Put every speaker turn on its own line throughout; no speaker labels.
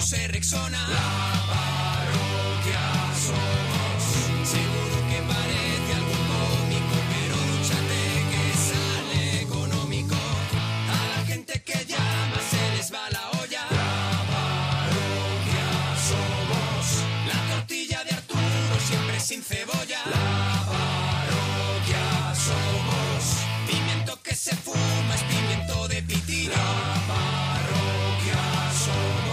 Solsona. La parroquia somos. Seguro que parece algo cómico, pero duchate que sale económico. A la gente que llama se les va la olla. La parroquia somos. La tortilla de Arturo siempre sin cebolla. La parroquia somos. Pimiento que se fuma es pimiento de pitina. La parroquia somos.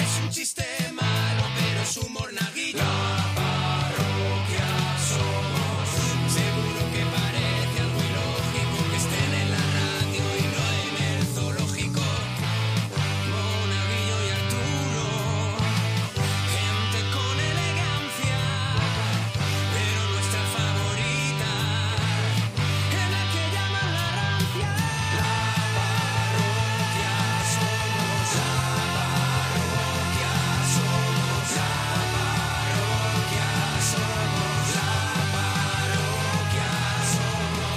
Es un chiste malo, pero es humor naguillo. La parroquia somos. Seguro que parece algo ilógico que estén en la radio y no en el zoológico. Monaguillo y Arturo, gente con elegancia, pero nuestra favorita es la que llaman la rancia. La parroquia somos, la parroquia somos, la parroquia somos, la parroquia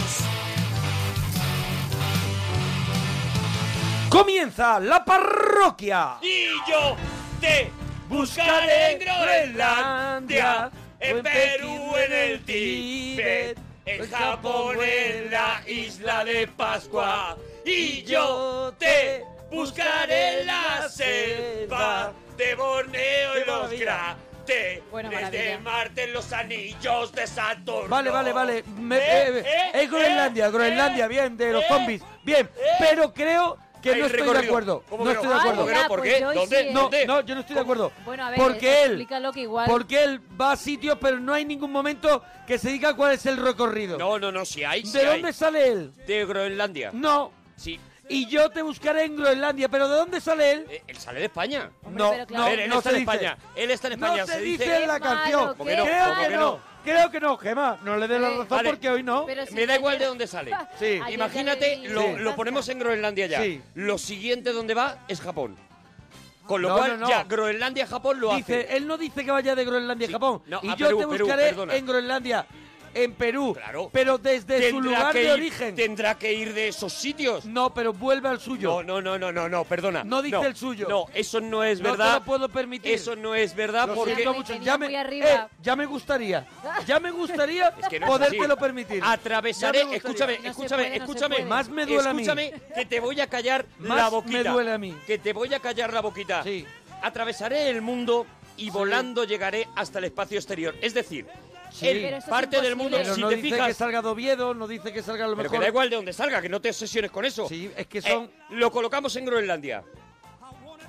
somos.
Comienza la parroquia.
Y yo te buscaré en Groenlandia, en Perú, en el Tíbet, en Japón, en la isla de Pascua. Y yo te buscaré en la selva de Borneo y los cráteres de
maravilla.
Marte, en los anillos de Saturno.
Vale, vale, vale. Me-
Eh,
eh,
eh,
es Groenlandia,
eh,
Groenlandia,
eh,
bien, de los
eh,
zombies. Bien, pero creo que
Hay
no estoy de
recorrido.
acuerdo.
¿Cómo
no
que no?
estoy de
Ah,
acuerdo.
mira, ¿Por qué? pues yo ¿Dónde? sí, eh. ¿Dónde?
No, no, yo no estoy de acuerdo.
Bueno, a ver,
porque él,
explícalo que igual...
porque él va a sitios, pero no hay ningún momento que se diga cuál es el recorrido.
No, no, no, si hay.
¿De
si hay.
dónde sale él?
De Groenlandia.
No.
Sí.
Y yo te buscaré en Groenlandia, pero ¿de dónde sale él?
Eh, él sale de España.
no,
pero claro.
no,
A ver, él
no
está
se
en
dice.
España. Él está en España,
No se,
se dice-
dice en la
Qué Eh, malo,
canción.
¿Cómo que no?
Creo
¿Cómo
que
que
no.
no?
Creo que no, Gemma. No le dé la razón
Vale.
porque hoy no.
Me da igual de dónde sale.
Sí. Ayer
Imagínate,
ya leí-
lo,
Sí.
lo ponemos en Groenlandia ya.
Sí.
Lo siguiente donde va es Japón. Con lo
No,
cual,
no, no.
ya Groenlandia, Japón lo
Dice,
hace.
él no dice que vaya de Groenlandia a Japón.
No,
y
a
yo
Perú,
te
Perú,
buscaré
perdona.
en Groenlandia, en Perú.
Claro.
Pero desde su lugar
que
de
ir-
origen.
Tendrá que ir de esos sitios.
No, pero vuelve al suyo.
No, no, no, no, no, no, perdona.
No dice el suyo.
No, eso no es
No te
verdad.
lo puedo permitir.
Eso no es verdad
Lo
porque.
siento mucho. Ya me, eh, ya me gustaría. Ya me gustaría
que no es
podértelo
así.
permitir.
Atravesaré,
Ya me gustaría.
escúchame, escúchame, escúchame.
Más me duele
escúchame,
a mí.
que te voy a callar
Más
la boquita.
me duele a mí.
Que te voy a callar la boquita. Atravesaré el mundo y volando llegaré hasta el espacio exterior. Es decir,
Sí.
el
Pero eso es
parte del mundo,
Pero
si
no
te
dice
fijas,
que salga de Oviedo, no dice que salga a lo
pero
mejor.
que da igual de dónde salga, que no te obsesiones con eso. Eh,
Sí, es que son-
lo colocamos en Groenlandia.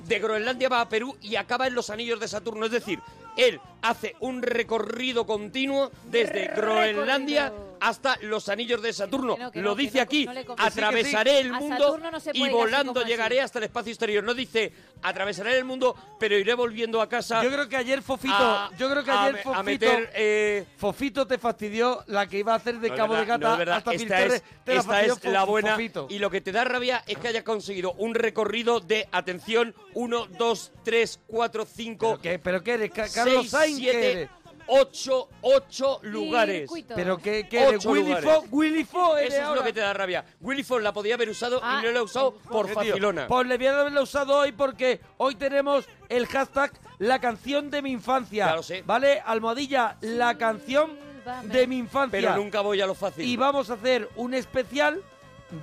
De Groenlandia va a Perú y acaba en los anillos de Saturno. Es decir, él hace un recorrido continuo desde Groenlandia hasta los anillos de Saturno.
Que no, que
lo
no, que
dice
no,
aquí,
no le confundas.
atravesaré
Que sí,
el
que sí. A
mundo
Saturno no se puede
y
ir así
volando
como así.
llegaré hasta el espacio exterior. No dice, atravesaré el mundo, pero iré volviendo a casa.
Yo creo que ayer Fofito,
a-
yo creo que
a
ayer
me- a
Fofito,
meter, eh,
Fofito te fastidió la que iba a hacer de
No es
Cabo
verdad,
de Gata
no es verdad.
hasta
esta
Filterre,
es,
te la
esta
fastidió
es la
Fo-
buena.
Fofito.
Y lo que te da rabia es que hayas conseguido un recorrido de, atención, 1, 2, 3, 4, 5,
¿Qué? ¿Pero qué eres? Ca-
6,
¿Carlos Sainz qué
7,
eres?
8, 8 lugares.
Circuito.
¿Pero qué, qué eres?
Ocho
¿Willy
lugares.
Fo? ¿Willy Fo eres
Eso es
ahora?
lo que te da rabia. Willy Ford la podía haber usado
Ah,
y no la ha usado por
Qué tío.
facilona.
Pues le voy a haberla usado hoy porque hoy tenemos el hashtag la canción de mi infancia.
Ya lo sé.
¿Vale? Almohadilla, la canción de mi infancia.
Pero nunca voy a lo fácil.
Y vamos a hacer un especial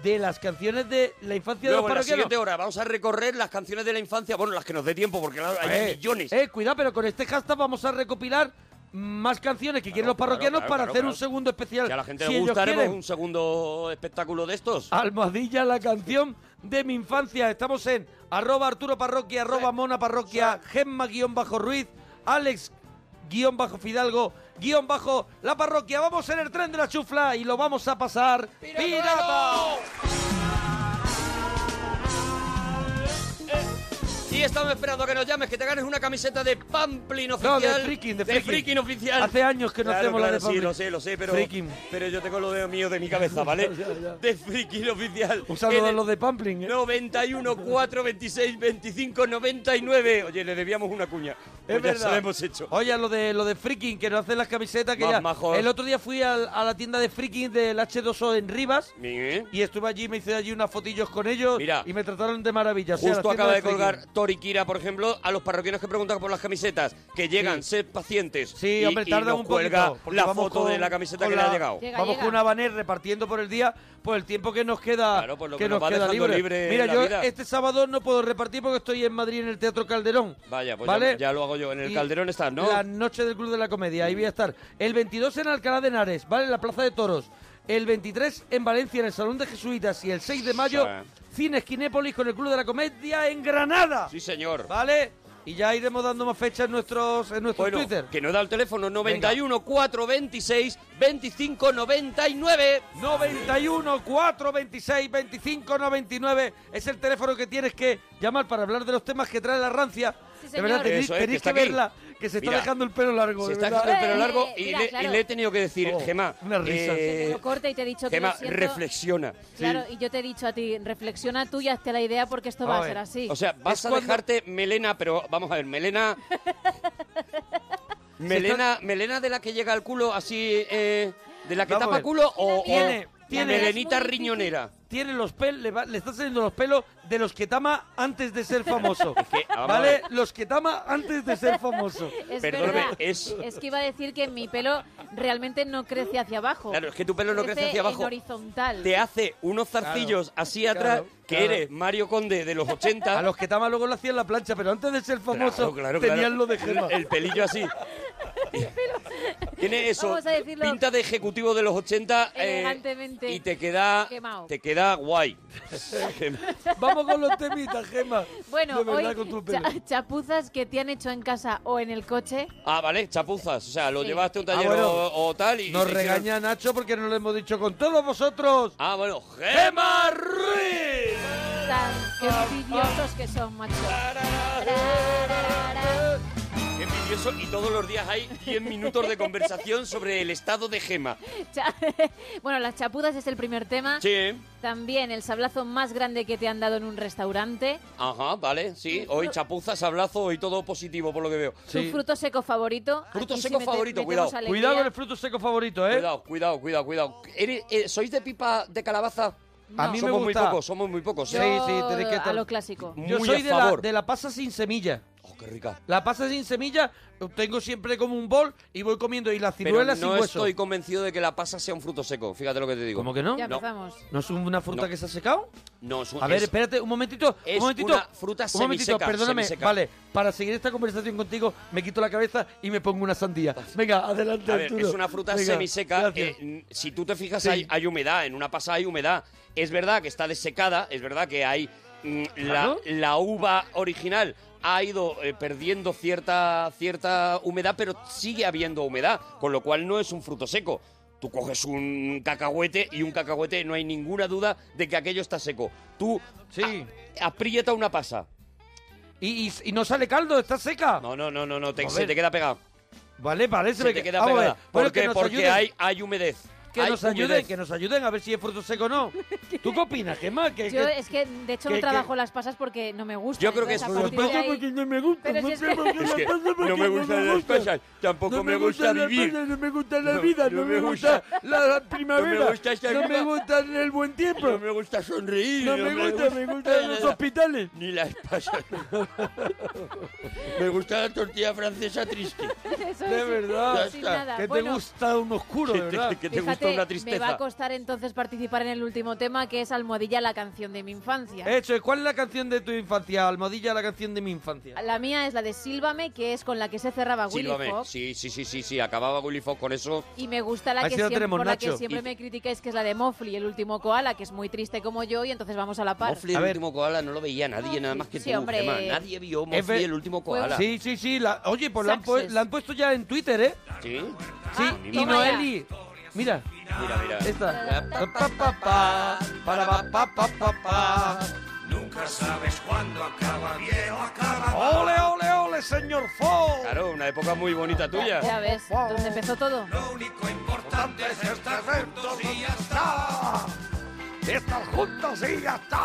de las canciones de la infancia
Luego,
de
en la
los parroquianos.
siguiente hora vamos a recorrer las canciones de la infancia, bueno, las que nos dé tiempo, porque claro, hay
Eh,
millones.
Eh, cuidado, pero con este hashtag vamos a recopilar más canciones que quieren los parroquianos
claro,
para
claro,
hacer
claro.
un segundo especial.
Que a la gente
si
le
ellos
gustaremos
quieren.
un segundo espectáculo de estos.
Almohadilla, la canción de mi infancia. Estamos en arroba Arturo Parroquia, arroba Mona Parroquia, Gemma guión bajo Ruiz, Alex guión bajo Fidalgo, guión bajo La Parroquia. Vamos en el tren de la chufla y lo vamos a pasar. ¡Pirata!
Y estamos esperando a que nos llames, que te ganes una camiseta de Pamplin
No,
oficial.
de freaking, de freaking.
Freaking oficial.
Hace años que no
Claro,
hacemos
claro,
la de
Sí,
Pamplin.
lo sé, lo sé, pero,
Freaking.
pero yo tengo lo de mío de mi cabeza, ¿vale? De freaking oficial.
Un saludo
En
a
el
los de Pampling.
91, 4, 26, 25, 99. Oye, le debíamos una cuña. Pues ya se lo hemos hecho.
Oye, lo de, lo de freaking, que nos hacen las camisetas. que
Más
ya-
majos.
El otro día fui al- a, la tienda de freaking del H2O en Rivas. Y estuve allí, me hice allí unas fotillos con ellos. Y me trataron de maravilla. O sea,
Justo
la tienda
acaba de
Freaking.
colgar Tori Kira, por ejemplo, a los parroquianos que preguntan por las camisetas, que llegan, sed pacientes.
Sí,
y,
hombre,
y
tarda
nos
un
cuelga
poquito. porque
la
vamos
foto
con-
de la camiseta
con
que le
la-
ha llegado.
vamos con una banner repartiendo por el día, por el tiempo que nos queda.
pues lo
que,
que
nos,
nos va
queda
dejando
libre.
libre
Mira,
la
yo
vida.
este sábado no puedo repartir porque estoy en Madrid en el Teatro Calderón.
Vaya, pues
¿Vale?
ya, ya lo hago yo. En el
Y
Calderón estás, ¿no?
La noche del Club de la Comedia, ahí voy a estar. El 22 en Alcalá de Henares, ¿vale? En la Plaza de Toros. El 23 en Valencia, en el Salón de Jesuitas. Y el 6 de mayo, Cines Kinépolis con el Club de la Comedia en Granada.
Sí, señor.
¿Vale? Y ya iremos dando más fechas en nuestros, en nuestros
Bueno,
Twitter.
que no da el teléfono, 91 426 25 99.
91 426 25 99 es el teléfono que tienes que llamar para hablar de los temas que trae la rancia.
Sí,
de verdad,
señor.
tenéis,
Eso es, que
tenéis que,
está aquí.
verla, que se está
Mira,
dejando el pelo largo.
Se
de
está
verdad.
dejando el pelo largo y,
Eh, mira,
le, y
claro.
le he tenido que decir,
Oh,
Gemma,
una risa.
Te
eh,
lo corta y te he dicho que
Gemma,
lo siento.
reflexiona.
Claro, y yo te he dicho a ti, reflexiona tú y hazte la idea porque esto va a
ver.
ser así.
O sea, vas
Es
a
cuando-
dejarte melena, pero vamos a ver, melena. melena, melena de la que llega al culo así, eh, de la que
Vamos a
tapa
ver.
culo o, o
tiene, tiene
melenita riñonera.
Tiene los pelos, le, va- le está saliendo los pelos de los que tama antes de ser famoso.
vamos a
¿Vale?
ver.
Los que tama antes de ser famoso.
Es
Perdóname,
verdad.
es-
Es que iba a decir que mi pelo realmente no crece hacia abajo.
Claro, es que tu pelo no crece hacia
en
abajo.
horizontal.
Te hace unos zarcillos así atrás
claro,
que
claro.
eres Mario Conde de los 80.
A los que tama luego lo hacían la plancha, pero antes de ser famoso
Claro, claro,
tenían
claro.
lo de gema.
El pelillo así. Tiene eso,
Vamos a decirlo.
pinta de ejecutivo de los 80 eh,
Elegantemente.
y te queda,
Quemao.
te queda guay. Gema.
Vamos con los temitas, Gema.
Bueno,
de verdad,
hoy
con tu pelo.
cha- chapuzas que te han hecho en casa o en el coche.
Ah, vale, chapuzas. O sea, lo
Sí.
llevaste a un
Ah,
taller
bueno.
o, o tal y...
Nos
y te hicieron-
regaña Nacho porque no lo hemos dicho con todos vosotros.
Ah, bueno. ¡Gema Ruiz!
Tan, qué envidiosos que son, macho.
Qué envidioso. Y todos los días hay 10 minutos de conversación sobre el estado de Gema.
Cha- bueno, las chapuzas es el primer tema.
Sí.
También el sablazo más grande que te han dado en un restaurante.
Ajá, vale, sí. Hoy chapuzas, sablazo, hoy todo positivo por lo que veo.
Tu fruto seco favorito.
Fruto
Aquí sí
seco
mete-
favorito,
metemos
cuidado.
alegría.
Cuidado con el fruto seco favorito, ¿eh?
Cuidado, cuidado, cuidado, cuidado. ¿Eres- eh, ¿Sois de pipa de calabaza?
A mí me
somos
gusta.
muy pocos, somos muy pocos.
Sí,
¿eh?
sí, tenéis que
a
estar-
lo clásico.
Yo
Muy
soy
a
de la,
favor.
de la pasa sin semilla.
Oh, qué rica.
La pasa sin semilla, tengo siempre como un bol y voy comiendo. Y la
Pero
ciruela sin
no
hueso.
estoy convencido de que la pasa sea un fruto seco. Fíjate lo que te digo.
¿Cómo que no?
Ya
No.
empezamos.
¿No es una fruta
No.
que se ha secado?
No, es un-
A ver,
es-
espérate, un momentito,
es
un momentito.
una fruta
un momentito,
semiseca,
perdóname.
semiseca.
Vale, para seguir esta conversación contigo, me quito la cabeza y me pongo una sandía. Venga, adelante,
A ver,
Arturo.
es una fruta
Venga,
semiseca.
gracias.
eh, n- si tú te fijas,
Sí.
hay, hay humedad. En una pasa hay humedad. Es verdad que está desecada. Es verdad que hay mm,
Claro.
la, la uva original ha ido eh, perdiendo cierta, cierta humedad, pero sigue habiendo humedad, con lo cual no es un fruto seco. Tú coges un cacahuete y un cacahuete no hay ninguna duda de que aquello está seco. Tú
Sí.
a- aprieta una pasa.
Y, y- y no sale caldo, está seca.
No, no, no, no, no, te,
Joder.
se te queda pegado.
Vale, parece
Se
que
te queda
vamos a ver,
pegada. ¿Por
bueno,
qué?
que nos
Porque
ayuden,
hay, hay humedez.
que
Hay
nos ayuden,
humedez.
que nos ayuden a ver si es fruto seco o no. ¿Tú qué opinas, Gemma? Que,
Yo
que-
es que, de hecho,
que-
no
que-
trabajo las pasas porque no me gusta.
Yo creo que es
entonces, a
fruto-
partir de ahí-
no me gusta,
Pero si es que-
porque
Es
la
que
pasa porque
no me gustan las cosas, tampoco
No
me gusta
gustan las
vivir.
cosas, no me gusta la
No,
vida, no,
no
me
me
gusta la, la primavera, no me
gusta
gusta,
esta vida.
el buen tiempo,
No me gusta sonreír.
no, me, gusta, me gustan los hospitales.
Ni las pasas. me gusta la tortilla francesa triste.
Eso
De
es,
verdad.
sin
Ya está.
nada.
Que te
Bueno,
gusta un oscuro, de
Que te,
verdad.
que te gusta
fíjate,
una
Me va a
tristeza.
costar entonces participar en el último tema, que es Almohadilla, la canción de mi infancia.
Hecho, ¿y ¿cuál es la canción de tu infancia, Almodilla, la canción de mi infancia?
La mía es la de Sílvame, que es con la que se cerraba Willy
Sílvame.
Fox.
Sí, sí, sí, sí, sí. Acababa Willy Fox con eso.
Y me gusta la
Ahí
que
sí lo
siempre,
tenemos,
por la que
Nacho.
siempre
Y-
me criticáis, que es la de Mofli, el último koala, que es muy triste como yo, y entonces vamos a la par.
Mofli, el
A ver.
último koala, no lo veía nadie, nada más que
Sí,
tú,
hombre.
Gemma. Nadie vio
Es ver-
Mofli, el último koala.
Sí, sí, sí. la- oye, pues la han, pu-
Success.
la han puesto ya en Twitter, ¿eh?
¿Sí?
Sí,
Ah,
y
toma ya.
Noeli. Mira,
Mira, mira.
esta. Pa, pa, pa, pa, para, pa, pa, pa, pa, pa.
Nunca sabes cuándo acaba bien o acaba
¡Ole, ole, ole, señor Fo!
Claro, una época muy bonita tuya.
Ya ves, donde empezó todo.
Lo único importante es estar juntos y ya está. Estar juntos y ya está.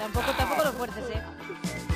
Tampoco, tampoco lo fuerces, ¿eh?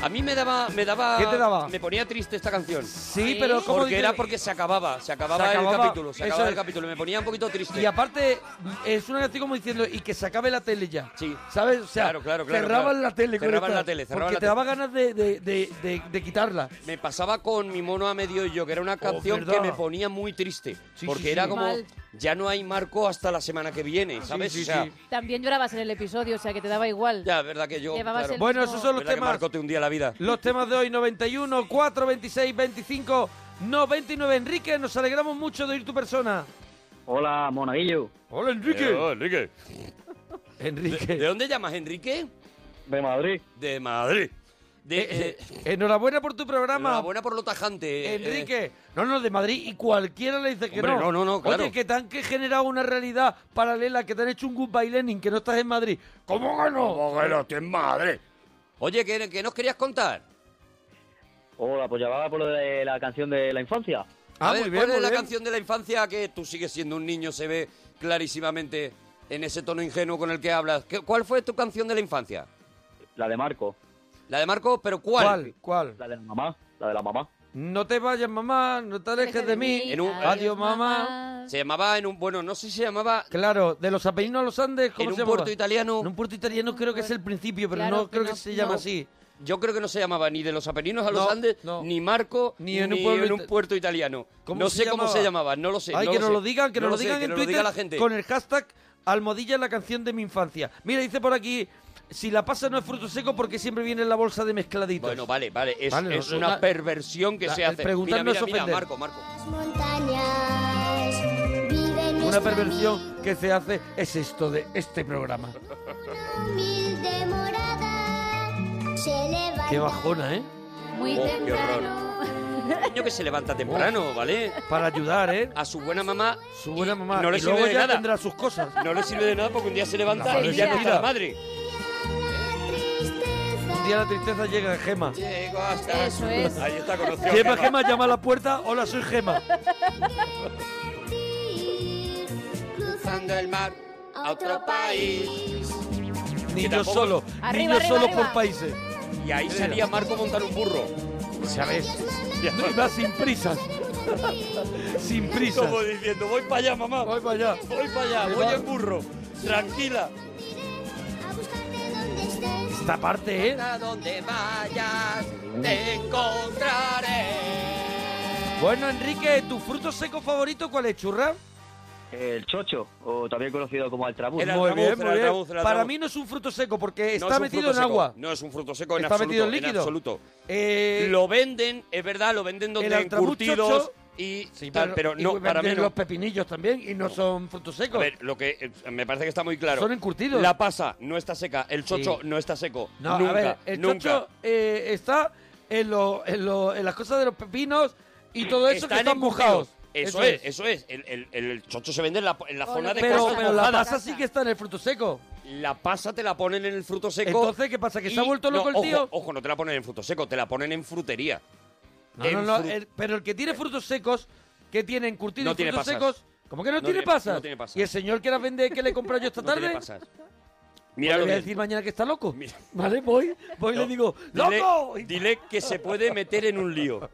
A mí me daba, me daba.
¿Qué te daba?
Me ponía triste esta canción.
Sí, pero ¿cómo
Porque
dice?
era porque se acababa, se acababa,
Se
el
acababa,
capítulo, se
eso
acababa el
es.
capítulo. Me ponía un poquito triste.
Y aparte, es una canción como diciendo, y que se acabe la tele ya.
Sí.
¿Sabes? O sea,
Claro, claro, claro,
cerraban
claro.
la tele. con
Cerraban
esta,
la tele, cerraban
Porque
la
te
tele.
daba ganas de, de- de- de- de quitarla. Oh,
me pasaba con mi mono a medio yo, que era una canción
verdad.
que me ponía muy triste.
Sí,
porque
sí,
era
sí.
como,
Mal.
ya no hay marco hasta la semana que viene, ¿sabes?
sí,
o sea,
sí.
También llorabas en el episodio, o sea que te daba igual.
ya, verdad que yo.
Llevabas
claro,
el-
Bueno,
mismo-
esos son los
verdad que
temas.
Marco te hundía la vida.
Los temas de hoy, 91, 4, 26, 25, 99. Enrique, nos alegramos mucho de oír tu persona.
Hola, monaguillo.
Hola, Enrique.
Eh, Enrique. ¿De, de
Enrique.
dónde llamas, Enrique?
De Madrid.
De Madrid. De, eh,
Enhorabuena por tu programa.
enhorabuena por lo tajante. eh, eh.
Enrique, no, no, de Madrid y cualquiera le dice que
Hombre, no, no, no, claro.
Oye, que te han que generado una realidad paralela, que te han hecho un goodbye Lenin, que no estás en Madrid. ¿Cómo que no?
Como que no estoy en Madrid. Oye, ¿qué, qué nos querías contar?
Hola, pues llamaba por lo de la canción de la infancia.
A
Ah,
ver,
muy bien,
¿cuál es
muy
la
bien.
canción de la infancia que tú sigues siendo un niño? Se ve clarísimamente en ese tono ingenuo con el que hablas. ¿Qué- ¿Cuál fue tu canción de la infancia?
La de Marco.
La de Marco, pero ¿cuál?
¿Cuál? ¿Cuál?
La de la mamá. La de la mamá.
No te vayas, mamá, no te alejes de mí.
En un-
Adiós, mamá.
Se llamaba en un... Bueno, no sé si se llamaba...
Claro, de los apellidos a los Andes, ¿cómo
En un
se llamaba?
puerto italiano.
En un puerto italiano creo que es el principio, pero
Claro
no
que
creo que
no,
se llama
no.
así.
Yo creo que no se llamaba ni de los Apeninos a los
No,
Andes,
no.
ni Marco,
Ni en un pueblo ita-
puerto italiano.
¿Cómo
No
se
sé cómo
llamaba?
se llamaba, no lo sé.
Ay,
no
que
lo
nos
sé.
lo digan, que
No
nos lo
sé,
digan
que
en
nos lo
Twitter
diga la gente.
con el hashtag almohadilla en la canción de mi infancia. Mira, dice por aquí, si la pasa no es fruto seco porque siempre viene en la bolsa de mezcladitos.
Bueno, vale, vale. Es,
Vale,
es
no,
una
la-
perversión que
la-
se
el
hace.
preguntar
Mira,
no
mira,
es
mira,
ofender.
Marco, Marco.
Las montañas viven
Una perversión que se hace es esto de este programa.
humilde morada se levanta
Qué bajona, ¿eh?
Muy
Oh, qué
temprano.
Niño que se levanta temprano, ¿vale?
Para ayudar, ¿eh?
A su buena mamá
Su buena mamá.
no le
Ah, y luego
sirve de
ya
nada.
tendrá sus cosas.
no le sirve de nada porque un día se
La
levanta
madre
y ya
se
no está
tira.
la madre.
la tristeza
Un día la tristeza llega en Gema.
Llego hasta...
Eso es.
Ahí está con opción,
Gema,
Gema.
Gema, llama a la puerta. Hola, soy Gema.
ir
Cruzando el mar a otro país.
Niño
tampoco-
solo.
Arriba,
Niño
arriba,
solo
arriba.
por países.
Y ahí salía Marco a montar un burro.
¿Sabes? Va sin prisas. sin prisas.
Como diciendo, voy para allá, mamá.
Voy para allá.
Voy para allá,
Me
voy
va.
en burro. Tranquila.
a buscarte donde estés
Esta parte, ¿eh?
A donde vayas, te encontraré.
Bueno, Enrique, ¿tu fruto seco favorito cuál es, churra?
El chocho, o también conocido como Altrabuz.
Era- el
muy
arnabuz,
bien,
era
muy
el
bien.
arnabuz, era el
Para
arnabuz.
mí no es un fruto seco porque
No
está
es un
metido
fruto
en
seco,
agua.
No es un fruto seco en
Está
absoluto.
metido en líquido.
absoluto.
Eh,
Lo venden, es verdad, lo venden donde
el
en
altrabuchocho-
curtidos y
sí,
tal, pero,
y
no, para mí
venden
no.
los pepinillos también y no, son frutos
A
secos.
ver, lo que eh, me parece que está muy claro.
Son encurtidos.
La pasa no está seca, el chocho
Sí.
no está seco.
no,
nunca,
a ver, el
nunca.
chocho eh, está en, lo- en, lo- en las cosas de los pepinos
Eh,
y todo eso que están
encurtidos.
mojados.
Eso, es, eso es. El, el- el chocho se vende en la, en la
O
zona
lo
de
que
Pero,
cosa
cosas
pero la
mojadas.
pasa sí que está en el fruto seco.
La pasa te la ponen en el fruto seco.
Entonces, ¿qué pasa? ¿Que se
y-
ha vuelto
no,
loco el
ojo,
tío?
Ojo, no te la ponen en fruto seco, te la ponen en frutería.
No,
en
no, no,
fru- eh,
el- pero el que tiene frutos secos, que tiene encurtidos
No
y
tiene
frutos
pasas.
secos, ¿cómo que no,
No
tiene
tiene-
pasas?
no tiene pasas.
Y el señor que las vende, que le compré yo esta
No
tarde,
tiene
pues
pasas.
Pues
le
Míralo
voy a
bien.
decir mañana que está loco.
Mira.
Vale, voy, voy y
No.
le digo,
Dile-
¡loco! Y-
Dile que se puede meter en un lío.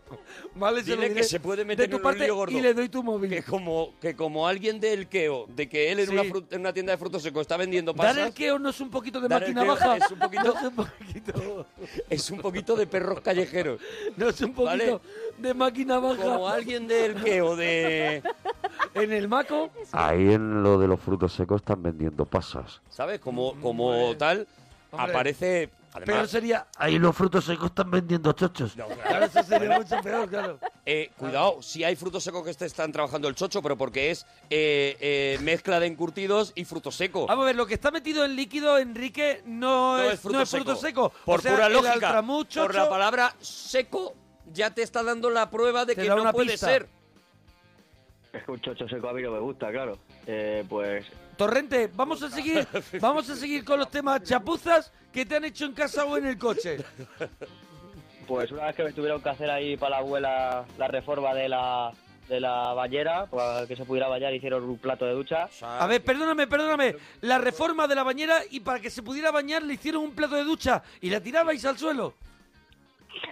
vale, lo
dile que
diré
se puede
de
meter
tu
en un
parte
lío gordo.
Y le doy tu
Que
móvil.
como, que como alguien del queo, de que él en,
Sí.
una, fru- en una tienda de frutos secos está vendiendo
Dar
pasas,
el queo no es un poquito de
Dar el
máquina
queo
baja.
es un poquito-
No es un poquito,
es un poquito de perros callejeros.
no es un
Vale.
poquito de máquina baja.
Como alguien del queo, de...
En el maco,
Ahí en lo de los frutos secos están vendiendo pasas.
¿Sabes? Como, como tal,
Mm, Hombre.
aparece...
pero
Además,
sería...
Ahí los frutos secos están vendiendo chochos.
No, claro.
Claro, eso sería mucho peor, claro.
Eh, cuidado, si hay frutos secos que te están trabajando el chocho, pero porque es eh, eh, mezcla de encurtidos y frutos secos.
Vamos a ver, lo que está metido en líquido, Enrique, no, es, no es fruto seco.
Por
O sea,
pura
el
lógica,
Altramuz,
por
chocho,
la palabra seco, ya te está dando la prueba de
Te
que
da
no
una
puede
pista.
ser.
Es que un chocho seco a mí no me gusta, claro. Eh, pues
Torrente, vamos a seguir, vamos a seguir con los temas chapuzas que te han hecho en casa o en el coche.
Pues una vez que me tuvieron que hacer ahí para la abuela la reforma de la, de la bañera, para que se pudiera bañar, hicieron un plato de ducha.
A ver, perdóname, perdóname. La reforma de la bañera y para que se pudiera bañar le hicieron un plato de ducha y la tirabais al suelo.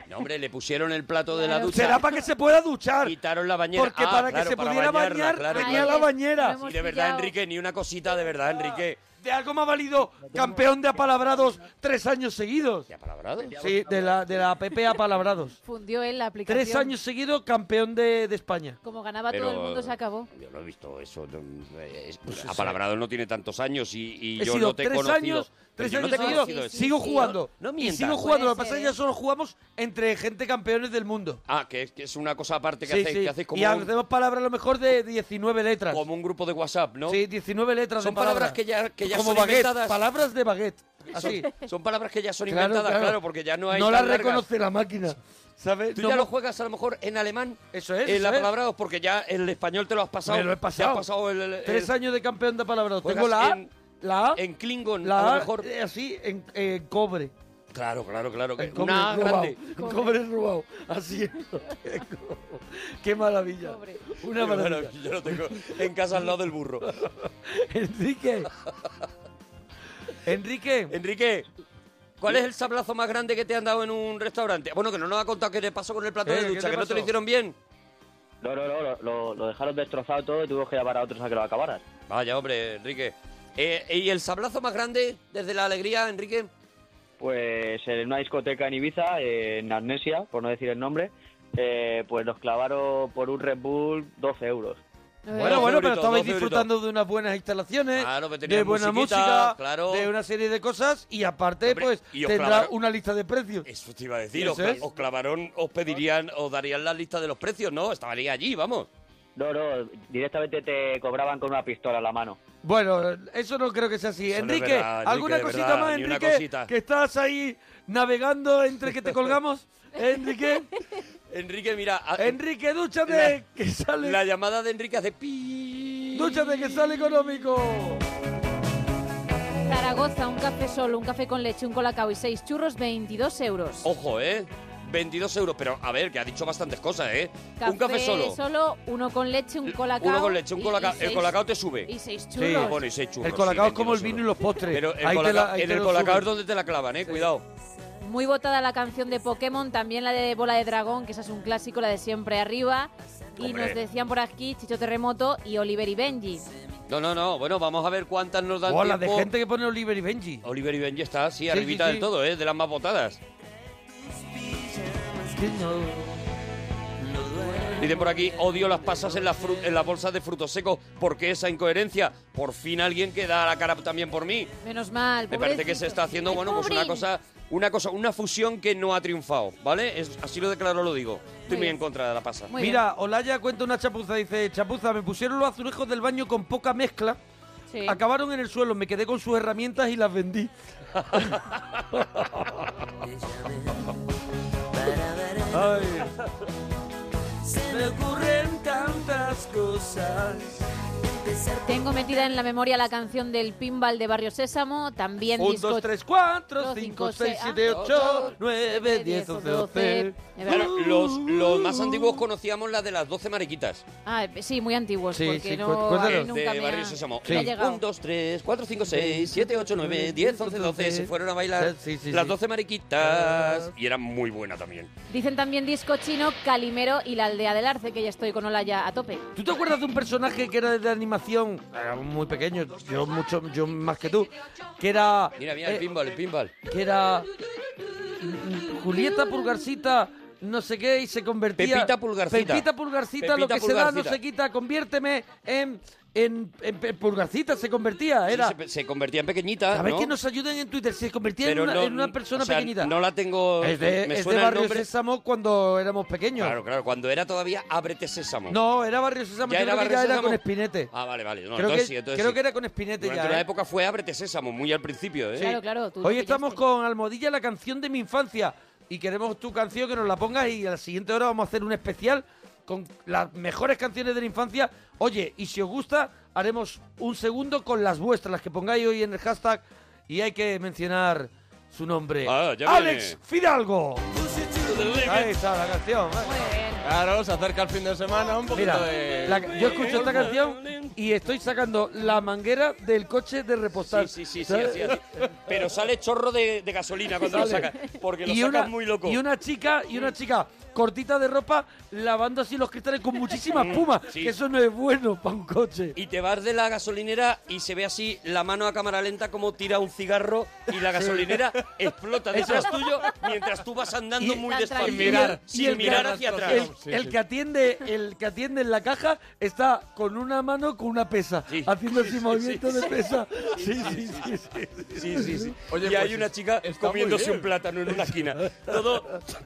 No, hombre, le pusieron el plato de la
Claro.
ducha.
Será para que se pueda duchar.
Quitaron la bañera.
Porque
Ah,
para
claro,
que se
para
pudiera
bañarla,
bañar
claro,
tenía
claro.
la bañera.
Lo hemos
Sí, de verdad,
pillado.
Enrique, ni una cosita, de verdad, Enrique.
De algo me ha valido campeón de apalabrados tres años seguidos.
¿Ya palabrado?
Sí, de la, de la APP apalabrados.
Fundió él la aplicación.
Tres años seguidos campeón de, de España.
Como ganaba
Pero-
todo el mundo, se acabó.
Yo no he visto eso. no, eh, es-
Pues eso.
apalabrado no tiene tantos años y, y
He
yo
sido
no te he
tres
conocido.
años,
Pero
tres
yo no
años
te he
seguidos,
conocido eso.
sigo
sí, sí.
jugando.
No, no
y
mientas.
sigo jugando, lo que
Puede
pasa es que
ser,
ya
¿eh?
solo jugamos entre gente campeones del mundo.
Ah, que es, que es una cosa aparte que
Sí,
hacéis,
sí.
que hacéis como,
y
un-
hacemos palabras a lo mejor de 19 letras.
como un grupo de WhatsApp, ¿no?
Sí, 19 letras
Son
de palabras.
palabras que ya- que ya
como
son
baguette,
inventadas.
palabras de baguette. Así.
Son palabras que ya son inventadas, claro, porque ya no hay.
No
tan
las
largas.
reconoce la máquina. ¿Sabes?
Tú
No
ya lo
mo-
juegas a lo mejor en alemán.
Eso es,
El
eso es.
apalabrado, porque ya el español te lo has pasado.
Me lo he
Ya
pasado.
has pasado el. el-
Tres
el-
años de campeón de palabras.
Juegas
Tengo la A,
en-
la A,
En Klingon,
la
a
A,
lo mejor.
eh, así, en eh, en cobre.
Claro, claro, claro. que
En cobre
una A
robado.
grande.
En cobre robado. Así es. Qué maravilla.
Cobre.
Una
Bueno,
maravilla.
yo lo tengo en casa al lado del burro.
Enrique. Enrique.
Enrique, ¿cuál es el sablazo más grande que te han dado en un restaurante? Bueno, que no nos ha contado qué te pasó con el plato
Eh,
de
¿qué
ducha,
te
que no te
pasó?
lo hicieron bien.
No, no, no, lo- lo, lo dejaron destrozado todo y tuvimos que llamar a otros a que lo acabaran.
Vaya, hombre, Enrique. Eh, ¿Y el sablazo más grande desde la alegría, Enrique?
Pues en una discoteca en Ibiza, eh, en Amnesia, por no decir el nombre, eh, pues nos clavaron por un Red Bull 12 euros.
Bueno, bueno, pero
Febrito,
estabais
no, Febrito.
disfrutando de unas buenas instalaciones,
Claro, que tenías
de buena
musiquita,
música,
claro.
de una serie de cosas y aparte,
Hombre,
pues,
y os
tendrá
clavaron-
una lista de precios.
Eso te iba a decir. Os,
Eso es.
os clavaron, os pedirían, os darían la lista de los precios, ¿no? Estaría allí, vamos.
No, no, directamente te cobraban con una pistola en la mano.
Bueno, eso no creo que sea así.
Eso no es
Enrique,
verdad, Enrique,
¿alguna
de
cosita
verdad,
más,
ni una
Enrique?
cosita.
Que estás ahí navegando entre que te colgamos. Enrique,
Enrique, mira, a-
Enrique, dúchate,
La-
que sale.
la llamada de Enrique hace pi.
Dúchate, que sale económico.
Zaragoza, un café solo, un café con leche, un colacao y seis churros, 22 euros.
Ojo, ¿eh? 22 euros, pero a ver, que ha dicho bastantes cosas, ¿eh? un café solo.
uno con leche, un colacao.
Uno con leche, un
y-
colacao.
y
El
seis-
colacao te sube.
Y seis
Sí.
churros.
Bueno, y seis churros,
el colacao
sí,
es como el
22
vino y
euros.
los postres.
Pero el
Ahí te la-
colacao-
ahí
en
te
el
lo
colacao es
suben.
donde te la clavan, ¿eh? Cuidado.
Muy votada la canción de Pokémon, también la de Bola de Dragón, que esa es un clásico, la de Siempre Arriba. Y
Hombre.
nos decían por aquí Chicho Terremoto y Oliver y Benji.
No, no, no. Bueno, vamos a ver cuántas nos dan
Buah, la de
tiempo.
gente que pone Oliver y Benji.
Oliver y Benji está así,
sí,
arribita
sí.
del todo, ¿eh? De las más votadas. Dice por aquí, odio las pasas en las, fru- en las bolsas de frutos secos. ¿Por qué esa incoherencia? Por fin alguien que da la cara también por mí.
Menos mal.
Me parece que
pobrecito.
se está haciendo,
Ay,
bueno, pues una
pobrín.
cosa, una cosa, una fusión que no ha triunfado, ¿vale? Es- así lo declaro, lo digo. Estoy
Muy
muy
bien.
en contra de la pasa.
Muy
Mira, Olaya cuenta una chapuza, dice, chapuza, me pusieron los azulejos del baño con poca mezcla,
Sí.
acabaron en el suelo, me quedé con sus herramientas y las vendí. Ay. Se me ocurren tantas cosas.
Tengo metida en la memoria la canción del pinball de Barrio Sésamo, también
1,
disco-
2, 3, 4,
Dos,
5,
cinco,
6,
seis,
7,
ah.
8, 9, 10, 11, 12.
Es verdad.
Claro, los, los
¡Uh!
más antiguos conocíamos la de las 12 mariquitas.
Ah, sí, muy antiguos,
Sí,
porque
sí,
no,
cu-
a mí
cuéntanos.
de
nunca me
Barrio
ha,
Sésamo.
me ha
Sí.
llegado.
1, 2, 3, 4, 5, 6, 7, 8, 9, 10, 11, 12. Se fueron a bailar
Sí, sí,
las
sí.
12 mariquitas. Y era muy buena también.
Dicen también disco chino, Calimero y la aldea del Arce, que ya estoy con Olaya a tope.
¿Tú te acuerdas de un personaje que era de animación? Era muy pequeño, yo mucho, yo más que tú. Que era.
Mira, mira, el
eh,
pinball, el pinball.
que era mm, Julieta Pulgarcita, no sé qué, y se convertía...
Pepita Pulgarcita.
Pepita Pulgarcita, lo
Pepita
que se da no
Pulgarcita.
se quita, conviérteme en... Em, En, en- en Pulgarcita se convertía, era...
Sí, se, se convertía en pequeñita.
a ver
¿no?
que nos ayuden en Twitter, se convertía en
Pero
una,
no-
en una persona
o sea,
pequeñita.
No la tengo.
es de,
Oh, me
es de
suena el
Barrio
nombre.
Sésamo cuando éramos pequeños.
Claro, claro, cuando era todavía Ábrete Sésamo.
No, era Barrio Sésamo,
¿Ya
yo
era
creo que
Barrio
ya era
Sésamo?
con Espinete.
Ah, vale, vale. No,
creo
entonces
que,
sí, entonces
creo
sí.
que era con Espinete
Durante
ya.
una
¿eh?
época fue Ábrete Sésamo, muy al principio, ¿eh?
Claro, claro. tú lo
Hoy estamos
pillaste.
con Almohadilla, la canción de mi infancia. Y queremos tu canción que nos la pongas y a la siguiente hora vamos a hacer un especial con las mejores canciones de la infancia. Oye, y si os gusta, haremos un segundo con las vuestras, las que pongáis hoy en el hashtag. Y hay que mencionar su nombre.
Ah, ya viene.
Alex Fidalgo. Ahí está la canción.
Muy bien.
Claro, se acerca el fin de semana, un poquito
Mira,
de...
la- yo escucho esta canción y estoy sacando la manguera del coche de repostar.
Sí, sí, sí,
¿sabes?
así, así. Pero sale chorro de, de gasolina cuando lo
Sale.
sacas. Porque lo sacas muy loco.
y una chica, y una chica cortita de ropa lavando así los cristales con muchísima espuma.
sí.
Que eso no es bueno para un coche.
Y te vas de la gasolinera y se ve así la mano a cámara lenta como tira un cigarro y la gasolinera explota detrás tuyo mientras tú vas andando
Y-
muy
Tan
despacio.
tranquilo. mirar,
y
sin
el que-
mirar hacia atrás.
El, el que atiende, el que atiende en la caja está con una mano con una pesa,
Sí.
haciendo
Sí,
ese
sí,
movimiento
sí,
de
sí.
pesa. Sí, sí, sí, sí.
Sí, sí, sí.
Oye,
y hay
pues
una
es-
chica
está muy
comiéndose
bien.
un plátano en una esquina. Todo,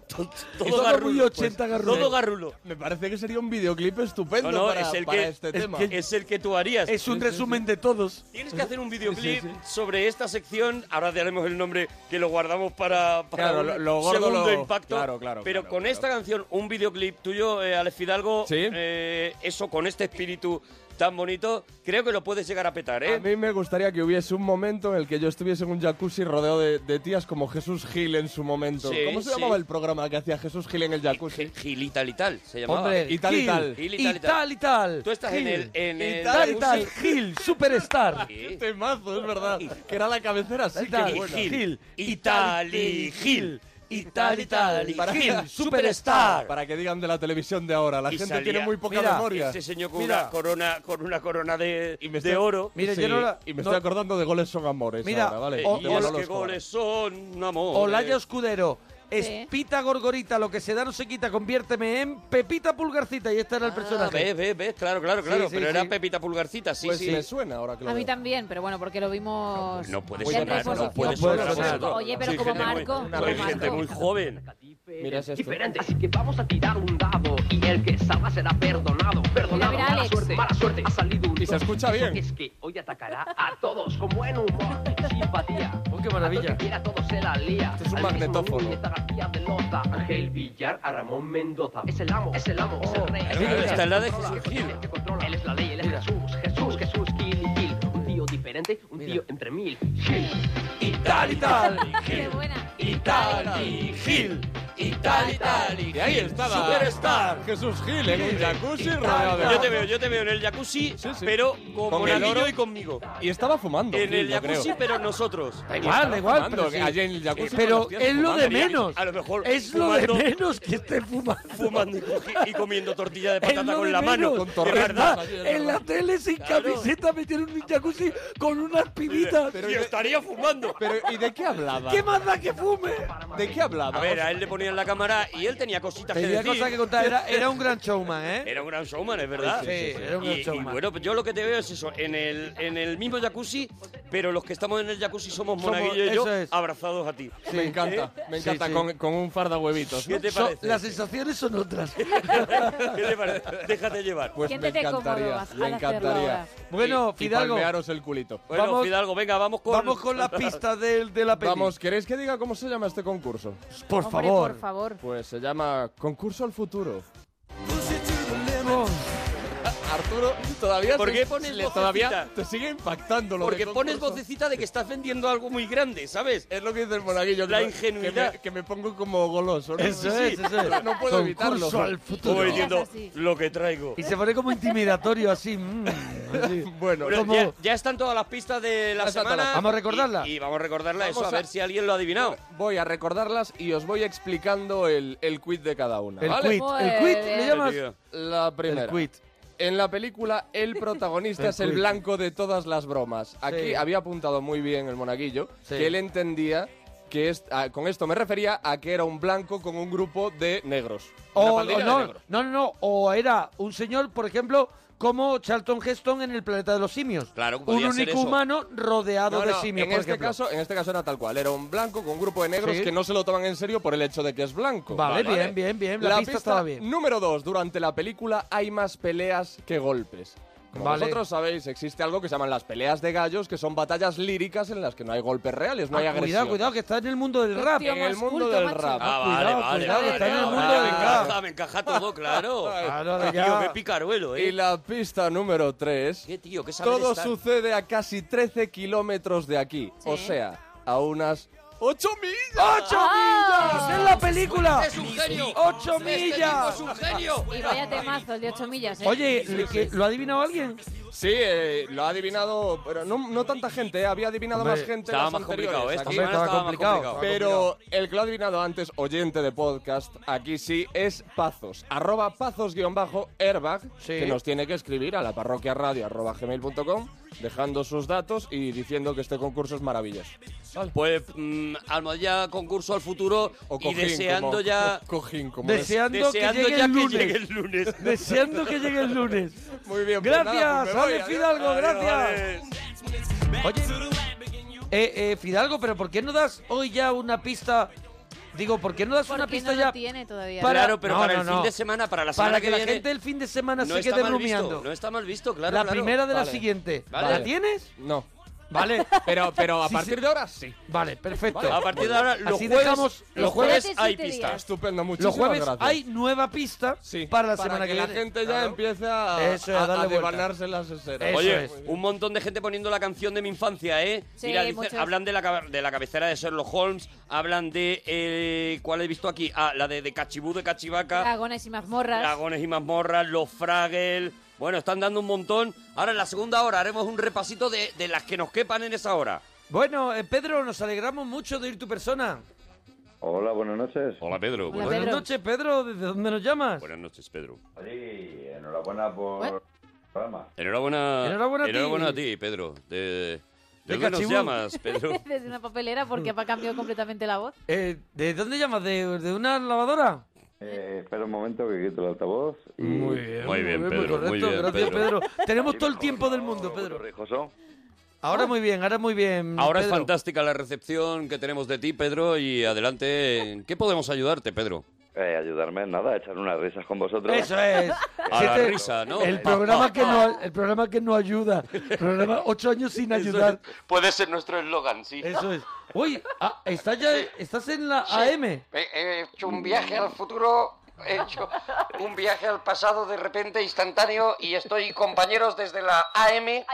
todo,
Todo muy
garrulo. pues.
80 garrulo.
Todo garrulo.
pues. Me parece que sería un videoclip estupendo
No, no,
para,
es el
para
que-
este
es
tema.
que-
Es el que tú harías.
Es un resumen de todos.
Tienes que hacer un videoclip
sí, sí.
sobre esta sección. Ahora te haremos el nombre que lo guardamos para, para
Claro,
un
lo- lo gordo,
segundo
lo-
impacto.
claro, claro,
Pero
claro,
con
claro.
esta canción, un videoclip tuyo, eh, Alex Fidalgo,
Sí.
eh, eso con este espíritu tan bonito, creo que lo puedes llegar a petar, ¿eh?
A mí me gustaría que hubiese un momento en el que yo estuviese en un jacuzzi rodeado de, de tías como Jesús Gil en su momento.
Sí,
¿Cómo se
sí.
llamaba el programa que hacía Jesús Gil en el jacuzzi?
G- Gilita Lital se llamaba.
Hombre,
y tal y
Gil,
tal.
Y tal y tal.
Tú estás en
Gil,
el... En
Y
el
Tal y tal.
jacuzzi.
Gil, superstar.
Sí.
Temazo, es verdad. Que era la cabecera así
Tal y
que
tal.
buena.
Gil.
Itali, Gil. Itali, Itali,
Para-
Gil, superstar.
Para que digan de la televisión de ahora. La
Y
gente
salía-
tiene muy poca
Mira,
memoria. este-
Este señor con
Mira.
una corona, con una corona de,
Y me
de
estoy-
oro.
Mira,
Sí,
yo no la-
y me
no-
estoy acordando de goles son amores.
Mira,
ahora, ¿vale?
Eh,
O-
y
De
o-
los
Manolo
que
Escobar.
goles son, amor.
Olaya Escudero.
Sí.
Espita Gorgorita, lo que se da no se quita, conviérteme en Pepita Pulgarcita. Y este era el
Ah,
personaje.
ves, ves, ves, claro, claro,
Sí,
claro.
sí,
pero
sí.
era Pepita Pulgarcita, sí,
Pues
sí.
me suena ahora que lo
A mí
veo.
también, pero bueno, porque lo vimos.
No puede
en
Pues
sonar,
reposición.
no puede
No puede
sonar.
sonar.
vosotros.
Oye, pero
Sois
como
gente muy-
Marco,
sois
como
Pues gente
Marco.
muy joven.
Mira, es esto.
diferentes que vamos a tirar un dado y el que salga será perdonado. Perdonado,
mira,
mala
Alex.
suerte, mala suerte. Ha salido un
Y se escucha
Eso
bien.
Es que hoy atacará a todos con buen humor y simpatía.
Oh, qué maravilla.
A todo el que quiera a todos se la lía.
Esto
Este
Este
es un
Al mismo
magnetófono.
Núñez García de Lota, Ángel Villar a Ramón Mendoza. Oh. Es el amo, es el amo, es el rey.
claro, claro, esta es la de
Controla,
Jesús Gil.
el que controla. Él es la ley, él es Jesús, Jesús, Jesús, Gil y Gil. Un tío diferente, un tío entre mil. Gil.
Y tal y tal.
Qué buena.
Itali, Gil. Itali, Itali.
Y ahí estaba.
Superstar.
Jesús Gil en un jacuzzi
Gil.
rodeado de
Yo te veo, yo te veo en el jacuzzi,
Sí, sí.
pero con,
Con el
Monaguillo
oro.
y conmigo.
Y estaba fumando.
En el
yo creo.
jacuzzi, pero nosotros.
Da igual, da igual.
fumando,
Pero,
que
sí.
allí en el jacuzzi
Pero
con los tíos
es lo de
fumando.
menos.
A lo mejor
Es lo de
fumando-
menos que esté fumando.
Fumando y, cogi- y comiendo tortilla de
Es
patata
lo
con
de
la mano.
menos.
Con
De
torrezas.
verdad.
allí, es
En la
verdad.
tele sin
Claro.
camiseta metieron un jacuzzi con unas pinitas.
Pero-
y estaría fumando.
Pero, ¿y de qué hablaba?
¿Qué más da que fume?
¿De qué hablaba?
A ver, a él le ponían la cámara y él tenía cositas
Eh,
que
Tenía
decir.
cosas que contar. Era, era un gran showman, ¿eh?
Era un gran showman, es verdad.
Sí, sí, sí, era un
Y-
gran
y,
showman.
bueno, pues yo lo que te veo es eso, en el, en el mismo jacuzzi, pero los que estamos en el jacuzzi somos
Somos-
Monaguillo y yo,
eso es.
abrazados a ti. ¿Eh?
Me encanta, me
Sí,
encanta
sí.
Con, con un farda huevitos. ¿no?
¿Qué te
So-
parece?
las sensaciones son otras.
¿Qué te parece? Déjate llevar.
Pues me
Siéntete cómodo,
encantaría,
vas a
me
hacerlo ahora.
encantaría.
Bueno,
Y
Fidalgo,
palmearos el culito.
Bueno,
vamos-
Fidalgo, venga, vamos con...
vamos con las pistas de, de la peli.
Vamos, ¿queréis que diga cómo se llama este concurso?
por
Hombre,
favor.
Por favor.
Pues se llama Concurso al Futuro. Arturo, todavía
¿Por
se-
qué pones
le-
vocecita?
todavía te sigue impactando lo de
Porque pones
concurso.
vocecita de que estás vendiendo algo muy grande, ¿sabes?
Es lo que dice el monaguillo.
La
que-
ingenuidad.
Que me, que me pongo como goloso. ¿no?
Eso
Sí, sí.
es, eso es.
No puedo
Concurso
evitarlo.
al futuro.
Como
Tú no.
diciendo,
Digas así.
lo que traigo.
Y se pone como intimidatorio, así. mm, así.
Bueno,
Bueno,
como-
ya, ya están todas las pistas de la
Ya están todas
semana.
las-
Vamos a recordarla.
Y, y vamos a recordarla,
Vamos
eso, a
a-
ver si alguien lo ha adivinado.
voy a recordarlas y os voy explicando el, el quid de cada una.
el
¿vale?
quit. El
Muy
quit,
bien.
le llamas.
La primera.
El quit.
En la película, el protagonista
El
es el
quid.
blanco de todas las bromas. Aquí
Sí.
había apuntado muy bien el monaguillo
Sí.
que él entendía que es, a- con esto me refería a que era un blanco con un grupo de negros. Una
O, o
pandilla de
no,
negros.
no, no, no. O era un señor, por ejemplo, como Charlton Heston en el planeta de los simios.
Claro,
Un
podía ser
único
eso.
humano rodeado
No,
de
no,
simios.
en
por
este
ejemplo.
caso, en este caso era tal cual. Era un blanco con un grupo de negros
Sí.
que no se lo toman en serio por el hecho de que es blanco.
Vale, bien, bien, bien. La pista estaba bien.
Número dos, durante la película hay más peleas que golpes. Como
Vale.
vosotros sabéis, existe algo que se llaman las peleas de gallos, que son batallas líricas en las que no hay golpes reales, no hay
Ah,
agresión.
cuidado, cuidado, que está en el mundo del rap.
Tío,
En el
más
mundo
culto,
del
macho.
rap.
Ah,
Cuidado,
vale,
cuidado,
vale,
que está
vale,
en el
vale,
mundo
me
Ah,
del
encaja,
rap.
me encaja todo, claro.
Claro, ahora
Tío, qué
ya.
picaruelo,
Y
eh.
la pista número tres.
Qué tío, qué saber
Todo
estar.
sucede a casi 13 kilómetros de aquí, o
Sí.
sea, a unas ¡Ocho millas!
¡Ocho
Ah.
millas! ¡Es la película!
Este Es un genio.
¡Ocho
Este tipo es
millas!
un genio.
Y vaya temazos de 8 millas, ¿eh?
Oye, ¿que- ¿lo ha adivinado alguien?
Sí, eh, lo ha adivinado, pero no, no tanta gente, eh, había adivinado
Hombre,
más gente.
Estaba
las
más complicado, ¿eh?
anteriores
Esta
aquí.
Hombre,
semana
estaba
estaba más
complicado.
complicado.
Pero el que lo ha adivinado antes, oyente de podcast, aquí sí, es Pazos. Arroba Pazos-airbag,
Sí.
que nos tiene que escribir a la parroquia radio arroba gmail.com, dejando sus datos y diciendo que este concurso es maravilloso.
Pues mm, almohadilla concurso al futuro
O
y
cojín,
deseando
como-
ya
Cojín, como es.
Deseando,
deseando
que llegue
ya
el lunes.
que llegue el lunes.
Deseando que llegue el lunes.
Muy bien, pues
Gracias,
nada, pues me voy,
Alex
adiós.
Fidalgo,
Adiós,
gracias.
Alex.
Oye, eh, eh, Fidalgo, pero ¿por qué no das hoy ya una pista? Digo, ¿por qué no das
¿Por
una
qué
pista
no
ya
lo tiene todavía?
Para-
Claro, pero
No,
para
no,
el
no.
fin de semana, para la semana
para que, la
viene,
gente el fin de semana
no
se
está
quede
mal visto,
bromeando?
No está mal visto, claro.
la
claro.
primera de la
Vale.
siguiente.
Vale.
¿La tienes?
No,
Vale,
pero, pero a
Sí,
partir
sí.
de ahora sí.
vale, perfecto.
A partir de ahora, los
Así
jueves,
dejamos-
los jueves
Espérate
hay
siete
pistas.
días.
Estupendo, muchísimas
Los jueves
gracias.
hay nueva pista
Sí,
para la semana
que,
que,
la
viene.
gente ya
Claro.
empieza a,
Eso, a
a,
darle
a
vuelta.
devanarse las esferas.
Eso
Oye,
es.
un montón de gente poniendo la canción de mi infancia, ¿eh?
Sí,
Mira, dice-
muchos.
hablan de la, cab- de la cabecera de Sherlock Holmes, hablan de. eh, ¿Cuál he visto aquí? Ah, la de, de Cachibú, de Cachivaca,
Dragones y mazmorras.
Dragones y mazmorras, Los Fraggles. Bueno, están dando un montón. Ahora en la segunda hora haremos un repasito de, de las que nos quepan en esa hora.
Bueno, eh, Pedro, nos alegramos mucho de ir tu persona.
Hola, buenas noches.
Hola, Pedro.
Hola,
Buenas
Pedro.
noches, Pedro. ¿Desde dónde nos llamas?
Buenas noches, Pedro.
Sí, enhorabuena por
Bueno.
el programa.
Enhorabuena,
Enhorabuena a ti.
a ti, Pedro. ¿De, de,
De
dónde nos
Cachibú.
llamas, Pedro?
Desde una papelera porque ha cambiado completamente la voz.
Eh, ¿De dónde llamas? ¿De, de una lavadora?
Eh, espera un momento que quito el altavoz. Y...
bien,
Muy bien, Pedro,
correcto.
muy bien,
Gracias,
Pedro.
Pedro. Tenemos todo el tiempo del mundo, Pedro.
Rijoso.
Ahora muy bien, ahora muy bien.
Oh. Ahora es
Pedro.
fantástica la recepción que tenemos de ti, Pedro, y adelante. Eh, ¿En qué podemos ayudarte, Pedro?
Eh, ayudarme en nada, echar unas risas con vosotros.
Eso es.
A
Si
la
te-
risa, ¿no?
El programa, que no, el programa que no ayuda. Programa ocho años sin ayudar.
Puede ser nuestro eslogan, sí.
Eso es. Uy, ah, estás ya estás en la AM.
He hecho un viaje al futuro, he hecho un viaje al pasado de repente instantáneo y estoy, compañeros, desde la AM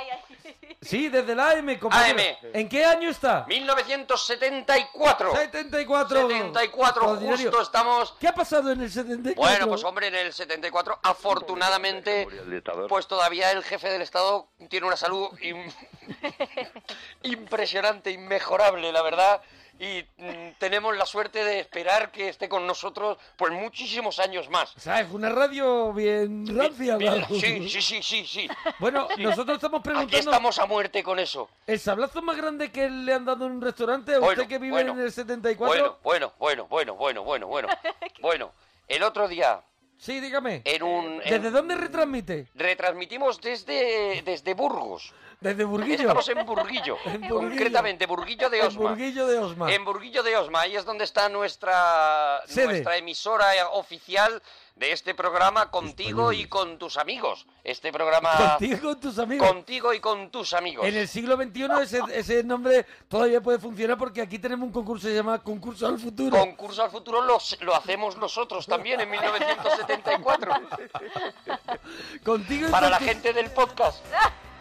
Sí, desde la AM, compañero.
AM.
¿En qué año está?
1974.
74.
74,
Extraordinario.
justo estamos.
¿Qué ha pasado en el 74?
Bueno, pues hombre, en el 74, afortunadamente,
Murió el dictador.
pues todavía el jefe del Estado tiene una salud im- impresionante, inmejorable, la verdad. Y mm, tenemos la suerte de esperar que esté con nosotros pues muchísimos años más.
O sea, es una radio bien rancia.
Bien,
¿no?
Sí, sí, sí, sí, sí.
Bueno, nosotros estamos
Aquí
preguntando,
estamos a muerte con eso.
¿el sablazo más grande que le han dado en un restaurante a
Bueno,
usted que vive
bueno,
en el 74?
Bueno, bueno, bueno, bueno, bueno, bueno, bueno. Bueno, el otro día,
Sí, dígame.
en un... en-
¿Desde dónde retransmite?
Retransmitimos desde, desde Burgos.
Desde Burguillo.
Estamos en Burguillo,
En Burguillo.
concretamente Burguillo de
En
Osma.
Burguillo de Osma.
En Burguillo de Osma, ahí es donde está nuestra,
Sede.
nuestra emisora eh, oficial de este programa contigo y con tus amigos. Este programa
Contigo con tus amigos.
contigo y con tus amigos.
En el siglo XXI ese, ese nombre todavía puede funcionar porque aquí tenemos un concurso que se llama Concurso al Futuro.
Concurso al futuro los- lo hacemos nosotros también en 1974
Contigo y
para
con
la
tu-
gente del podcast.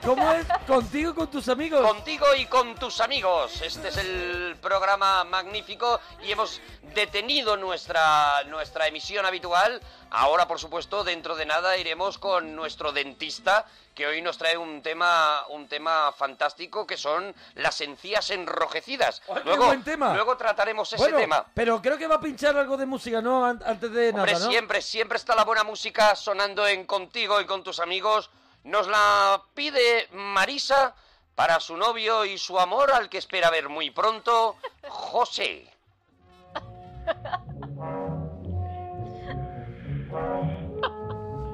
¿Cómo es? Contigo con tus amigos.
Contigo y con tus amigos. Este es el programa magnífico y hemos detenido nuestra, nuestra emisión habitual. Ahora, por supuesto, dentro de nada iremos con nuestro dentista, que hoy nos trae un tema, un tema fantástico, que son las encías enrojecidas.
¡Ay, qué
luego,
buen tema!
luego trataremos ese
bueno,
tema.
pero creo que va a pinchar algo de música, ¿no? An- antes de
Hombre,
nada, ¿no?
siempre, siempre está la buena música sonando en contigo y con tus amigos. Nos la pide Marisa para su novio y su amor, al que espera ver muy pronto, José.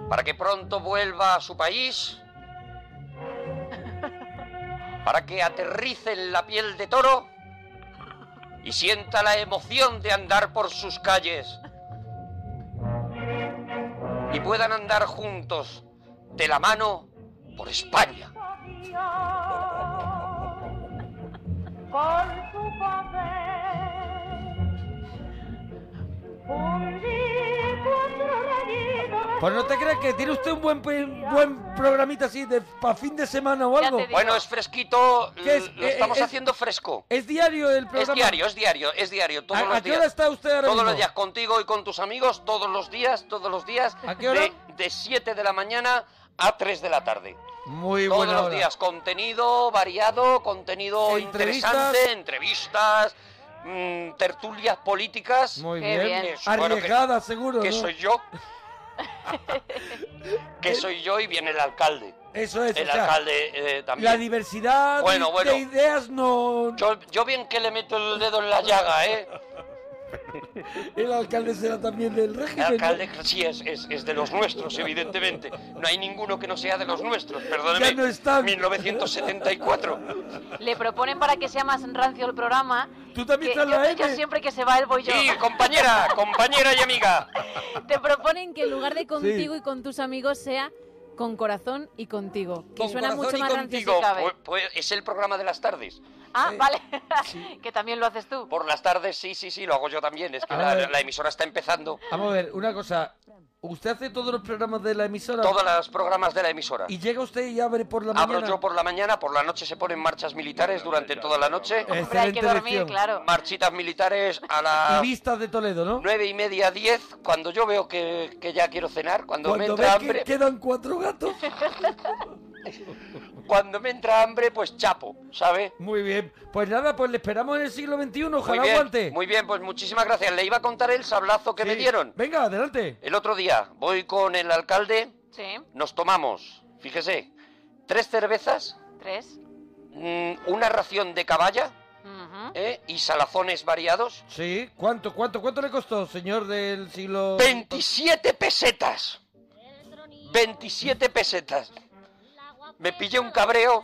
Para que pronto vuelva a su país. Para que aterrice en la piel de toro y sienta la emoción de andar por sus calles y puedan andar juntos de la mano por España.
Un día cuatro rayitos
Pues no te crees que tiene usted un buen, pe- buen programita así de para fin de semana o algo.
Bueno, es fresquito,
¿Qué es?
lo
Eh,
estamos
eh, es-
haciendo fresco.
Es diario el programa.
Es diario, es diario, es diario. Todos
¿A-
los
a qué
días.
hora está usted ahora
Todos los
mismo?
días, contigo y con tus amigos, todos los días, todos los días.
¿A qué hora?
de- De 7 de la mañana a 3 de la tarde.
Muy
todos
buena
los
hora.
días, contenido variado, contenido
Entrevistas.
interesante, entrevistas, mm, tertulias políticas.
Muy
Que-
bien.
que- bueno, que-
Arriesgada, seguro.
que
¿no?
soy yo. que soy yo y viene el alcalde.
Eso es,
El
o sea,
alcalde eh, también.
La diversidad
Bueno,
de-
bueno.
de ideas no.
Yo, yo bien que le meto el dedo en la llaga, ¿eh?
El alcalde será también del
El
régimen. ¿no?
alcalde sí es, es, es de los nuestros, evidentemente. No hay ninguno que no sea de los nuestros, perdóneme.
Ya no están.
1974.
Le proponen para que sea más rancio el programa.
Tú también
que
estás en la
yo- yo
M.
siempre que se va él voy yo.
Sí, compañera, compañera y amiga.
Te proponen que en lugar de contigo y con tus amigos sea con corazón y contigo. Que
Con
suena
corazón
mucho
y
más rancio
contigo.
si cabe.
Pues, pues es el programa de las tardes.
Ah, vale. que también lo haces tú.
Por las tardes, sí, sí, sí, lo hago yo también. Es que
A
la,
ver.
la emisora está empezando.
Vamos a ver, una cosa. Usted hace todos los programas de la emisora.
Todos los programas de la emisora.
Y llega usted y abre por la
Abro
mañana.
yo por la mañana, por la noche se ponen marchas militares durante toda la noche.
Hombre, hay que Excelente dormir, elección. claro.
Marchitas militares a
Y
las
vistas de Toledo, ¿no?
nueve y media, diez, cuando yo veo que, que ya quiero cenar, cuando, me
Cuando ve
entra
que
hambre,
quedan cuatro gatos.
cuando me entra hambre, pues chapo, ¿sabe?
Muy bien. Pues nada, pues le esperamos en el siglo XXI. Ojalá
muy bien,
aguante.
muy bien, pues muchísimas gracias. Le iba a contar el sablazo que me
Sí.
dieron
Venga, adelante.
el otro día. Voy con el alcalde,
Sí,
nos tomamos, fíjese, tres cervezas,
tres.
mm, una ración de caballa
Ujú.
¿eh? y salazones variados.
Sí, ¿cuánto, cuánto, cuánto le costó, señor del siglo
27 pesetas. 27 pesetas. Me pillé un cabreo.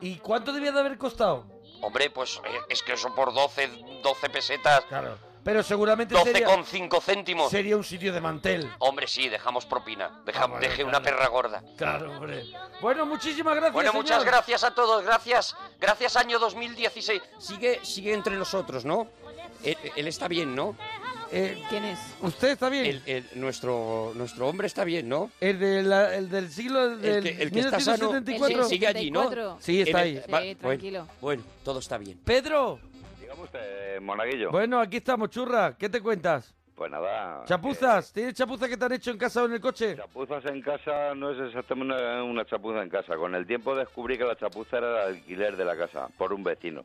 ¿Y cuánto debía de haber costado?
Hombre, pues eh, es que eso por 12, 12 pesetas,
Claro. Pero seguramente sería,
12,5 céntimos.
sería un sitio de mantel.
Hombre, sí, dejamos propina. Deja- dejé una perra gorda.
Claro, hombre. Bueno, muchísimas gracias.
Bueno,
señor.
muchas gracias a todos. Gracias. Gracias, año 2016. Sigue, sigue entre nosotros, ¿no? Él, él está bien, ¿no?
Eh,
¿Quién es?
¿Usted está bien?
El-
El,
el- nuestro, nuestro hombre está bien, ¿no?
de la- el del siglo
El
del
que, el que está sano eh,
1974.
sí, sigue allí, ¿no?
74.
Sí, está
En
ahí.
el-
Sí,
va- bueno,
tranquilo.
Bueno, todo está bien.
Pedro,
Dígame usted, monaguillo.
bueno, aquí estamos, churra. ¿Qué te cuentas?
Pues nada.
¿Chapuzas? ¿Tienes chapuzas que te han hecho en casa o en el coche?
que Chapuzas en casa no es exactamente una, una chapuza en casa. Con el tiempo descubrí que la chapuza era el alquiler de la casa por un vecino.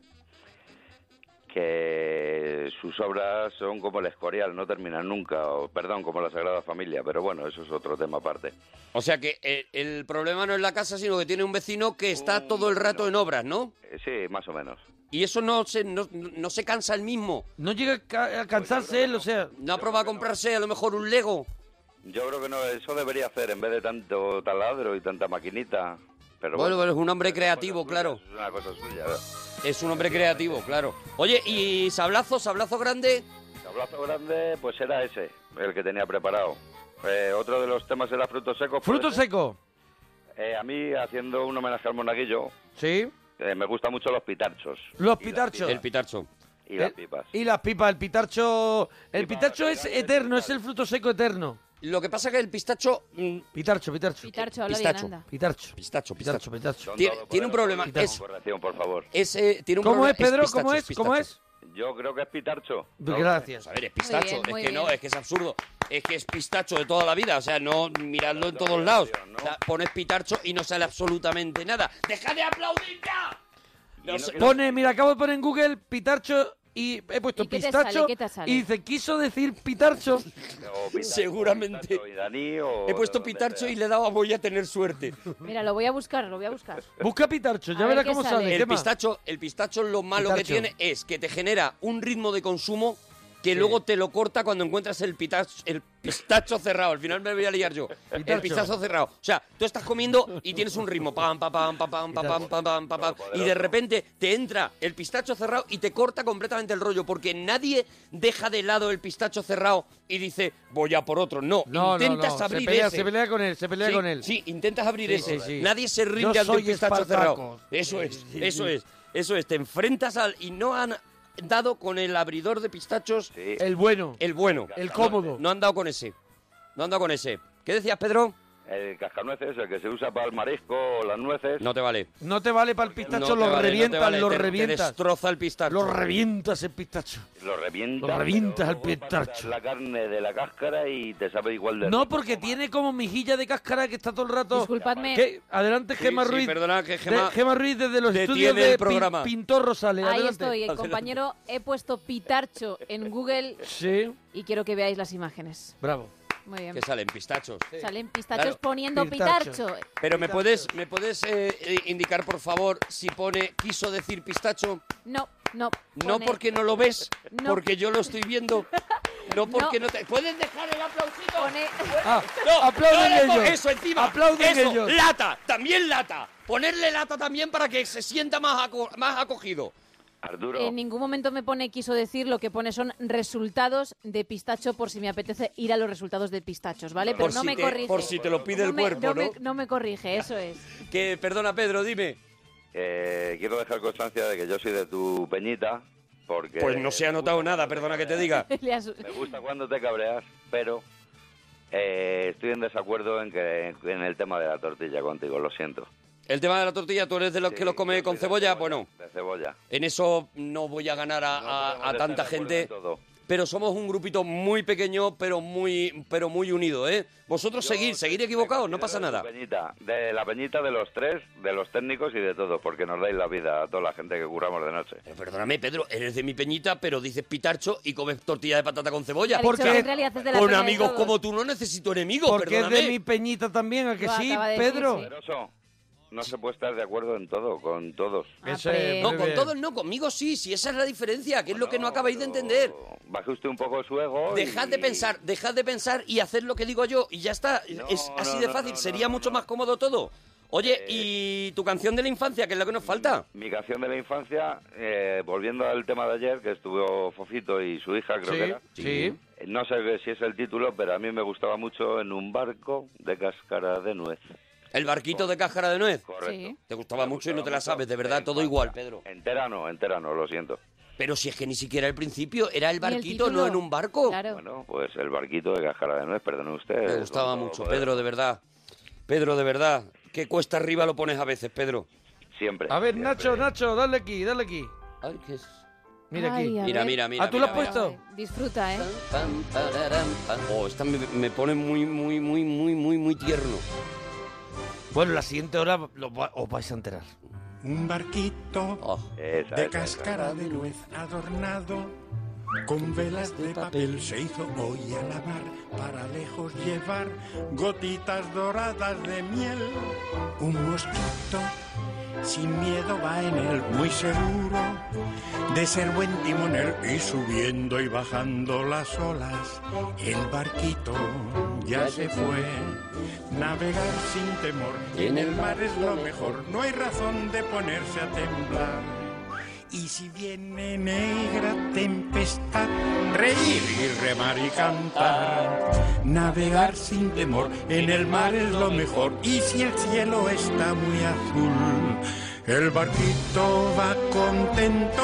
Que sus obras son como el escorial, no terminan nunca. O, perdón, como la Sagrada Familia. Pero bueno, eso es otro tema aparte.
O sea que eh, el problema no es la casa, sino que tiene un vecino que está todo el rato en obras, ¿no?
Eh, sí, más o menos.
Y eso no se, no, no se cansa el mismo.
No llega a ca- a cansarse él, o sea.
No ha probado a comprarse a lo mejor un Lego.
Yo creo que no, eso debería hacer en vez de tanto taladro y tanta maquinita. Pero
Bueno,
bueno,
pero es un hombre creativo, claro.
es una cosa suya.
Es un hombre creativo, claro. Oye, ¿y sablazo, sablazo grande?
Tablazo grande, pues era ese, el que tenía preparado. Eh, otro de los temas era frutos secos. pues
Fruto
puede ser.
seco.
Eh, a mí, haciendo un homenaje al monaguillo,
Sí.
eh, me gustan mucho los pitarchos
Los pitarchos.
El pitarcho.
y las
Eh,
pipas.
Y las pipas, el pitarcho. El
Pipa,
pitarcho es
grande,
eterno, es
pital.
el fruto seco eterno.
Lo que pasa que el pistacho... mm,
Pitarcho, pitarcho.
Pitarcho, habla
Pistacho.
bien, anda.
Pitarcho.
Pistacho,
Pitarcho,
pistacho.
pitarcho.
Son
tiene-
todopoderosos.
tiene un problema,
Con
es-
corrección, por favor.
Es, eh, tiene un
¿Cómo
problema-
es, Pedro?
pistacho,
¿Cómo es? ¿Cómo
pistacho.
es?
Yo creo que es pitarcho. ¿no?
Gracias.
Pues, a ver, es pistacho.
bien, muy
es que no,
bien.
es que es absurdo. Es que es pistacho de toda la vida. O sea, no miradlo en todos lados.
¿no?
O sea, pones pitarcho y no sale absolutamente nada. ¡Deja de aplaudir ya! No sé-
Pone, mira, acabo de poner en Google pitarcho y he puesto
¿Y qué te
pistacho.
sale? ¿Qué te sale?
Y dice, quiso decir pitarcho.
O pitarcho,
Seguramente.
pitarcho y daní, o
He puesto
donde
pitarcho
sea.
y le daba voy a tener suerte.
Mira, lo voy a buscar, lo voy a buscar.
Busca pitarcho, ya
A ver
verás
qué
cómo
sale.
sale.
El
Gemma.
pistacho, el pistacho lo malo
Pistacho.
que tiene es que te genera un ritmo de consumo que luego te lo corta cuando encuentras el pitacho, el pistacho cerrado. Al final me voy a liar yo. El
Pistacho.
pistacho cerrado. O sea, tú estás comiendo y tienes un ritmo. Pam, pam, pam, pam, pam, pam, pam, pam, pam, pam, pam. Y de repente te entra el pistacho cerrado y te corta completamente el rollo. Porque nadie deja de lado el pistacho cerrado y dice, voy a por otro. No,
No, no,
intentas
no, se
abrir
pelea,
ese.
se pelea con él, se pelea
sí,
con él.
sí, intentas abrir
Sí,
ese.
sí, sí.
Nadie se
Yo
rinde ante
soy
un pistacho
Espartaco.
cerrado. Eso es,
Sí,
eso
sí.
es, eso es. Te enfrentas al. Y no han dado con el abridor de pistachos
Sí.
El bueno,
el bueno.
el cómodo.
No han dado con ese. No han dado con ese. ¿Qué decías, Pedro?
El cascanueces, el que se usa para el marisco o las nueces.
No te vale.
No te vale para el pistacho,
No te
lo
vale, no te
revientas,
vale,
lo
te- te
revientas.
destroza el pistacho.
Lo revientas el pistacho.
Lo revienta.
Lo revientas
pero
al
luego
pistacho.
pasas La carne de la cáscara y te sabe igual de
No, porque tiene como mejilla de cáscara que está todo el rato.
Disculpadme.
¿Qué? Adelante,
Sí,
Gemma
sí,
Ruiz.
perdona, que Gemma
De- Gemma Ruiz desde los
detiene
estudios de
el programa.
Pin- Pintor Rosales.
Ahí
Adelante.
estoy, eh, compañero. He puesto pitarcho en Google
Sí,
y quiero que veáis las imágenes.
bravo.
Muy bien.
Que salen pistachos.
Salen pistachos
Claro.
poniendo
Pistacho.
pitarcho.
Pero me puedes, me puedes eh, eh, indicar, por favor, si pone quiso decir pistacho.
No, no.
No
pone-
porque no lo ves,
No.
porque yo lo estoy viendo. No porque no, te. ¿Puedes dejar el aplausito?
Ah,
No,
aplauden
no le pon-
ellos.
Eso encima.
Aplauden
eso,
ellos.
Lata, también lata. Ponerle lata también para que se sienta más, aco- más acogido.
Arturo.
En ningún momento me pone quiso decir, lo que pone son resultados de pistacho por si me apetece ir a los resultados de pistachos, ¿vale? Pero
Por
no
si
me
te-
corrige.
por si te lo pide el
me-
cuerpo,
me-
¿no?
me corrige, eso es.
Que, perdona, Pedro, dime.
Eh, quiero dejar constancia de que yo soy de tu peñita, porque
Pues no se ha notado nada, perdona que te diga.
Le asu-
me gusta cuando te cabreas, pero eh, estoy en desacuerdo en, que, en el tema de la tortilla contigo, lo siento.
El tema de la tortilla, tú eres de los que los come con cebolla, bueno.
De cebolla.
En eso no voy a ganar a, a- a tanta gente. Pero somos un grupito muy pequeño, pero muy, pero muy unido, ¿eh? Vosotros seguid, seguid equivocados, no pasa nada.
Peñita, de la peñita de los tres, de los técnicos y de todos, porque nos dais la vida a toda la gente que curramos de noche.
Perdóname, Pedro, eres de mi peñita, pero dices pitarcho y comes tortilla de patata con cebolla.
Ha dicho Porque- que en realidad es de la
con
peña de
amigos
todos.
como tú no necesito enemigos,
Porque es
perdóname.
de mi peñita también, ¿a que
Lo
sí,
acaba de decir,
Pedro?
sí.
Poderoso, No se puede estar de acuerdo en todo, con todos.
No, con todos no, conmigo sí, si esa es la diferencia, que es lo que no acabáis de entender.
Baje usted un poco su ego. y-
Dejad de pensar, dejad de pensar y haced lo que digo yo y ya está. es así
no,
de
no,
fácil,
no, Eh.
sería mucho más cómodo todo. Oye, ¿y tu canción de la infancia, que es la que nos falta?
Mi canción de la infancia, eh, volviendo al tema de ayer, que estuvo Fofito y su hija, creo
Sí,
que era.
sí.
Eh, No sé si es el título, pero a mí me gustaba mucho en un barco de cáscara de nuez.
El barquito de cáscara de nuez.
Correcto. Sí.
Te gustaba mucho y no te la sabes, de verdad, todo igual, Pedro.
Entera no, entera no, lo siento.
Pero si es que ni siquiera al principio era el
el
barquito, no
título.
en un barco.
Bueno, pues el barquito de cáscara de nuez, perdone usted.
Me gustaba mucho, Pedro, de verdad. Pedro, de verdad. Qué cuesta arriba lo pones a veces, Pedro.
Siempre.
A ver, Nacho, Nacho, dale aquí, dale aquí.
Ay, qué es...
Mira aquí.
Ay, a
Mira,
ver.
mira, mira.
¿Ah, tú
mira,
lo has puesto?
mira.
Disfruta, ¿eh?
Oh, esta me, me pone muy, muy, muy, muy, muy, muy tierno.
Bueno, la siguiente hora lo va- os vais a enterar.
Un barquito
Oh.
Esa,
de
esa,
cáscara de nuez adornado con velas de papel se hizo hoy a la mar para lejos llevar gotitas doradas de miel. Un mosquito sin miedo va en él, muy seguro de ser buen timonel y subiendo y bajando las olas. El barquito ya se fue, navegar sin temor en el mar es lo mejor, no hay razón de ponerse a temblar. Y si viene negra tempestad, reír y remar y cantar. Navegar sin temor, en el mar es lo mejor. Y si el cielo está muy azul, el barquito va contento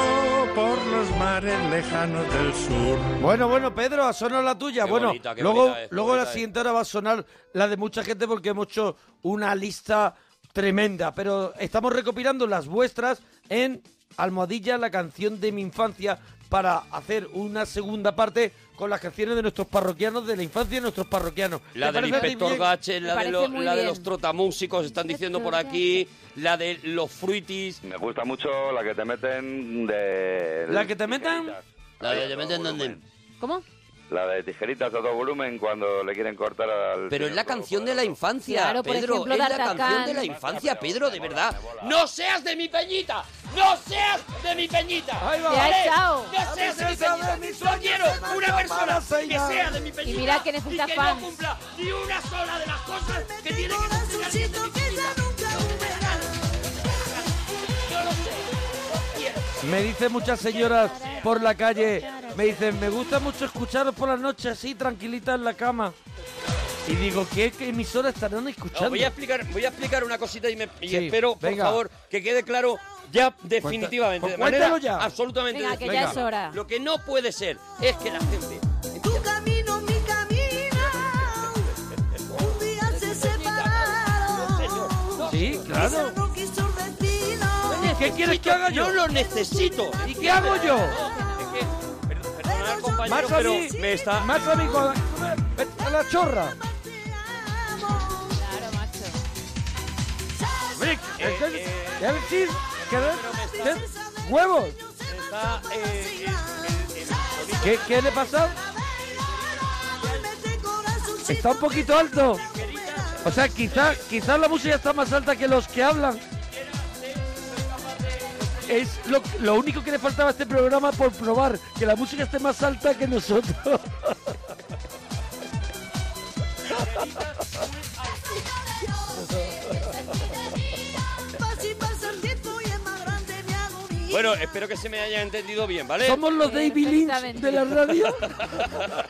por los mares lejanos del sur.
Bueno, bueno, Pedro, ha sonado la tuya.
Qué
bueno,
bonita, qué
luego,
bonita es, qué
luego la
bonita es.
siguiente hora va a sonar la de mucha gente porque hemos hecho una lista tremenda. Pero estamos recopilando las vuestras en Almohadilla, la canción de mi infancia, para hacer una segunda parte con las canciones de nuestros parroquianos, de la infancia de nuestros parroquianos.
La
¿Te
del
parece a ti
inspector
bien?
Gache, la, de, lo- la de los trotamúsicos, están diciendo por aquí, la de los fruitis.
Me gusta mucho la que te meten de...
La que te metan...
La de, meten dónde?
¿Cómo?
La de tijeritas a todo volumen cuando le quieren cortar al...
Pero es la canción de la infancia,
Claro, por
Pedro.
ejemplo,
es la
D'Artagnan.
canción de la infancia, Pedro, de verdad. ¡No seas de mi peñita! ¡No seas de mi peñita!
Ahí
va. Te ha echao.
¡No seas de mi peñita! ¡No quiero una persona que sea de mi peñita!
Y mira que necesita
y que
fans.
no cumpla ni una sola de las cosas que tiene que cumplir alguien de mi peñita. Yo lo sé, lo quiero.
Me dicen muchas señoras por la calle, me dicen, me gusta mucho escucharos por las noches así, tranquilitas en la cama. Y digo, ¿qué, qué emisora estarán escuchando?
No, voy, a explicar, voy a explicar una cosita y, me, y
Sí,
espero, por
venga.
favor, que quede claro ya definitivamente.
pues
de manera
cuéntalo ya.
absolutamente
Venga, que ya
definitiva.
es hora.
Lo que no puede ser es que la gente...
Tu camino, mi camino.
Claro. ¿Qué quieres que haga yo?
No lo necesito.
¿Y qué hago yo? Más a
pero
mí,
me está...
más a mí con la, con la chorra.
Claro, macho.
Hombre,
Eh,
es que- es decir, que de- que- huevos.
Está, eh,
¿Qué, ¿Qué le pasa? Está un poquito alto. O sea, quizá, quizá la música está más alta que los que hablan. Es lo, lo único que le faltaba a este programa por probar, que la música esté más alta que nosotros.
Bueno, espero que se me haya entendido bien, ¿vale?
Somos los David Lynch de la radio.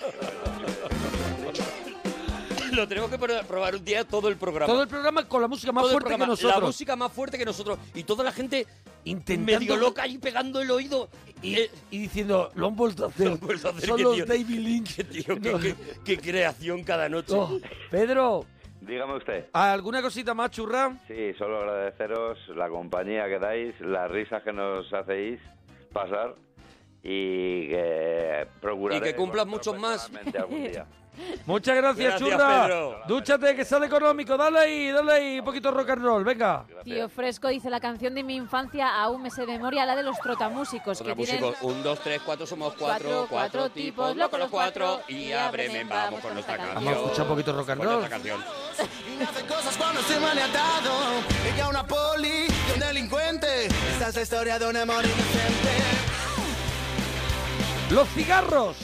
Lo tenemos que pro- probar un día todo el programa.
Todo el programa con la música más
Todo el
fuerte que
programa,
nosotros.
La música más fuerte que nosotros. Y toda la gente
Intentando-
medio loca ahí pegando el oído. Eh.
Y, y diciendo, lo han vuelto a hacer.
Lo han vuelto a pues, hacer,
Son
qué
los
tío.
David Lynch.
Qué tío, qué- qué- qué creación cada noche.
Oh, Pedro,
Dígame usted.
¿alguna cosita más, churra?
Sí, solo agradeceros la compañía que dais, las risas que nos hacéis pasar y que
Y
procuraré...
que cumplas muchos más.
Muchas gracias,
Gracias,
churra.
Pedro.
Dúchate que sale económico. Dale ahí, dale ahí, un poquito rock and roll. Venga.
Tío Fresco dice, la canción de mi infancia aún me sé de memoria, la de los trotamúsicos, que
Otra
tienen...
música. Un, dos, tres, cuatro, somos cuatro.
Cuatro,
Cuatro,
cuatro tipos,
tipos, locos los cuatro. Y ábreme,
ábreme,
vamos con nuestra canción.
Vamos a escuchar un poquito rock and
Con
roll.
esta canción.
hace cosas cuando estoy maniatado. Ella una poli y un delincuente. Esta es la historia de un amor inocente.
Los cigarros.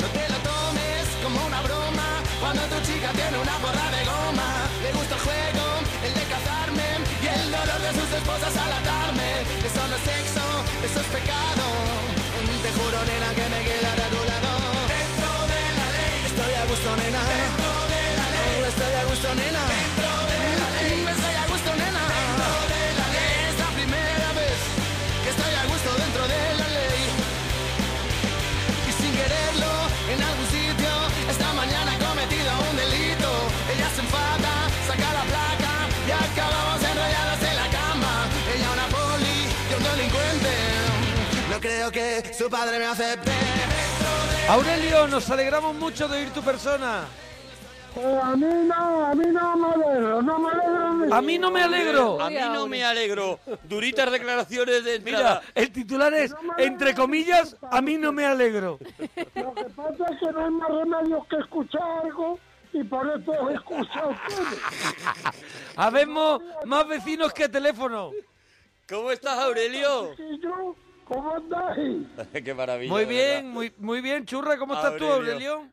No te lo tomes como una broma. Cuando tu chica tiene una gorra de goma. Le gusta el juego, el de cazarme y el dolor de sus esposas al atarme. Eso no es sexo, eso es pecado. Te juro, nena, que me quedaré a tu lado. Dentro de la ley. Estoy a gusto, nena. Dentro de la ley. Estoy a gusto, nena. Dentro de la ley. Estoy a gusto, nena. Dentro de la ley. Es la primera vez que estoy a gusto dentro de la ley. Y sin quererlo, en algún sitio, esta mañana he cometido un delito. Ella se enfada, saca la placa y acabamos enrollados en la cama. Ella una poli, yo un delincuente. No creo que su padre me acepte.
Aurelio, nos alegramos mucho de oír tu persona.
Eh, a mí no, a mí no me alegro, no me alegro.
A mí no me alegro.
A mí no me alegro. Duritas declaraciones de entrada.
Mira, el titular es, entre comillas, a mí no me alegro.
Lo que pasa es que no hay más remedio que escuchar algo y por eso os escucho a ustedes.
Habemos más vecinos que teléfono.
¿Cómo estás, Aurelio?
¿Y yo? ¿Cómo andáis?
Qué maravilla.
Muy
de verdad.
bien, muy, muy bien, churra. ¿Cómo estás tú,
Aurelio.
Aurelio?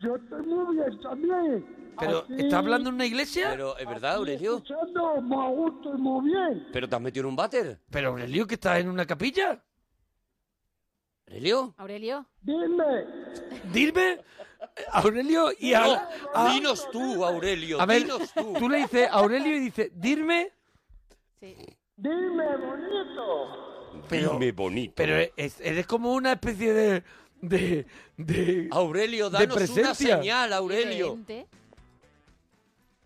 Yo estoy muy bien también.
Pero,
Aquí,
¿está hablando en una iglesia?
Pero, ¿es verdad, Aurelio?
Escuchando, muy a gusto y muy bien.
¿Pero te has metido en un váter?
¿Pero, Aurelio, que estás en una capilla?
¿Aurelio?
Aurelio.
Dime.
Dime, Aurelio, y a...
No,
a-
dinos tú, Aurelio.
A ver,
dinos tú.
tú le dices a Aurelio y dice, dirme,
Dime, bonito.
pero,
Dime bonito.
pero es- eres como una especie de... de, de
Aurelio,
de
danos una
presencia.
señal, Aurelio.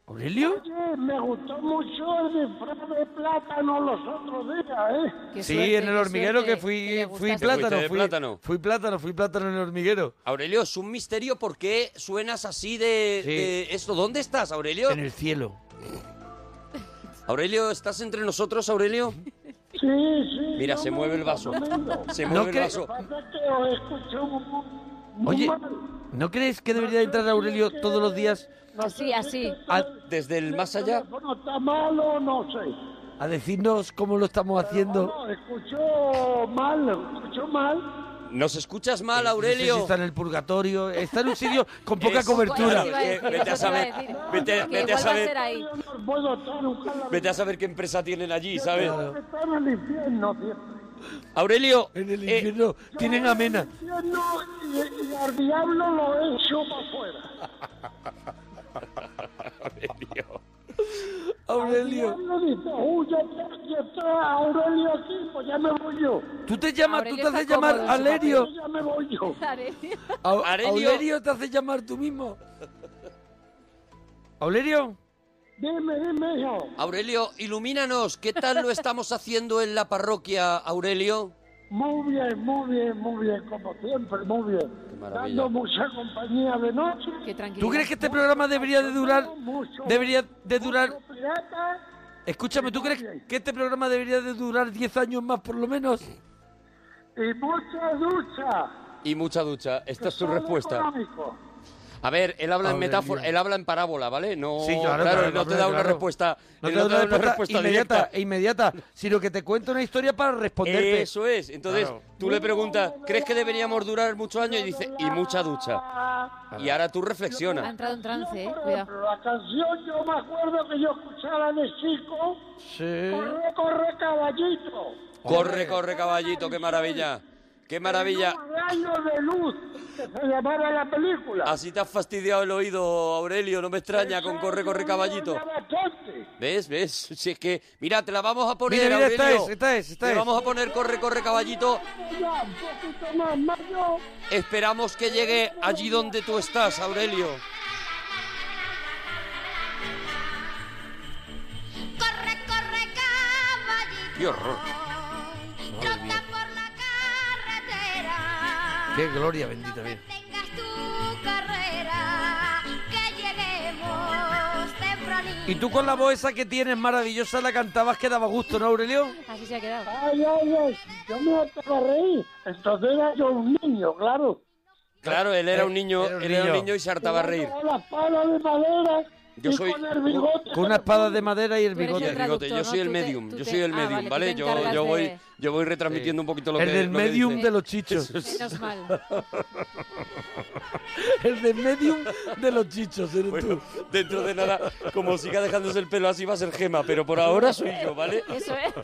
¿Aurelio?
Oye, me gustó mucho el disfraz de plátano los otros días, ¿eh?
Sí, en el hormiguero que fui, fui
gustaste.
plátano,
Fuiste de
fui,
plátano.
fui plátano, fui plátano en el hormiguero.
Aurelio, es un misterio por qué suenas así de,
Sí.
de esto. ¿Dónde estás, Aurelio?
En el cielo.
Aurelio, ¿estás entre nosotros, Aurelio?
Sí, sí.
Mira, se mueve el vaso. Se
No
mueve el
que-
vaso.
Oye, ¿no crees que debería entrar Aurelio todos los días
Así, así.
a, desde el más allá
Bueno, este está malo, no sé.
a decirnos cómo lo estamos haciendo?
No, escuchó mal, escuchó mal.
¿Nos escuchas mal,
Eh, No sé si
Aurelio?
está en el purgatorio, está en un sitio con poca
Es-
cobertura.
Claro, eh, vete a saber. Vete, vete a saber.
Yo no puedo estar nunca en la
Vete a saber qué empresa tienen allí, ¿sabes?
Están en el infierno, tío.
Aurelio.
En el infierno tienen amena.
Infierno y, y eh, al diablo lo he hecho para afuera.
Aurelio.
Aurelio.
Al diablo dice, uy, ya está, ya está Aurelio aquí, pues ya me voy yo.
Tú te llamas, tú
Aurelio
te haces
está
llamar
cómodo en su
Alerio.
Ya me voy yo.
Aurelio.
Au-
Aurelio.
Aurelio te haces llamar tú mismo. Aurelio,
Dime, dime, hijo.
Aurelio, ilumínanos, ¿qué tal lo estamos haciendo en la parroquia, Aurelio?
Muy bien, muy bien, muy bien, como siempre, muy bien.
maravilla.
Dando mucha compañía de noche.
¿Tú crees que este programa debería de durar... Debería de durar... Escúchame, ¿tú crees que este programa debería de durar 10 años más por lo menos?
Y mucha ducha.
Y mucha ducha.
que
Esta es su
sale
respuesta.
económico.
A ver, él habla en
Aurelio.
metáfora, él habla en parábola, ¿vale? No,
Sí,
claro,
claro,
él no te da una respuesta,
No
él
te da una respuesta,
directa.
inmediata, e inmediata, sino que te cuento una historia para responderte.
Eso es. Entonces,
Claro.
tú le preguntas, ¿crees que deberíamos durar muchos años? Y dice, y mucha ducha. Y ahora tú
Ha
reflexiona.
entrado en trance, eh.
ah, Por
Cuidado.
ejemplo, la canción yo me acuerdo que yo escuchaba de chico.
Sí.
Corre, corre, caballito.
Corre, corre, caballito, qué maravilla. Qué maravilla.
Rayo de luz, que se llamaba la película.
Así te has fastidiado el oído, Aurelio, no me extraña con corre, corre, caballito. ¿Ves? ¿Ves? Si es que, mira, te la vamos a poner,
Mira, mira, esta
Aurelio.
es, esta es, esta
Te
es.
vamos a poner corre, corre, caballito.
Ya, un poquito más mayor.
Esperamos que llegue allí donde tú estás, Aurelio.
Corre, corre, caballito.
Qué horror.
Trota por la carretera.
Qué gloria bendita, mira.
Tengas tu carrera. Que lleguemos tempranito.
Y tú con la voz esa que tienes maravillosa la cantabas que daba gusto, ¿no, Aurelio?
Así se ha quedado.
Ay, ay, ay. Yo me estaba a reír. Entonces era yo un niño, claro.
Claro, él era un niño,
un
él era un
niño.
niño y se hartaba a reír.
Con la espada de madera.
Yo
y
soy-
Con el bigote.
Con una espada de madera y el
Tú eres
bigote.
el traductor, Yo soy el medium, yo soy el medium, ¿vale? Yo, yo voy, yo voy retransmitiendo un poquito lo
El
que
del
lo que
medium
dice.
de los chichos.
Menos mal.
El del medium de los chichos, eres tú.
Dentro de nada, como siga dejándose el pelo así va a ser gema, pero por ahora soy yo, ¿vale?
Eso es.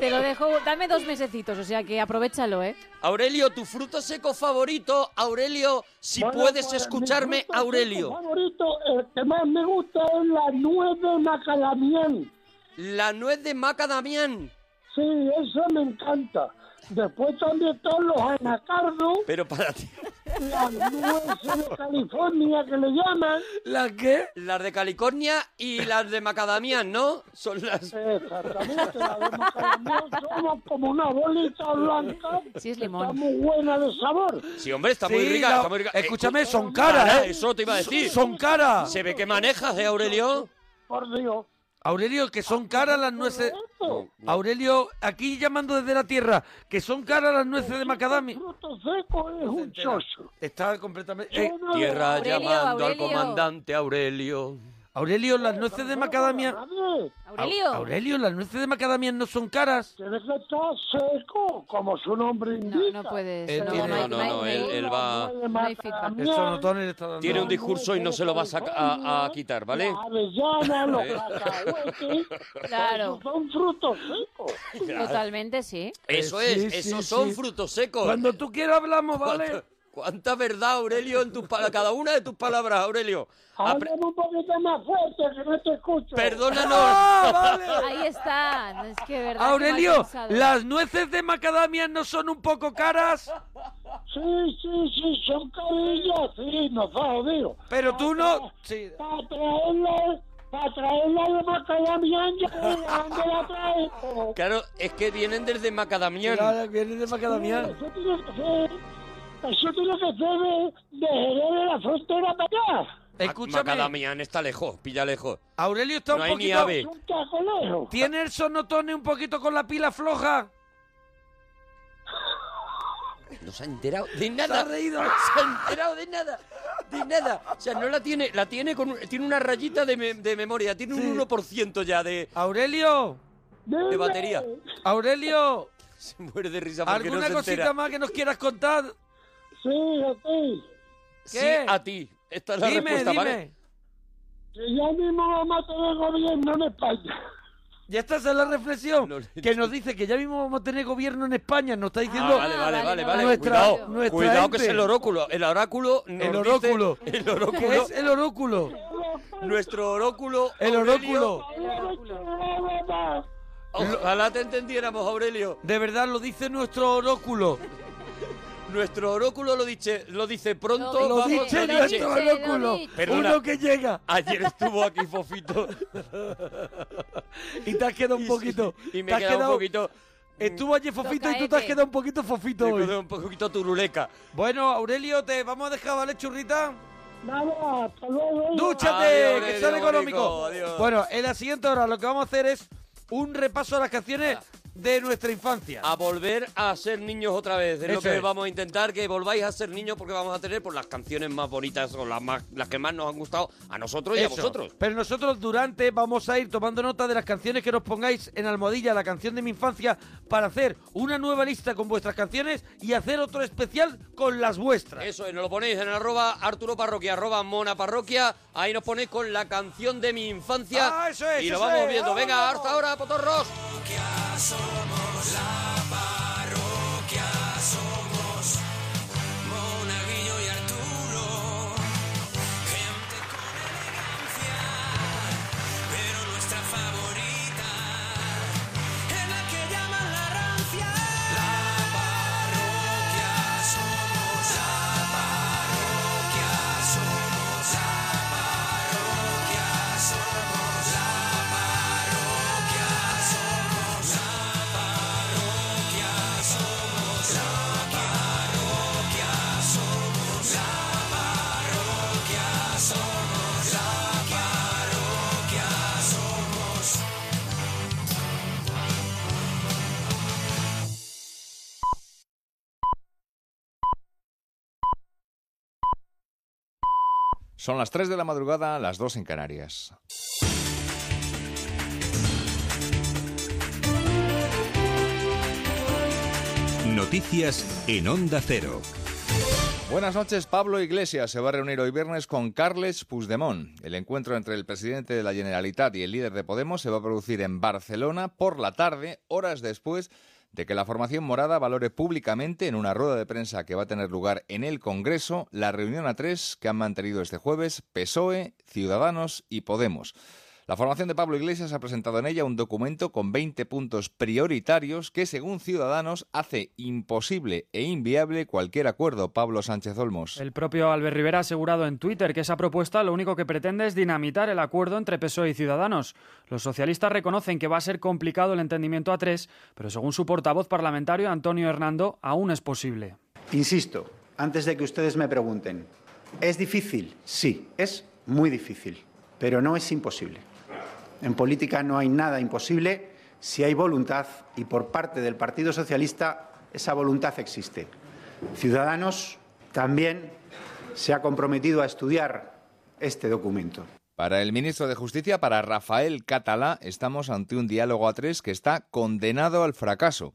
Te lo dejo. Dame dos mesecitos, o sea que aprovechalo, ¿eh?
Aurelio, tu fruto seco favorito, Aurelio, si
Bueno,
puedes
pues, mi
escucharme,
fruto seco
Aurelio.
favorito, el que más me gusta es la nuez de macadamián.
La nuez de macadamián.
Sí, esa me encanta. Después también están los anacardos,
Pero para ti.
las nueces de California que le llaman.
¿Las qué?
Las de California y las de macadamián, ¿no? Son las...
Exactamente, la de macadamián somos como una bolita blanca.
Sí, es
Está
limón.
muy buena de sabor.
Sí, hombre, está muy
Sí,
rica,
la-
está muy rica.
Escúchame, son
Cara,
caras, ¿eh?
Eso te iba a decir.
Son caras.
Se ve que manejas, ¿eh, Aurelio?
Por Dios.
Aurelio, que son caras las nueces. Aurelio, aquí llamando desde la tierra, que son caras las nueces de macadamia.
este Fruto seco es un chocho.
Está completamente. eh,
Tierra
Aurelio,
llamando al
Aurelio.
comandante Aurelio.
Aurelio, las nueces de macadamia.
Nadie.
Aurelio.
Au- Aurelio, las nueces de macadamia no son caras.
Tiene que estar seco, como su nombre
No,
indica.
no puedes.
Eh,
no,
tiene-
no hay-
no,
no hay-
no, él- él va-
no hay feedback.
El sonotón le está dando.
Tiene un discurso y no se lo vas a, a- a quitar, ¿vale? Eh,
Las avellanas, los cacahuetes,
Claro.
son frutos secos.
Totalmente sí.
Eso
Eh,
es,
sí, sí,
esos son
sí.
frutos secos.
Cuando tú quieras hablamos, ¿vale?
¿Cuánta, cuánta verdad, Aurelio, en tus pala- cada una de tus palabras, Aurelio? Apre-
Háblame un poquito más fuerte que no te escucho.
Perdónanos.
¡Ah, vale!
Ahí está. Es que de verdad. que mal
Aurelio,
pensado.
¿las nueces de macadamia no son un poco caras?
Sí, sí, sí, son carillas, sí, nos ha jodido.
Pero tú no... Sí.
Para traerla, para traerla de Macadamia, ya ¿dónde la traes?
Oh,
Pero,
Claro, es que vienen desde Macadamián.
Claro, viene de macadamia.
Eso tiene que ser, eso tiene que ser de, de Jerez de la frontera para allá.
Escúchame,
Macadamián está lejos, pilla lejos.
Aurelio está
No
un
hay ni
poquito...
ave.
Es un cacolejo.
¿Tiene el sonotone un poquito con la pila floja?
No se ha enterado de
Se
nada.
ha reído.
No se ha enterado de nada. De nada. O sea, no la tiene. La tiene con un- tiene una rayita de, me- de memoria. Tiene un 1% ya de,
Aurelio,
de batería.
Aurelio,
Se muere de risa porque no
¿alguna
se entera.
cosita más que nos quieras contar?
Sí, sí.
Sí,
¿Qué?
a ti. Esta es la
Dime,
respuesta,
dime.
¿vale?
Que ya mismo vamos a tener gobierno en España.
Ya esta es la reflexión
No le-
que nos dice que ya mismo vamos a tener gobierno en España. Nos está
Ah,
diciendo
vale, vale,
vale,
vale,
no,
vale.
nuestra-
cuidado,
nuestra
cuidado que es
gente.
el oróculo. El oráculo. nos
el
dice-
oróculo.
el oróculo.
¿Qué es el oróculo?
Nuestro oróculo.
El
Aurelio.
oróculo. Eh.
Ojalá te entendiéramos, Aurelio.
De verdad lo dice nuestro oróculo.
Nuestro oróculo lo dice, lo dice pronto.
Lo
vamos,
dice nuestro oróculo,
Perdona,
uno que llega.
Ayer estuvo aquí Fofito.
Y te has quedado un poquito.
y
te
me he
has
quedado un poquito-
Estuvo allí Fofito y tú te has
Tocaete.
quedado un poquito Fofito
Me he
hoy.
quedado un poquito turuleca.
Bueno, Aurelio, te vamos a dejar, ¿vale, churrita?
Nada, hasta luego.
¡Dúchate!
Adiós,
¡Que
Aurelio,
son económicos!
bonito, adiós.
Bueno, en la siguiente hora lo que vamos a hacer es un repaso a las canciones de nuestra infancia.
A volver a ser niños otra vez. Es lo
Eso
que
es.
vamos a intentar, que volváis a ser niños porque vamos a tener pues, las canciones más bonitas o las, más, las que más nos han gustado a nosotros y a
Eso.
vosotros.
Pero nosotros durante vamos a ir tomando nota de las canciones que nos pongáis en almohadilla, la canción de mi infancia, para hacer una nueva lista con vuestras canciones y hacer otro especial con las vuestras.
Eso es, nos lo ponéis en arroba Arturo Parroquia, arroba Mona Parroquia. Ahí nos ponéis con la canción de mi infancia.
Ah, eso es,
Y lo
eso
vamos
es.
viendo. Venga,
Vámonos.
hasta ahora, potorros.
parroquia somos, la parroquia somos, Monaguillo y Arturo, gente con elegancia, pero nuestra favorita es la que llaman la rancia. La parroquia somos, la parroquia somos, la parroquia somos, la parroquia somos, la parroquia somos, la parroquia somos, la parroquia somos, la parroquia somos.
Son las 3 de la madrugada, las 2 en Canarias.
Noticias en Onda Cero.
Buenas noches. Pablo Iglesias se va a reunir hoy viernes con Carles Puigdemont. El encuentro entre el presidente de la Generalitat y el líder de Podemos se va a producir en Barcelona por la tarde, horas después de que la formación morada valore públicamente en una rueda de prensa que va a tener lugar en el Congreso la reunión a tres que han mantenido este jueves PSOE, E, Ciudadanos y Podemos. La formación de Pablo Iglesias ha presentado en ella un documento con 20 puntos prioritarios que, según Ciudadanos, hace imposible e inviable cualquier acuerdo. Pablo Sánchez Olmos.
El propio Albert Rivera ha asegurado en Twitter que esa propuesta lo único que pretende es dinamitar el acuerdo entre PSOE E y Ciudadanos. Los socialistas reconocen que va a ser complicado el entendimiento a tres, pero según su portavoz parlamentario Antonio Hernando, aún es posible.
Insisto, antes de que ustedes me pregunten, ¿es difícil? Sí, es muy difícil, pero no es imposible. En política no hay nada imposible si hay voluntad y por parte del Partido Socialista esa voluntad existe. Ciudadanos también se ha comprometido a estudiar este documento.
Para el ministro de Justicia, para Rafael Catalá, estamos ante un diálogo a tres que está condenado al fracaso.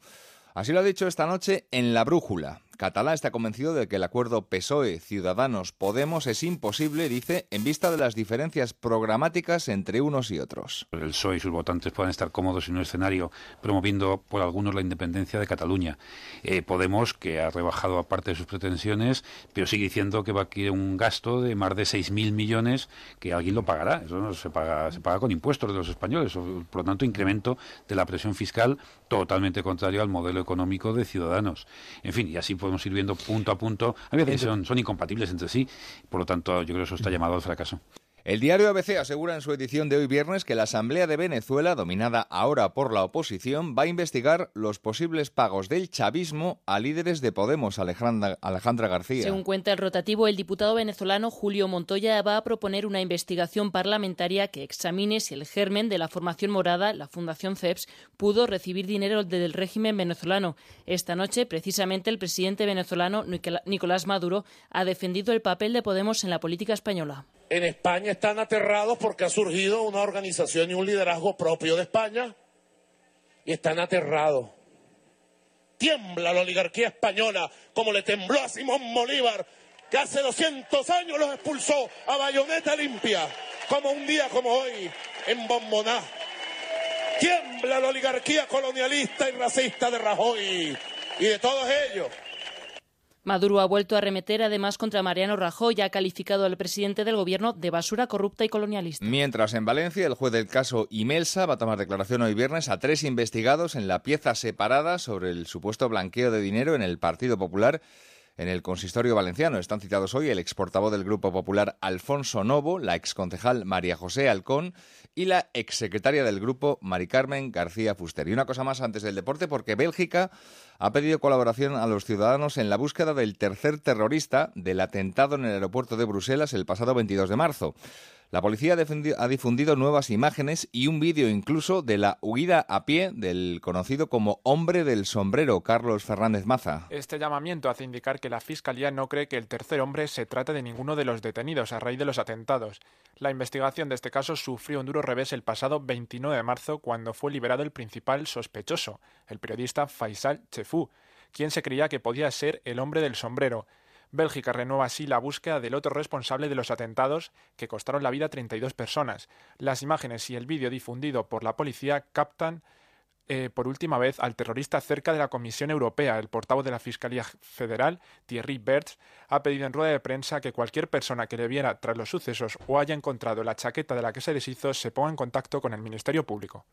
Así lo ha dicho esta noche en La Brújula. Catalá está convencido de que el acuerdo PSOE-Ciudadanos-Podemos E, es imposible, dice, en vista de las diferencias programáticas entre unos y otros.
El PSOE y sus votantes puedan estar cómodos en un escenario promoviendo por algunos la independencia de Cataluña. Eh, Podemos, que ha rebajado aparte de sus pretensiones, pero sigue diciendo que va a querer un gasto de más de 6.000 millones que alguien lo pagará. Eso no se paga, se paga con impuestos de los españoles. o- Por lo tanto, incremento de la presión fiscal totalmente contrario al modelo económico de Ciudadanos. En fin, y así podemos ir viendo punto a punto. A veces son, son incompatibles entre sí. Por lo tanto, yo creo que eso está llamado al fracaso.
El diario ABC asegura en su edición de hoy viernes que la Asamblea de Venezuela, dominada ahora por la oposición, va a investigar los posibles pagos del chavismo a líderes de Podemos, Alejandra, Alejandra García.
Según cuenta el rotativo, el diputado venezolano Julio Montoya va a proponer una investigación parlamentaria que examine si el germen de la formación morada, la Fundación CEPS, pudo recibir dinero del régimen venezolano. Esta noche, precisamente, el presidente venezolano Nicola- Nicolás Maduro ha defendido el papel de Podemos en la política española.
En España están aterrados porque ha surgido una organización y un liderazgo propio de España y están aterrados. Tiembla la oligarquía española como le tembló a Simón Bolívar, que hace 200 años los expulsó a bayoneta limpia, como un día como hoy en Bomboná. Tiembla la oligarquía colonialista y racista de Rajoy y de todos ellos.
Maduro ha vuelto a arremeter además contra Mariano Rajoy y ha calificado al presidente del gobierno de basura corrupta y colonialista.
Mientras en Valencia, el juez del caso Imelsa va a tomar declaración hoy viernes a tres investigados en la pieza separada sobre el supuesto blanqueo de dinero en el Partido Popular en el consistorio valenciano. Están citados hoy el exportavoz del Grupo Popular Alfonso Novo, la exconcejal María José Alcón y la exsecretaria del grupo Mari Carmen García Fuster. Y una cosa más antes del deporte, porque Bélgica ha pedido colaboración a los ciudadanos en la búsqueda del tercer terrorista del atentado en el aeropuerto de Bruselas el pasado 22 de marzo. La policía ha, difundi- ha difundido nuevas imágenes y un vídeo incluso de la huida a pie del conocido como hombre del sombrero, Carlos Fernández Maza.
Este llamamiento hace indicar que la Fiscalía no cree que el tercer hombre se trate de ninguno de los detenidos a raíz de los atentados. La investigación de este caso sufrió un duro revés el pasado 29 de marzo cuando fue liberado el principal sospechoso, el periodista Faisal Chefou, quien se creía que podía ser el hombre del sombrero. Bélgica renueva así la búsqueda del otro responsable de los atentados que costaron la vida a 32 personas. Las imágenes y el vídeo difundido por la policía captan eh, por última vez al terrorista cerca de la Comisión Europea. El portavoz de la Fiscalía Federal, Thierry Bertz, ha pedido en rueda de prensa que cualquier persona que le viera tras los sucesos o haya encontrado la chaqueta de la que se deshizo se ponga en contacto con el Ministerio Público.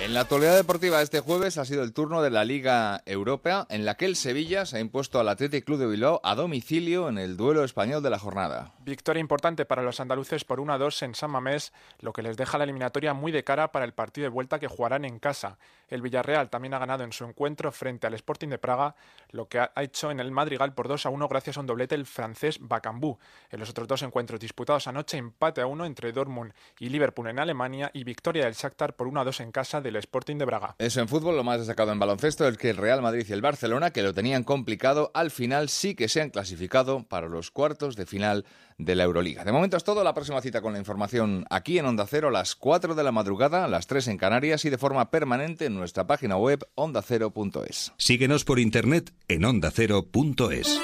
En la actualidad deportiva este jueves ha sido el turno de la Liga Europea, en la que el Sevilla se ha impuesto al Athletic Club de Bilbao a domicilio en el duelo español de la jornada.
Victoria importante para los andaluces por 1-2 en San Mamés, lo que les deja la eliminatoria muy de cara para el partido de vuelta que jugarán en casa. El Villarreal también ha ganado en su encuentro frente al Sporting de Praga, lo que ha ha hecho en el Madrigal por 2-1 gracias a un doblete el francés Bacambú. En los otros dos encuentros disputados anoche, empate a 1 entre Dortmund y Liverpool en Alemania y victoria del Shakhtar por 1-2 en casa del Sporting de Braga.
Eso en fútbol, lo más destacado en baloncesto es que el Real Madrid y el Barcelona, que lo tenían complicado, al final sí que se han clasificado para los cuartos de final de la Euroliga. De momento es todo, la próxima cita con la información aquí en Onda Cero a las 4 de la madrugada, a las 3 en Canarias y de forma permanente en nuestra página web ondacero.es.
Síguenos por internet en ondacero.es.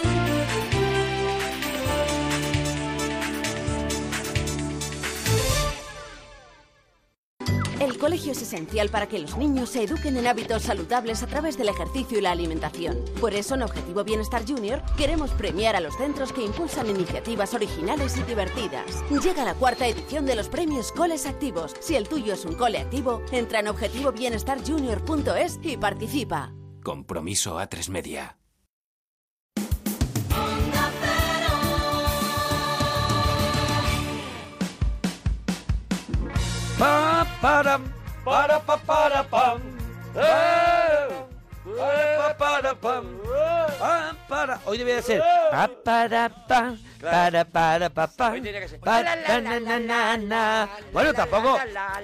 El colegio es esencial para que los niños se eduquen en hábitos saludables a través del ejercicio y la alimentación. Por eso en Objetivo Bienestar Junior queremos premiar a los centros que impulsan iniciativas originales y divertidas. Llega la cuarta edición de los premios Coles Activos. Si el tuyo es un cole activo, entra en objetivobienestarjunior.es y participa.
Compromiso A3 Media.
Pa, para, para, pa, para, pam. Eh, para, pa, para, pam. Pam, para. Hoy debía de
Eh.
ser. Pa, para, pam. Para, para, pa, pam.
Hoy tenía que ser.
Pa, na, na, na, na, na. Bueno, tampoco,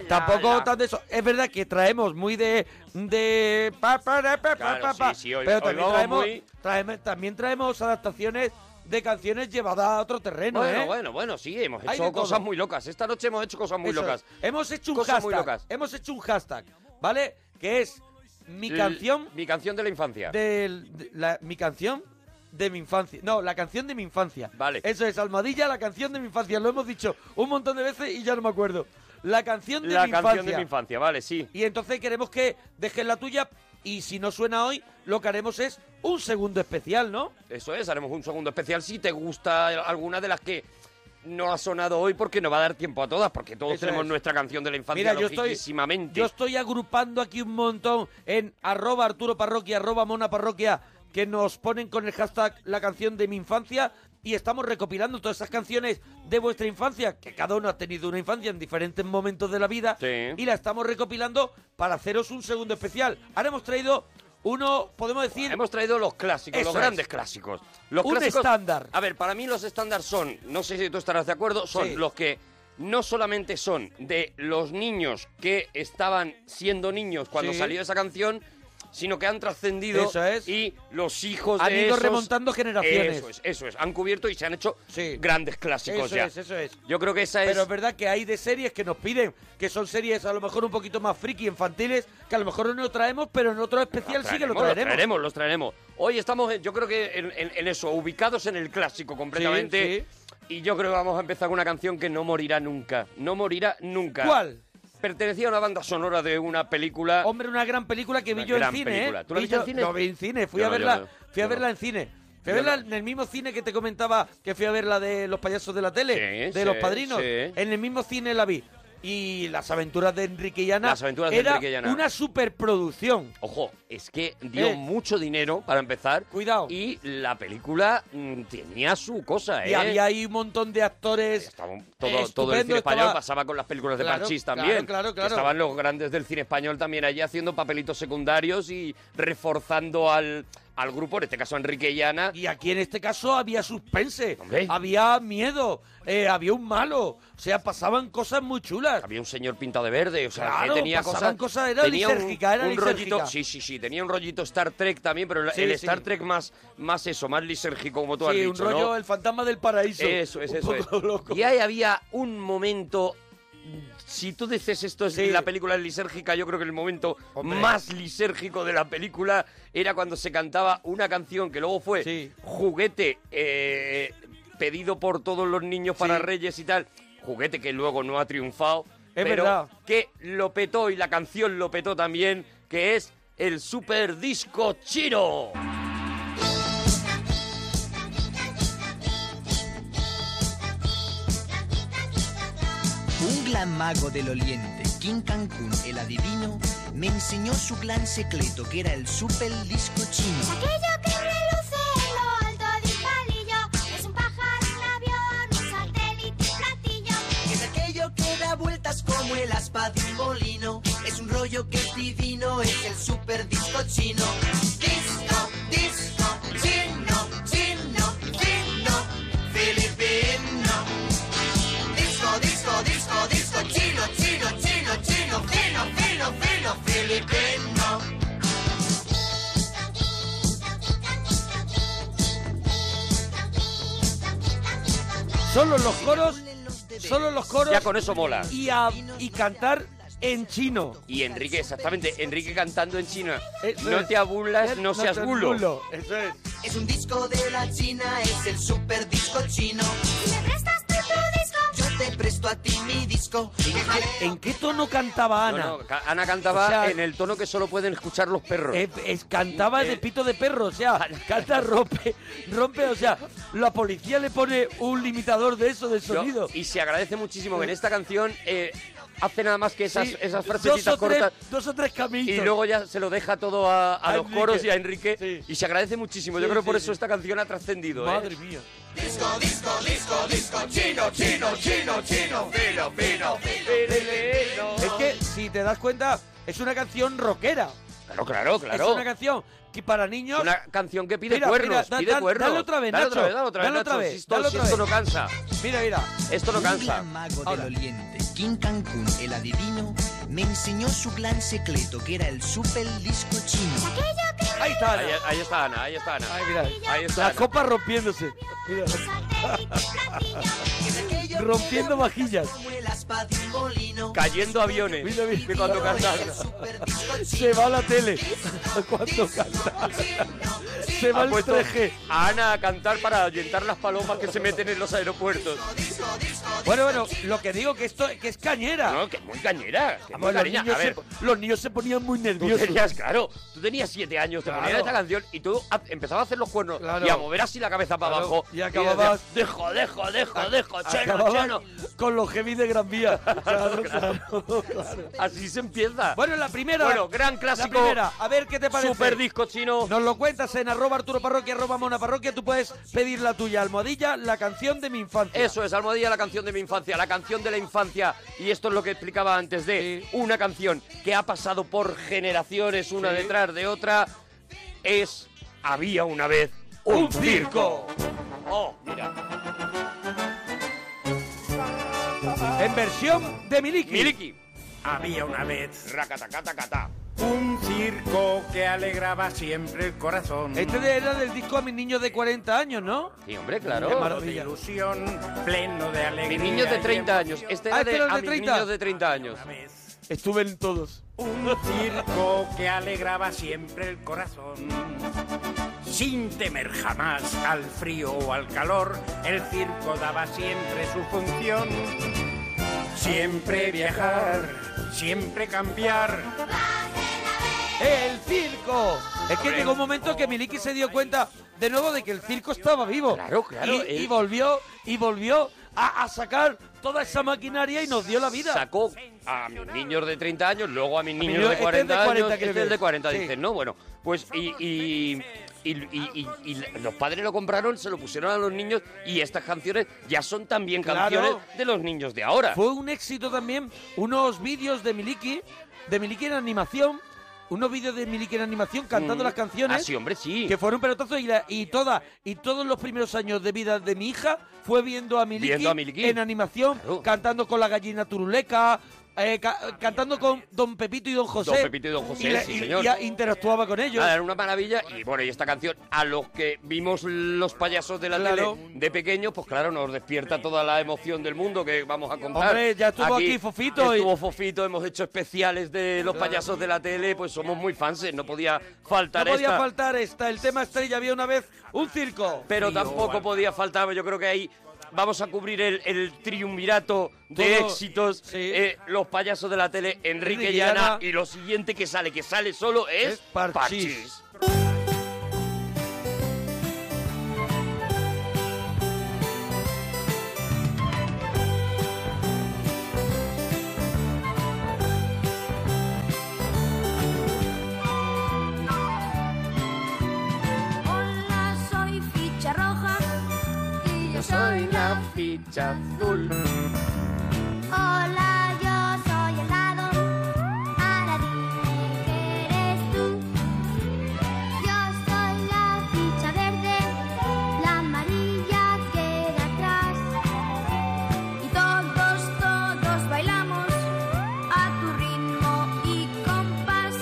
tampoco tan de eso. Es verdad que traemos muy de, de pa, para, pa, pa,
Claro,
pa, pa.
sí, sí, hoy-
pero
hoy
también
vamos
traemos,
muy-
traemos- también traemos adaptaciones de canciones llevadas a otro terreno,
bueno,
¿eh?
bueno, bueno, sí, hemos
Hay de
hecho
todo.
cosas muy locas. Esta noche hemos hecho cosas muy
Eso es.
locas.
Hemos hecho un
Cosas muy
hashtag.
locas.
Hemos hecho un hashtag, ¿vale? Que es mi
L-
canción.
Mi canción de la infancia.
del- de la- mi canción de mi infancia. No, la canción de mi infancia. Vale. Eso es, Almadilla, la canción de mi infancia. Lo hemos dicho un montón de veces y ya no me acuerdo. La canción de
la
mi
canción
infancia.
de mi infancia, vale, sí.
Y entonces queremos que dejes la tuya y si no suena hoy, lo que haremos es un segundo especial, ¿no?
Eso es, haremos un segundo especial si te gusta alguna de las que no ha sonado hoy porque no va a dar tiempo a todas, porque todos
Eso
tenemos
es.
nuestra canción de la infancia
Mira, yo estoy-
logiquísimamente.
Yo estoy agrupando aquí un montón en arroba Arturo Parroquia, arroba Mona Parroquia, que nos ponen con el hashtag la canción de mi infancia y estamos recopilando todas esas canciones de vuestra infancia, que cada uno ha tenido una infancia en diferentes momentos de la vida, y la estamos recopilando para haceros un segundo especial. Ahora hemos traído uno, podemos decir...
Hemos traído los clásicos, los grandes clásicos. Los
un
clásicos-
estándar.
A ver, para mí los estándar son, no sé si tú estarás de acuerdo, son
Sí.
los que no solamente son de los niños que estaban siendo niños cuando
Sí.
salió esa canción, sino que han trascendido
Eso
y los hijos
Han
de
ido
esos-
remontando generaciones.
Eso es, eso es. Han cubierto y se han hecho grandes clásicos
Eso
ya.
es, eso es.
Yo creo que esa es...
Pero es verdad que hay de series que nos piden, que son series a lo mejor un poquito más friki, infantiles, que a lo mejor no traemos, pero en otro especial sí que lo
Los
traeremos.
Ah, traeremos, los traeremos. Hoy estamos, eh, yo creo que en, en- en eso, ubicados en el clásico completamente. Y yo creo que vamos a empezar con una canción que no morirá nunca. No morirá nunca.
¿Cuál?
Pertenecía a una banda sonora de una película.
Hombre, una gran película que vi
Una
yo en
gran
cine,
película.
¿eh?
¿Tú la
Vi
viste
yo-
en cine?
Lo vi en cine, fui
Yo
a
no, yo
verla,
no,
fui a
yo no.
verla en cine. Fui a
Yo
verla
no.
en el mismo cine que te comentaba que fui a ver la de Los payasos de la tele, de
sí,
Los Padrinos.
sí.
En el mismo cine la vi. y las aventuras de Enrique y Ana.
Las aventuras de
era
Enrique y Ana.
una superproducción.
Ojo, es que dio
Eh.
mucho dinero para empezar. Cuidado. Y la película mm, tenía su cosa, ¿eh?
Y había ahí un montón de actores.
todo, todo el
estupendo,
cine español
estaba-
pasaba con las películas de
Claro,
Parchís
claro,
también.
claro,
que
claro.
Estaban los grandes del cine español también allí haciendo papelitos secundarios y reforzando al, al grupo, en este caso a Enrique y Ana.
Y aquí en este caso había suspense, había miedo, eh, había un malo, o sea, pasaban cosas muy chulas.
Había un señor pintado de verde, o sea,
Claro,
que tenía
pasaban
cosas,
cosas, era
tenía
lisérgica, era
un rollito,
lisérgica.
sí, sí, sí, tenía un rollito Star Trek también, pero el-
Sí,
el
sí.
Star Trek más, más eso, más lisérgico como tú has
sí,
dicho,
un rollo
¿no?
el fantasma del paraíso.
Eso es,
Un
eso es.
poco loco.
Y ahí había un momento. Si tú dices esto es
Sí.
la película es lisérgica, yo creo que el momento más lisérgico de la película era cuando se cantaba una canción que luego fue juguete eh, pedido por todos los niños para Reyes y tal. Juguete que luego no ha triunfado.
Es
pero
verdad.
que lo petó y la canción lo petó también, que es el Super Disco Chiro.
Un gran mago del oriente, King Cancún, el adivino, me enseñó su gran secreto, que era el super disco chino.
Aquello que reluce en lo alto de un palillo es un pájaro, un avión, un satélite, un platillo.
Es aquello que da vueltas como el aspa de un molino, es un rollo que es divino, es el super disco chino. Disco, disco, chino, chino, chino, filipino. Disco, disco, disco, disco, chino, chino, chino, chino, fino, fino, fino, filipino.
Solo los coros, solo los coros.
Ya con eso mola.
Y, a- y cantar en chino.
Y Enrique, exactamente, Enrique cantando en chino.
Eso
No
es.
te abulas, no
Eh, No
seas
seas
bulo.
bulo.
Es un disco de la China, es el super disco chino. ¿Me prestas tú tu disco? Yo te presto a ti mi disco.
¿En qué tono cantaba Ana?
No, no, ca- Ana cantaba
O sea,
en el tono que solo pueden escuchar los perros.
Eh, es- cantaba de pito de perro, o sea, canta rompe, rompe, o sea, la policía le pone un limitador de eso, de
Yo-
sonido.
y se agradece muchísimo que en esta canción eh, hace nada más que esas,
Sí,
esas
dos
frasecitas
o tres-
cortas.
dos o tres caminos.
Y luego ya se lo deja todo a, a
A
los
Enrique.
coros y a Enrique. Y se agradece muchísimo. Yo
Sí,
creo
sí,
por
sí.
eso esta canción ha trascendido. ¿eh?
Madre mía.
Disco, disco, disco, disco chino, chino, chino, chino, fino, fino, fino,
Es que, si te das cuenta, es una canción rockera.
Claro, claro, claro.
Es una canción que para niños...
Una canción que pide
Mira,
cuernos,
mira, da-
pide
da-
cuernos.
Dale otra vez,
Dale
Nacho.
otra vez, dale otra vez, Nacho. Si esto-
dale
si
otra
esto
vez.
no cansa.
Mira, mira.
Esto no cansa.
Un gran mago del oriente, King Cancún, el adivino, me enseñó su gran secreto, que era el super disco chino.
Ahí está Ana.
Ahí, ahí está Ana, ahí está Ana. Ahí está
La
Ana.
copa rompiéndose. Mira. Rompiendo vajillas.
Como el aspa de un molino.
Cayendo aviones. Que cuando cantan.
Se va la tele. Cuando canta. Se va
Ha
el
puesto
3G.
A Ana a cantar para ahuyentar las palomas que se meten en los aeropuertos.
Bueno, bueno, lo que digo que esto que es cañera.
No, que es muy cañera. que es
Vamos,
muy
los,
cariña.
niños
a
se,
ver,
los niños se ponían muy
tú
nerviosos.
tenías, claro, tú tenías siete años, te
Claro.
ponían esta canción y tú ha- empezabas a hacer los cuernos
Claro.
y a mover así la cabeza para
Claro,
abajo.
y acababas-
decías, dejo, dejo, dejo, dejo, cheno,
Acababan
cheno.
Con los heavy de Gran Vía. Claro, claro, claro.
Así se empieza.
Bueno, la primera.
Bueno, gran
la
clásico.
primera. A ver qué te parece.
Super disco chino.
Nos lo cuentas en arroba Arturo Parroquia, arroba Mona Parroquia. Tú puedes pedir la tuya, almohadilla, la canción de mi infancia.
Eso es, Almohadilla, la canción de mi infancia, la canción de la infancia. Y esto es lo que explicaba antes de una canción que ha pasado por generaciones una
Sí.
detrás de otra. Es Había una vez un, circo. Oh, mira.
En versión de Miliki.
Miliki.
Había una vez.
Racatacatacatá.
Un circo que alegraba siempre el corazón.
Este de- era del disco a mis niños de 40 años, ¿no?
Sí, hombre, claro.
Qué
de
maravilla.
ilusión, pleno de alegría.
Mis niños de 30 años. Este era
Ah, este
de,
era el
a
de
mis
30.
niños de 30 años.
Estuve en todos.
Un circo que alegraba siempre el corazón. Sin temer jamás al frío o al calor, el circo daba siempre su función. Siempre viajar, siempre cambiar.
¡El circo! Es que llegó un momento que Miliki se dio cuenta de nuevo de que el circo estaba vivo. Claro,
claro,
Y,
él-
y volvió, y volvió a, a sacar toda esa maquinaria y nos dio la vida.
Sacó a mis niños de 30 años, luego a mis niños
niño-
de
este es
40
de 40
años,
que
este es de
ves.
40,
Sí.
dicen, ¿no? Bueno, pues y, y, y- y- y- y los padres lo compraron, se lo pusieron a los niños y estas canciones ya son también
Claro.
canciones de los niños de ahora.
Fue un éxito también unos vídeos de Miliki, de Miliki en animación, unos vídeos de Miliki en animación cantando
Mm.
las canciones.
Ah, sí, hombre, sí.
Que fueron pelotazos y, la- y toda, y todos los primeros años de vida de mi hija fue viendo a Miliki,
Viendo a Miliki.
en animación, cantando con la gallina turuleca. eh, ca- cantando con Don Pepito y Don José.
Don Pepito y Don José,
la-
sí, señor.
y a- interactuaba con ellos.
Nada, era una maravilla. Y bueno, y esta canción, a los que vimos los payasos de la
Claro.
tele de pequeños, pues claro, nos despierta toda la emoción del mundo que vamos a contar.
Hombre, ya estuvo aquí Fofito y-
Estuvo Fofito, hemos hecho especiales de los
Claro.
payasos de la tele, pues somos muy fans, no podía
no
faltar
podía
esta.
faltar esta, el tema estrella. Había una vez un circo.
pero tampoco podía faltar, yo creo que ahí vamos a cubrir el, el triunvirato de
Todo,
éxitos, eh, los payasos de la tele, Enrique
Enrique
Llana,
Llana.
y lo siguiente que sale, que sale solo es,
Es Parchís.
Parchís.
Hola, soy ficha roja y yo soy la ficha azul. Hola, yo soy el lado. Ahora dime que eres tú. Yo soy la ficha verde, la amarilla queda atrás. Y todos, todos bailamos a tu ritmo y compás.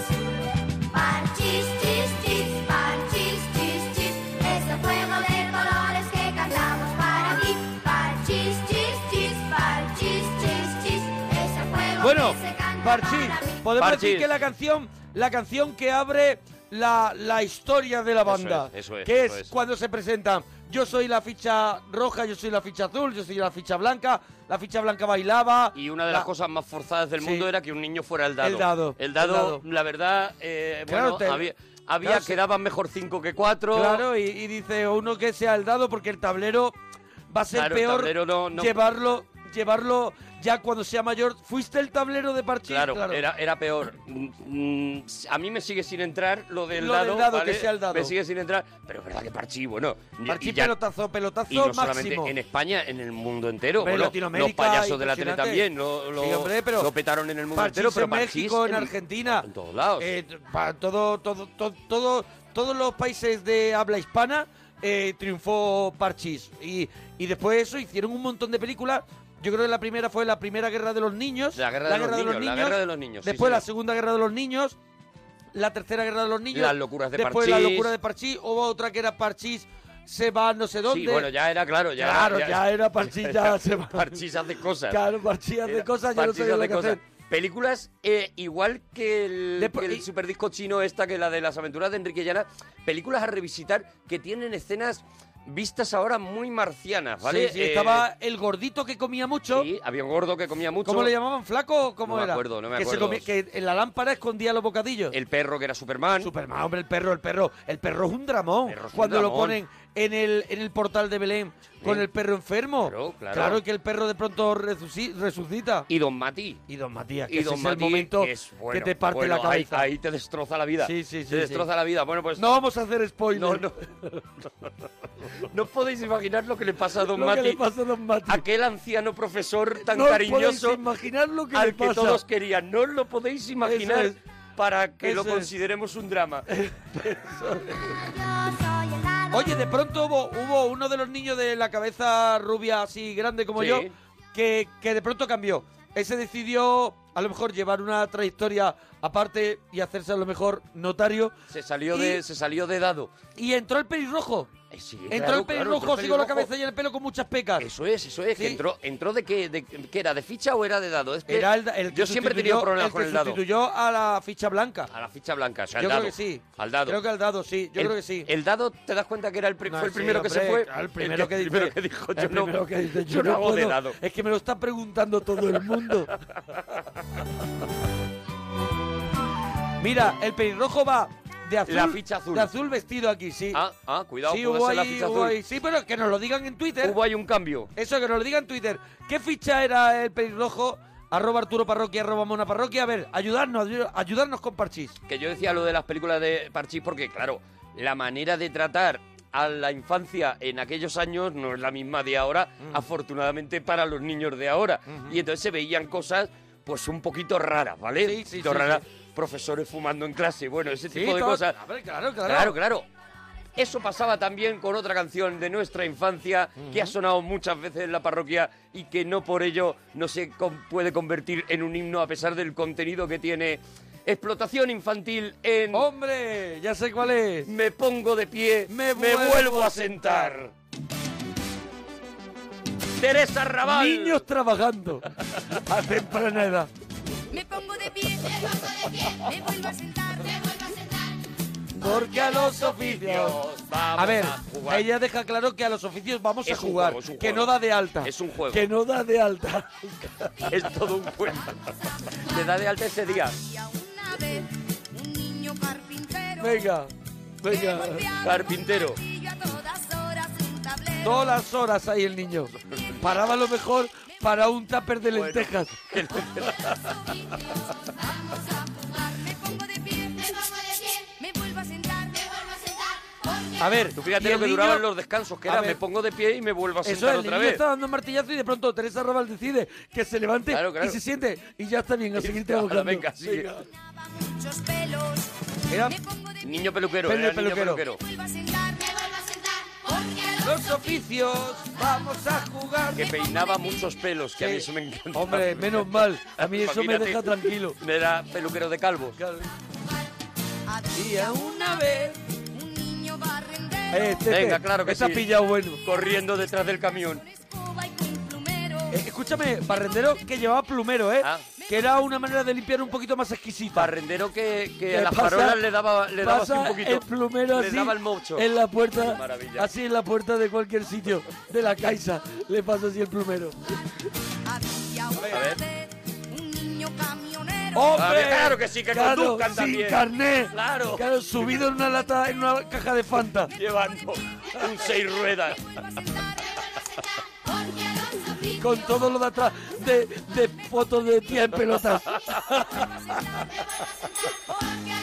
Parchis, chis, chis, parchis, chis, chis, es el juego de colores que cantamos para ti. Parchis, chis, chis, parchis, chis, chis, es el juego
Bueno,
que se canta
Parchís,
para mí.
podemos decir
Parchís.
que la canción, la canción que abre la, la historia de la
Eso
banda,
es, eso es,
que
eso
es
es.
cuando se presentan. Yo soy la ficha roja, yo soy la ficha azul, yo soy la ficha blanca, la ficha blanca bailaba.
Y una de
la-
las cosas más forzadas del
Sí.
mundo era que un niño fuera el dado.
El dado,
El dado,
el dado.
la verdad, eh,
Claro,
bueno,
te-
había, había
claro, se-
que daban mejor cinco que cuatro.
Claro, y, y dice uno que sea el dado porque el tablero va a ser
Claro, el
peor
tablero no- no-
llevarlo llevarlo ya cuando sea mayor. ¿Fuiste el tablero de Parchís?
Claro, Era, era peor. Mm, mm, a mí me sigue sin entrar lo del
Lo del
dado.
dado,
¿vale?
que sea el dado.
Me sigue sin entrar, pero es verdad que Parchís, bueno. y-
Parchís,
y ya-
pelotazo, pelotazo
Y no solamente
máximo.
en España, en el mundo entero.
Hombre,
Bueno,
Latinoamérica,
los payasos de la tele
impresionante.
también lo, lo-
Sí, hombre, pero
lo petaron en el mundo
Parchís
entero, pero
en
Parchís
México, en, Argentina,
en todos lados.
eh, pa- todo, todo, todo, todo- todos los países de habla hispana eh, triunfó Parchís. Y, y después de eso hicieron un montón de películas. Yo creo que la primera fue la primera guerra de los niños.
La Guerra de los Niños, la Guerra de los Niños, sí,
Después la
señor.
segunda guerra de los niños. La tercera guerra de los niños.
Las locuras de
Después la
Parchís.
locura de Parchís. Hubo otra que era Parchís se va no sé dónde.
Sí, bueno, ya era claro. Ya
Claro, ya era Parchís, ya se va.
Parchís hace cosas.
Claro, Parchís hace
Era-
cosas, yo no
Parchís
sabía lo
hace
que
cosas.
hacer.
Películas eh, igual que el,
Después-
que el
y-
superdisco chino esta, que la de las aventuras de Enrique Llana. Películas a revisitar que tienen escenas vistas ahora muy marcianas, ¿vale?
Sí, sí,
Eh,
estaba el gordito que comía mucho.
había un gordo que comía mucho.
¿Cómo le llamaban? ¿Flaco o cómo
No me
era?
acuerdo, no me
que se
acuerdo.
comía- que en la lámpara escondía los bocadillos.
El perro que era Superman.
Superman, hombre, el perro, el perro. El perro es un dramón. Cuando lo
dramón.
ponen en el, en el portal de Belén con
Sí.
el perro enfermo.
Claro, claro.
que el perro de pronto resuci- resucita.
Y Don Mati.
Y Don Matías, que
Y
ese
Don
es el
Mati
momento
es bueno,
que te parte
bueno,
la
ahí-
cabeza.
Ahí, te destroza la vida.
Sí, sí, sí, sí.
Te destroza la vida. Bueno, pues
No vamos a hacer spoiler.
No, no. No podéis imaginar lo que le pasa a Don
Lo que
Mati.
le pasa a Don Mati.
Aquel anciano profesor tan
No os
cariñoso
podéis imaginar lo que
al
le pasa.
que todos querían. No os lo podéis imaginar
Eso
para que lo
Eso es.
consideremos un drama.
Oye, de pronto hubo, hubo uno de los niños de la cabeza rubia así grande como
Sí.
yo que, que de pronto cambió. Ese decidió a lo mejor llevar una trayectoria aparte y hacerse a lo mejor notario.
Se salió de- se salió de dado. Eh,
Y entró el pelirrojo.
Sí,
entró
claro,
el
claro,
pelirrojo
entró el
así con la
pelirrojo.
cabeza y el pelo con muchas pecas.
Eso es, eso es.
Sí.
que entró, entró de que, de, que era de ficha o era de dado. Es que
Era el, da- el que
yo siempre he tenido
sustituyó-
problemas
el
con
que
el dado.
sustituyó a la ficha blanca.
A la ficha blanca, o sea, al
Yo creo
dado.
que sí.
Al dado.
Creo que al dado, sí. Yo
El-
creo que sí.
El dado, ¿te das cuenta que era el, pri-
No,
fue el
sí,
primero que se
hombre,
fue?
claro, el primero
El
que,
el
dice-
primero que dijo,
el
yo no-
primero que dice,
yo no hago de
puedo".
dado.
Es que me lo está preguntando todo el mundo. Mira, el pelirrojo va De azul,
La ficha azul.
De azul vestido aquí, sí.
Ah, ah, cuidado,
sí,
puede
hubo
ser la
ahí-
ficha
hubo
azul.
ahí- Sí, pero que nos lo digan en Twitter.
Hubo ahí un cambio.
Eso, que nos lo digan en Twitter. ¿Qué ficha era el pelirrojo? Arroba Arturo Parroquia, arroba Mona Parroquia. A ver, ayudarnos, ayu- ayudarnos con parchís.
Que yo decía lo de las películas de Parchís porque, claro, la manera de tratar a la infancia en aquellos años no es la misma de ahora,
Mm.
afortunadamente para los niños de ahora. Y entonces se veían cosas, pues, un poquito raras, ¿vale? Sí,
sí,
raras. Profesores fumando en clase, bueno, ese
Sí,
tipo de
todo-
cosas.
a ver, claro, claro.
Claro, claro. Eso pasaba también con otra canción de nuestra infancia que ha sonado muchas veces en la parroquia y que no por ello no se con- puede convertir en un himno a pesar del contenido que tiene. Explotación infantil en...
¡Hombre! Ya sé cuál es.
Me pongo de pie, me,
vuelvo
vuelvo, a
a
sentar. Teresa Raval.
Niños trabajando a temprana edad.
Me pongo de pie, me pongo de pie, me vuelvo a sentar, me vuelvo a sentar.
Porque a los oficios
vamos
A ver,
a jugar.
ella deja claro que a los oficios vamos a
Es un
jugar.
juego, es un
que
juego.
no da de alta.
Es un juego.
Que no da de alta.
Es todo un juego. Le da de alta ese día.
Una vez, un niño carpintero.
Venga, venga.
Carpintero.
Y yo a todas horas un tablero.
Todas las horas ahí el niño. Paraba a lo mejor para un tupper de lentejas.
Me pongo de pie, me pongo de pie, me vuelvo a sentar, me vuelvo a sentar. Porque
A ver,
Tú fíjate
y
lo
el
que
niño-
duraban los descansos, que
A
era
ver.
me pongo de pie y me vuelvo a
Eso
sentar
es, el
otra
niño
vez.
está dando un martillazo y de pronto Teresa Raval decide que se levante
Claro, claro.
y se siente. Y ya está bien, a seguir
Ahora
trabajando.
venga, sigue.
Muchos pelos.
Era
Niño peluquero,
Pelo
era
de
niño
peluquero.
peluquero.
Me vuelvo a sentar, me vuelvo a sentar. Porque a
los oficios vamos a jugar.
Que peinaba muchos pelos, que a mí eso me encantaba.
Hombre, menos mal. A mí eso me
Imagínate.
deja tranquilo.
Era peluquero de calvos.
Había una vez un niño barrendero.
Venga, claro que
esa
sí.
Eh, pillado bueno.
Corriendo detrás del camión.
Escoba y con plumero.
Eh, escúchame, barrendero que llevaba plumero, ¿eh? Que era una manera de limpiar un poquito más exquisita.
Ah. Barrendero que, que a las farolas le daba- le daba así un poquito.
el plumero
Le
así
daba el mocho.
en la puerta,
Qué maravilla.
así en la puerta de cualquier sitio de la Caixa le pasa así el plumero.
Había una vez un niño camionero.
¡Hombre!
claro que sí, que
Claro,
conduzcan
sin
también.
carné.
Claro.
Claro, subido en una lata, en una caja de Fanta.
Llevando un seis ruedas.
Con todo lo de atrás de, de fotos de tía en pelotas.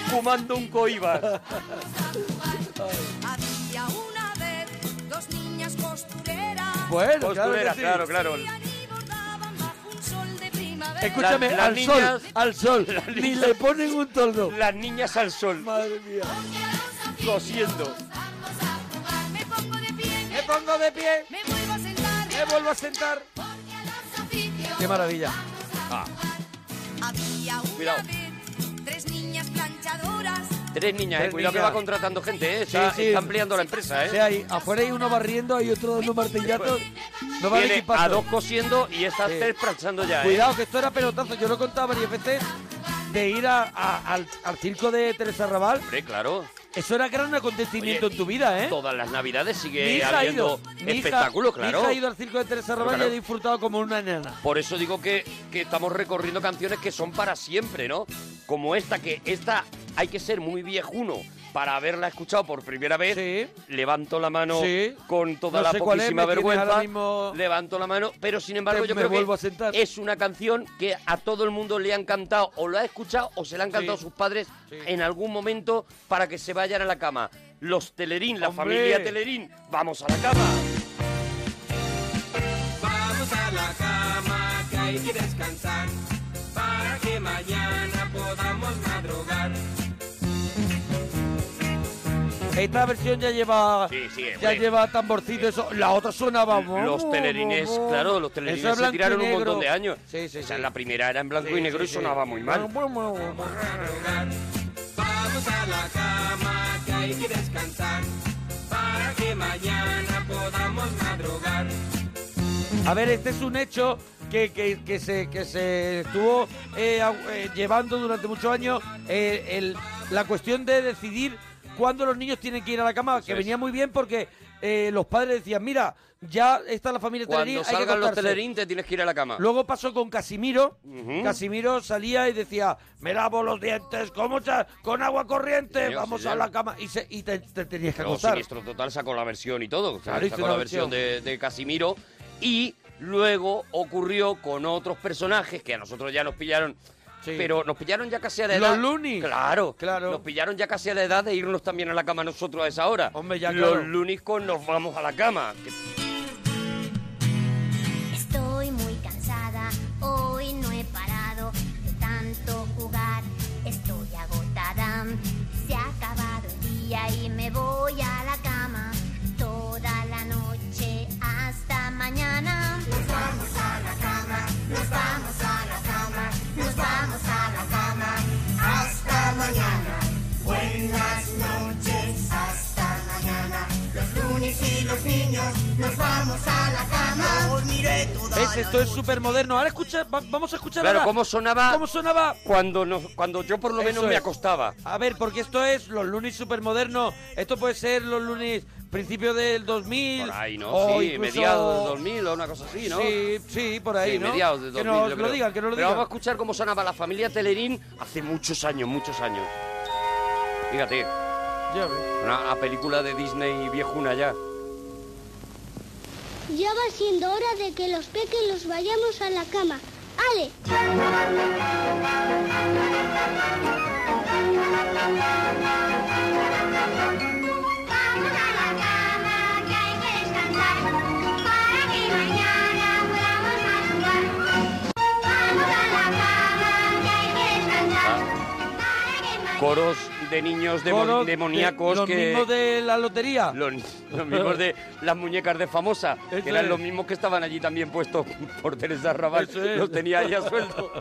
Fumando un coiba.
Había una vez dos niñas costureras.
Bueno,
Costurera,
claro
claro,
que sí.
claro.
Un sol de primavera.
Escúchame,
Las- las
al
niñas-
sol, al sol, ni le ponen un toldo.
Las niñas al sol,
Madre mía.
cosiendo.
Me pongo de pie.
Me pongo de pie.
Me vuelvo a sentar.
Me vuelvo a sentar. Qué maravilla.
Ah,
Había una
Cuidado.
vez tres niñas planchadoras.
Tres niñas, eh.
Tres
Cuidado que
niñas.
va contratando gente, eh. Está,
Sí, sí.
está ampliando la empresa, eh.
Sí, ahí, afuera hay uno barriendo, hay otro dando martillazos. No vale
Tiene
equipazo.
a dos cosiendo y está
Sí.
tres planchando ya, eh.
Cuidado, que esto era pelotazo. Yo lo he contado varias veces de ir a- a- al, al circo de Teresa Raval.
Hombre, claro.
Eso era gran acontecimiento
Oye,
en tu vida, ¿eh?
Todas las navidades
Mi
sigue
hija ha
habiendo
ido. Mi hija-
espectáculos,
mi
claro.
hija ha ido al circo de Teresa Raval
Claro.
y ha disfrutado como una nena.
Por eso digo que, que estamos recorriendo canciones que son para siempre, ¿no? Como esta, que esta hay que ser muy viejuno para haberla escuchado por primera vez. Levanto la mano
Sí.
con toda
No
la
sé cuál es,
poquísima
me tienes
vergüenza.
ahora mismo-
Levanto la mano, pero sin embargo
Te-
yo
me
creo
vuelvo
que
a sentar.
es una canción que a todo el mundo le han cantado o lo ha escuchado o se la han cantado sus padres en algún momento para que se vayan a la cama. Los Telerín, la
Hombre.
familia Telerín, vamos a la cama.
Vamos a la cama que hay que descansar para que mañana podamos madrugar.
Esta versión ya lleva ya
hombre.
lleva tamborcito eso. La otra sonaba
Los telerines, claro, los telerines se tiraron un montón de años. O sea, la primera era en blanco
Sí,
y negro
sí,
y
sí.
sonaba muy mal.
Vamos a la cama que hay que descansar para que mañana podamos madrugar.
A ver, este es un hecho que, que- que se, que se estuvo eh, au- eh, llevando durante muchos años eh, el- la cuestión de decidir cuándo los niños tienen que ir a la cama, que venía muy bien porque eh, los padres decían, mira, ya está la familia Telerín,
Cuando
hay que
salgan los
acostarse".
Telerín te tienes que ir a la cama.
Luego pasó con Casimiro.
Ujú.
Casimiro salía y decía, me lavo los dientes con mucha, con agua corriente,
señor,
vamos
sí,
a
señor.
la cama. Y, se- y te, te tenías que
Luego
acostar.
Siniestro Total sacó la versión y todo. o sea,
Claro, hizo
sacó
una
la versión de, de Casimiro. Y luego ocurrió con otros personajes que a nosotros ya nos pillaron. Pero nos pillaron ya casi a la
Los
edad. Claro, claro. Nos pillaron ya casi a la edad de irnos también a la cama nosotros a esa hora. Hombre,
ya,
Los
claro.
lunes con nos vamos a la cama. que
Estoy muy cansada, hoy no he parado de tanto jugar, estoy agotada. Se ha acabado el día y me voy a la cama toda la noche hasta mañana. Nos vamos a la cama, nos vamos a la cama, nos vamos a la cama hasta mañana. Buenas noches, hasta mañana. Los lunes y los niños nos vamos a la cama. Dormiré toda
¿Ves? Esto es súper moderno. Ahora escucha, va- vamos a escuchar
Claro,
ahora
¿cómo sonaba?
¿Cómo sonaba?
Cuando, nos- cuando yo por lo menos
Eso
me
es.
acostaba.
A ver, porque esto es los lunes supermodernos. Esto puede ser los lunes principio del 2000.
Por ahí, ¿no?
o
sí,
incluso-
mediados del 2000 o una cosa así, ¿no?
Sí, sí, por ahí,
Sí,
¿no?
mediados del
Que
2000.
nos
yo
lo
creo.
digan, que nos lo
Pero
digan.
vamos a escuchar cómo sonaba la familia Telerín hace muchos años, muchos años. Fíjate, una, a película de Disney viejuna ya.
Ya va siendo hora de que los peques los vayamos a la cama. ¡Ale! Vamos a la cama, que hay que descansar, para que mañana podamos madrugar. Vamos a la cama, que hay que descansar.
Ah, Coros de niños demo-
Coros de-
demoníacos
los
que...
mismos de la lotería.
Los, los mismos de las muñecas de famosa,
Eso
que eran
es.
los mismos que estaban allí también puestos por Teresa Raval.
Eso es.
Los tenía ahí a sueldo.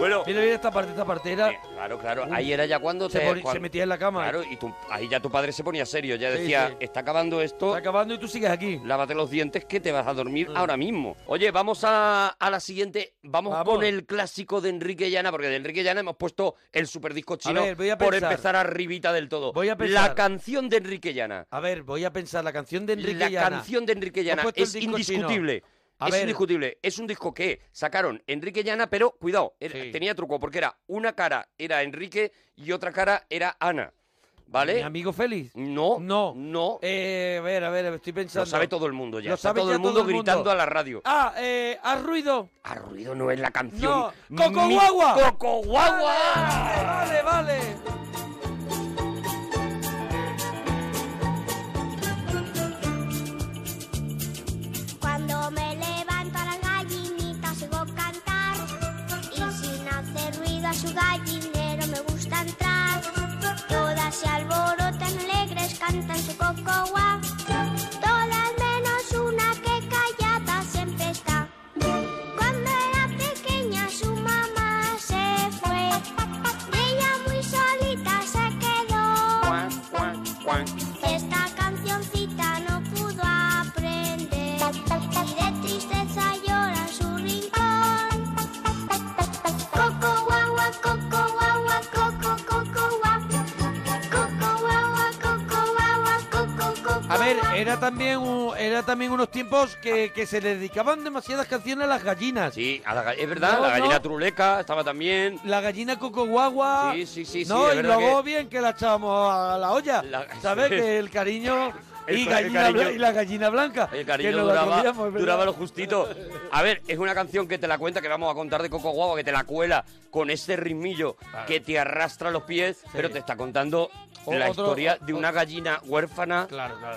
bueno.
Mira, mira esta parte, esta parte. Era...
Claro, claro. Ahí era ya cuando
se,
te-
poni-
cuan-
se metía en la cama.
Claro, y tú- ahí ya tu padre se ponía serio, ya
Sí,
decía,
sí.
está acabando esto. Está
acabando y tú sigues aquí. Mm.
Lávate los dientes que te vas a dormir ahora mismo. Oye, vamos a, a la siguiente, vamos,
Vamos.
con el clásico de Enrique Llana, porque de Enrique Llana hemos puesto el superdisco chino
ver, voy a
por
pensar.
empezar arribita del todo.
Voy a
La
pensar.
canción de Enrique Llana.
A ver, voy a pensar la canción de Enrique
la
Llana.
canción de Enrique Llana
Hemos puesto el
es
disco chino.
indiscutible.
A
es
ver.
indiscutible. Es un disco que sacaron Enrique Llana, pero cuidado, era- tenía truco, porque era una cara era Enrique y otra cara era Ana. ¿Vale?
Mi amigo Félix.
No.
No.
No.
Eh, a ver, a ver, estoy pensando.
Lo sabe todo el mundo ya.
Lo
Está
sabe
todo
ya
el mundo gritando a la radio.
Ah, eh, haz ruido.
Haz ruido no es la canción.
No. ¡Coco
Mi-
Guagua!
¡Coco Guagua!
Vale, vale. vale.
Cuando me levanto a las gallinitas oigo cantar y sin hacer ruido a su gallinero me gusta entrar. Todas se alborotan alegres, cantan su coco guau. Todas menos una que callada siempre está. Cuando era pequeña su mamá se fue y ella muy solita se quedó. Esta cancioncita no pudo aprender y de tristeza llora en su rincón. Coco guagua, coco guagua, coco coco guagua, coco guagua, coco guagua, coco coco.
A ver, era también, un- era también unos tiempos que, que se le dedicaban demasiadas canciones a las gallinas.
Sí, a la ga- es verdad,
No,
la gallina
no.
truleca estaba también.
La gallina Coco Guagua.
Sí, sí, sí, sí,
No,
es
y
verdad
luego
que-
bien que la echábamos a la olla. ¿Sabes? Que el cariño.
El
y,
co- el
gallina
cariño-
blan- y la gallina blanca.
El cariño
que nos la
duraba,
comíamos, es verdad.
duraba lo justito. A ver, es una canción que te la cuenta, que vamos a contar de Coco Guagua, que te la cuela con ese ritmillo que te arrastra los pies, pero te está contando
O-
la
otro-
historia
o-
de una gallina huérfana,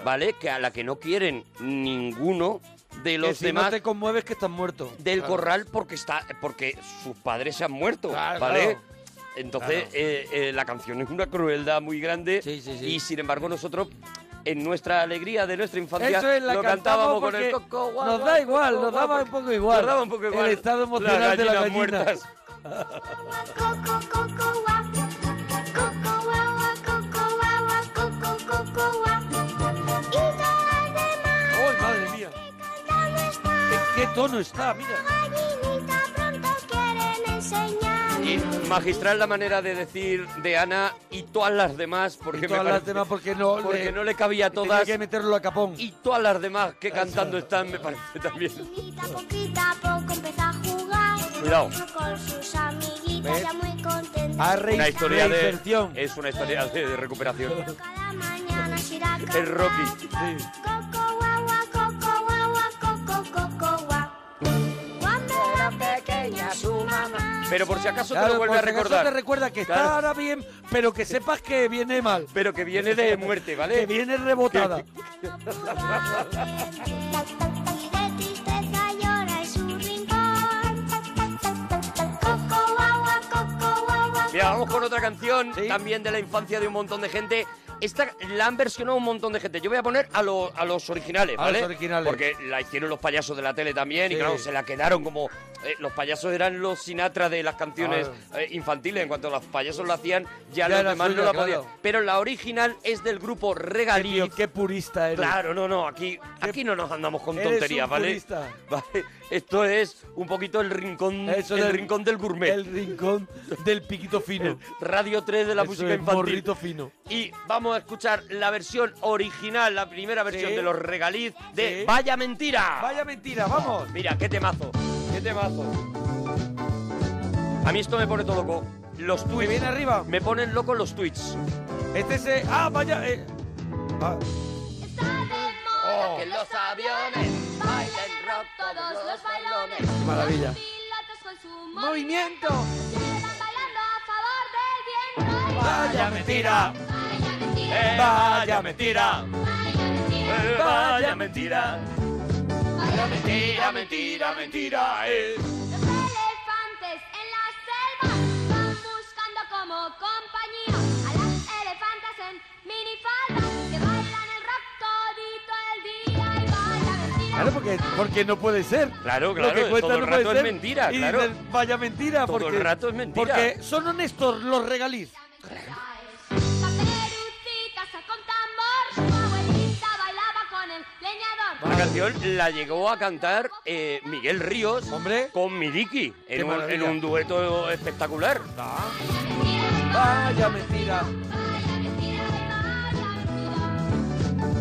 ¿vale? Que a la que no quieren ninguno de los
que si
demás
no te conmueves que estás muerto.
del
Claro.
corral porque está porque sus padres se han muerto,
Claro,
¿vale?
claro.
Entonces
Claro.
eh, eh, la canción es una crueldad muy grande y sin embargo nosotros en nuestra alegría de nuestra infancia
Eso es, la
lo
cantábamos
cantábamos con el
porque
coco, guau,
nos
guau,
da igual,
coco,
nos
guau,
daba
porque
un poco igual
nos daba un poco
el
igual
estado
las
emocional de la
gallinas
gallina.
muertas.
Coco coco guau, coco guagua, coco guagua, coco coco guau. Y todas demás.
¡Ay, madre mía!
¿Dónde está?
¿En qué tono está? Mira.
Gallinita pronto quieren enseñar.
Y magistral la manera de decir de Ana y todas las demás, porque
Y todas
me
las
parece-
demás porque no
porque
le-
no le cabía a
tenía
todas.
que meterlo a capón.
Y todas las demás que cantando están, me parece también.
Poquito a poco empezó a jugar.
Cuidado.
Con sus amiguitos
¿Ves?
ya muy contenta.
Una historia de es una historia de, de recuperación.
Mañana se irá a
El
cantar.
Rocky.
Coco guagua, coco guagua, coco coco guau. Cuando era pequeña su mamá.
Pero por si acaso te
Claro,
lo vuelve a
por si acaso
recordar.
te recuerda que
Claro.
está ahora bien, pero que sepas que viene mal.
Pero que viene de muerte, ¿vale?
Que viene rebotada.
De tristeza llora en su rincón. Coco guagua, coco guagua.
Mira, vamos con otra canción también de la infancia de un montón de gente. Esta la han versionado un montón de gente. Yo voy a poner a, lo- a los originales,
A los
¿vale?
originales.
Porque la hicieron los payasos de la tele también y
Sí.
claro, se la quedaron como... eh, los payasos eran los Sinatra de las canciones eh, infantiles. En cuanto los payasos lo hacían, ya,
Ah. Ya
los
era
demás
suya,
no la
claro.
podían. Pero la original es del grupo Regaliz.
Qué, purista eres.
Claro, no, no, aquí, aquí no nos andamos con
Eres un
tonterías, ¿vale?
purista.
Vale, Esto es un poquito el rincón,
Eso
el
del-
rincón del gourmet.
El rincón del piquito fino.
Radio 3 de la
Eso
música
es,
infantil.
morrito fino.
Y vamos a escuchar la versión original, la primera versión
Sí.
de los regaliz de
Sí.
Vaya Mentira.
Vaya mentira, vamos.
Mira, qué temazo, qué temazo. A mí esto me pone todo loco. Los tweets.
viene arriba?
Me ponen loco los tweets.
Este se. ¡Ah, vaya! eh, ah.
Que
los aviones bailen rock todos los bailones.
Qué maravilla.
Pilotos con su
¡Movimiento!
Llevan bailando a favor del viento.
¡Vaya mentira!
Eh, vaya mentira. Eh, vaya mentira. Vaya mentira, mentira, mentira. eh.
Los elefantes en la selva van buscando como compañía a las elefantas en minifaldas que bailan el rock todito el día y vaya mentira.
Claro, porque, porque no puede ser.
Claro, claro,
Lo que cuenta
todo el
no puede
rato es
ser.
mentira,
Y
claro.
dicen, vaya mentira,
Todo el
porque.
rato es mentira.
Porque son honestos los regaliz.
Caperucita sacó un tambor, su abuelita bailaba con el leñador.
La canción la llegó a cantar eh, Miguel Ríos con Miliki en un,
maravilla. Ah,
en un dueto espectacular.
Vaya mentira.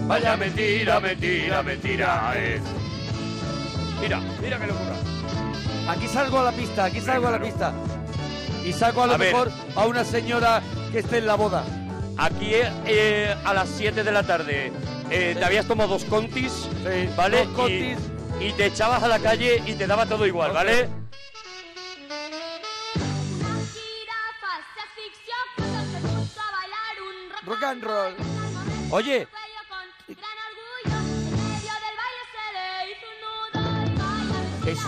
Vaya mentira, mentira, mentira. eh. Mira, mira qué locura.
Aquí salgo a la pista, aquí salgo a la pista. Y saco a lo
A ver.
mejor a una señora que esté en la boda.
Aquí eh, a las 7 de la tarde eh, te habías tomado dos contis, ¿vale?
dos contis.
Y, y te echabas a la calle y te daba todo igual, ¿vale?
Jirafa se asfixió cuando se puso a bailar un rock.
Rock and roll. Oye,
Gran orgullo, en medio del baile se le hizo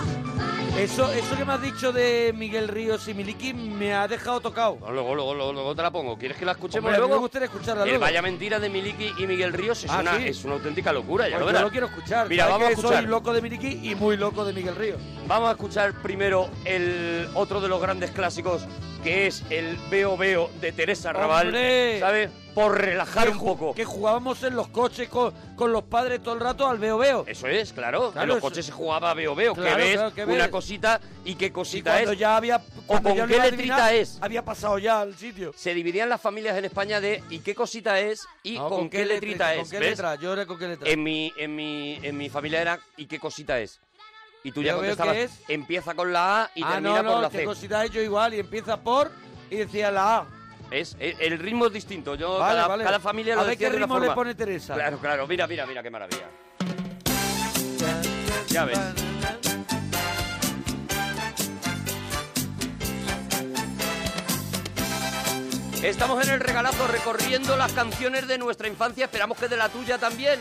un nudo.
eso, eso, eso que me has dicho de Miguel Ríos y Miliki me ha dejado tocado.
No, luego, luego, luego, luego te la pongo. ¿Quieres que la escuchemos
Hombre, a mí
luego?
me gustaría escucharla
El
luego.
Eh, Vaya Mentira de Miliki y Miguel Ríos es,
Ah,
una,
¿sí?
es una auténtica locura, ya
Pues yo
lo verás.
lo quiero escuchar.
Mira,
Sabes
vamos a
que
escuchar.
Soy loco de Miliki y muy loco de Miguel Ríos.
Vamos a escuchar primero el otro de los grandes clásicos, que es el Veo Veo de Teresa Raval.
¡Hombre!
¿Sabes? Por relajar un poco.
Que jugábamos en los coches con, con los padres todo el rato al veo veo.
Eso es, claro. en
Claro,
los
eso-
coches se jugaba Veo Veo,
Claro,
que ves
claro, que
una
ves.
cosita y qué cosita
cuando
es.
ya había- cuando
o con
ya lo
qué
iba a
letrita
adivinar,
es.
Había pasado ya al sitio.
Se dividían las familias en España de y qué cosita es y
No,
con, qué, letrita, es.
¿Con qué
¿ves?
letra? Yo era con qué letra.
En mi, en mi, en mi familia era ¿y qué cosita es? Y tú ya
Veo, veo,
contestabas,
¿qué es?
empieza con la A y
ah,
termina
no, no,
por la
qué
C.
cosita es yo igual. Y empieza por y decía la A.
Es, el- el ritmo es distinto. Yo,
Vale,
cada,
vale.
cada familia lo
A ver
decía
qué
de una
ritmo le
forma.
pone Teresa.
Claro, claro. Mira, mira, mira qué maravilla. Ya ves. Estamos en el regalazo recorriendo las canciones de nuestra infancia. Esperamos que de la tuya también.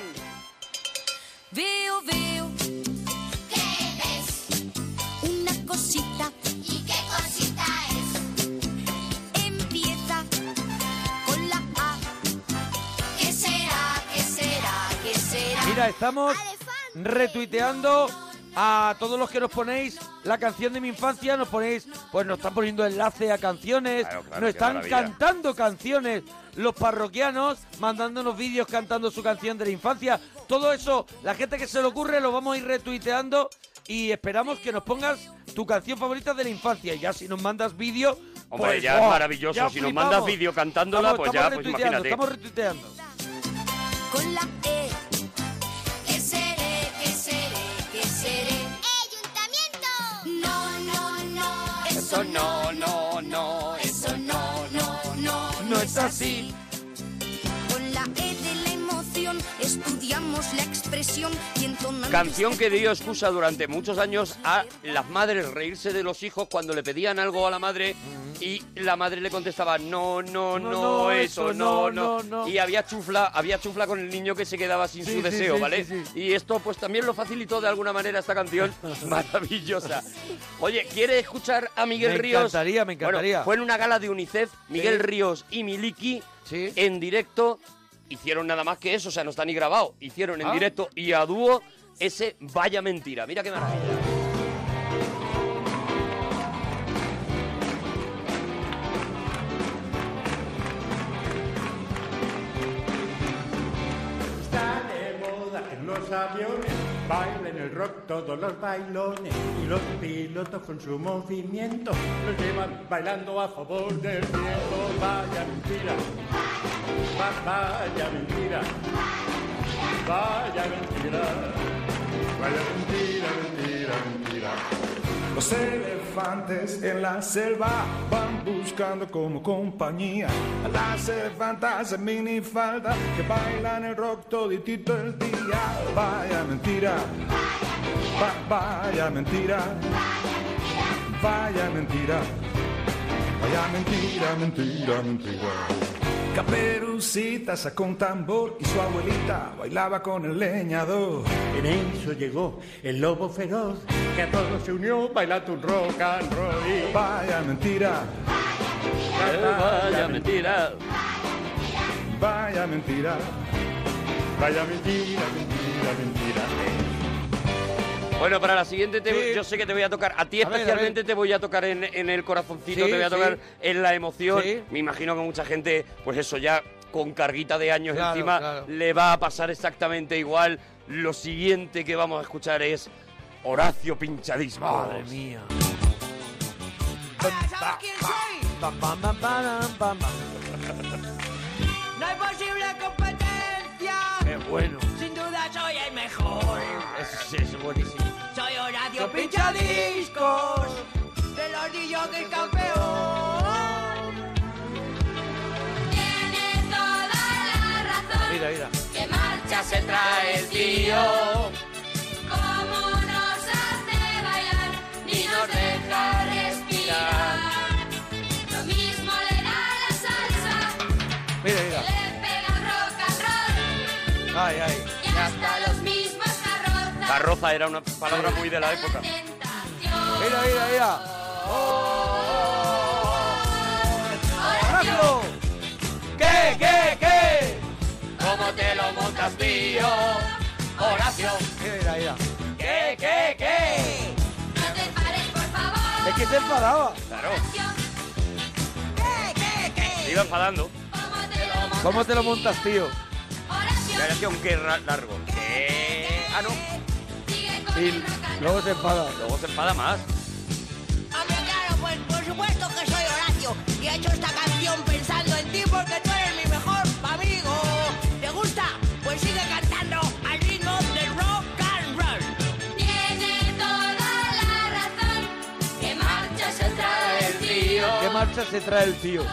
Veo, veo. ¿Qué ves? Una cosita. ¿Y qué cosita es? Empieza con la A. ¿Qué será? ¿Qué será? ¿Qué será?
Mira, estamos retuiteando a todos los que nos ponéis la canción de mi infancia, nos ponéis, pues nos están poniendo enlace a canciones,
claro,
nos
qué
están
maravilla.
cantando canciones los parroquianos, mandándonos vídeos cantando su canción de la infancia. Todo eso, la gente que se le ocurre, lo vamos a ir retuiteando y esperamos que nos pongas tu canción favorita de la infancia. Y ya si nos mandas vídeo.
Hombre,
pues,
ya es
¡oh!
maravilloso.
ya
Si nos
flipamos.
mandas vídeo cantándola,
Estamos-
pues ya,
estamos
pues
retuiteando,
imagínate.
Estamos retuiteando.
con la E. Que seré, que seré, que seré. ¡Ayuntamiento! No, no, no.
Eso no, no, no.
Eso no, no, no.
No es así.
Con la E de la emoción estudiamos la expresión y entonando.
Canción que dio excusa durante muchos años a las madres reírse de los hijos cuando le pedían algo a la madre y la madre le contestaba no, no, no,
no,
eso,
eso,
no, no,
no, no, no".
Y había chufla, había chufla con el niño que se quedaba sin
Sí,
su
sí,
deseo,
sí,
¿vale?
sí,
Y esto pues también lo facilitó de alguna manera esta canción maravillosa. Oye, ¿quiere escuchar a Miguel
Me
Ríos?
encantaría, me encantaría.
Bueno, fue en una gala de UNICEF, Miguel
Sí.
Ríos y Miliki en directo hicieron nada más que eso, o sea, no está ni grabado. Hicieron en
Ah.
directo y a dúo ese Vaya Mentira. Mira qué maravilla.
Están de moda en los aviones, bailan el rock todos los bailones y los pilotos con su movimiento los llevan bailando a favor del viento. Vaya mentira, Va- vaya mentira, vaya mentira, vaya mentira, mentira, mentira.
Los elefantes en la selva van buscando como compañía a las elefantas en minifalda que bailan el rock toditito el día. Vaya mentira, Va- vaya mentira, vaya mentira, vaya mentira, mentira, mentira. Caperucita sacó un tambor y su abuelita bailaba con el leñador.
En eso llegó el lobo feroz que a todos se unió bailando un rock and roll. y-
Vaya mentira.
Vaya mentira.
Vaya mentira.
Vaya mentira, mentira, mentira.
Bueno, para la siguiente te- yo sé que te voy a tocar, a ti
A ver, a
especialmente te voy a tocar en, en el corazoncito,
Sí,
te voy a
sí.
tocar en la emoción.
Sí.
Me imagino que mucha gente, pues eso ya con carguita de años
Claro,
encima,
claro.
le va a pasar exactamente igual. Lo siguiente que vamos a escuchar es Horacio Pinchadismo.
Madre mía. Pam, pam, pam, pam, pam, pam.
No hay posible competencia.
Qué bueno.
Sin duda soy el mejor.
Es, es buenísimo.
Soy Horacio
Yo pincha
Pinchadiscos. De los DJs campeón.
Tiene toda la razón.
Mira, mira.
Que marcha se trae el tío. Como nos hace bailar ni nos deja respirar. Lo mismo le da la salsa,
Mira,
que
mira.
le pega el rock and roll
Ay, ay.
y hasta los mismos carrozas.
Carroza era una palabra muy de la época.
Mira, mira, mira. ¡Horacio!
¿Qué, qué, qué? ¿Cómo te lo montas, tío? Horacio.
Mira, mira.
¿Qué, qué, qué?
Es que se enfadaba.
Claro. Se iba enfadando.
¿Cómo te lo montas, tío?
Horacio, un qué ra- largo. ¿Qué? Ah, no.
Y luego se enfada.
Luego se enfada más.
Hombre, claro, pues por supuesto que soy Horacio. Y he hecho esta canción pensando en ti porque tú eres mi mejor amigo. ¿Te gusta? Pues sigue cantando al ritmo del rock and roll.
Tiene toda la razón, que marcha se trae el tío.
¿Qué marcha se trae el tío?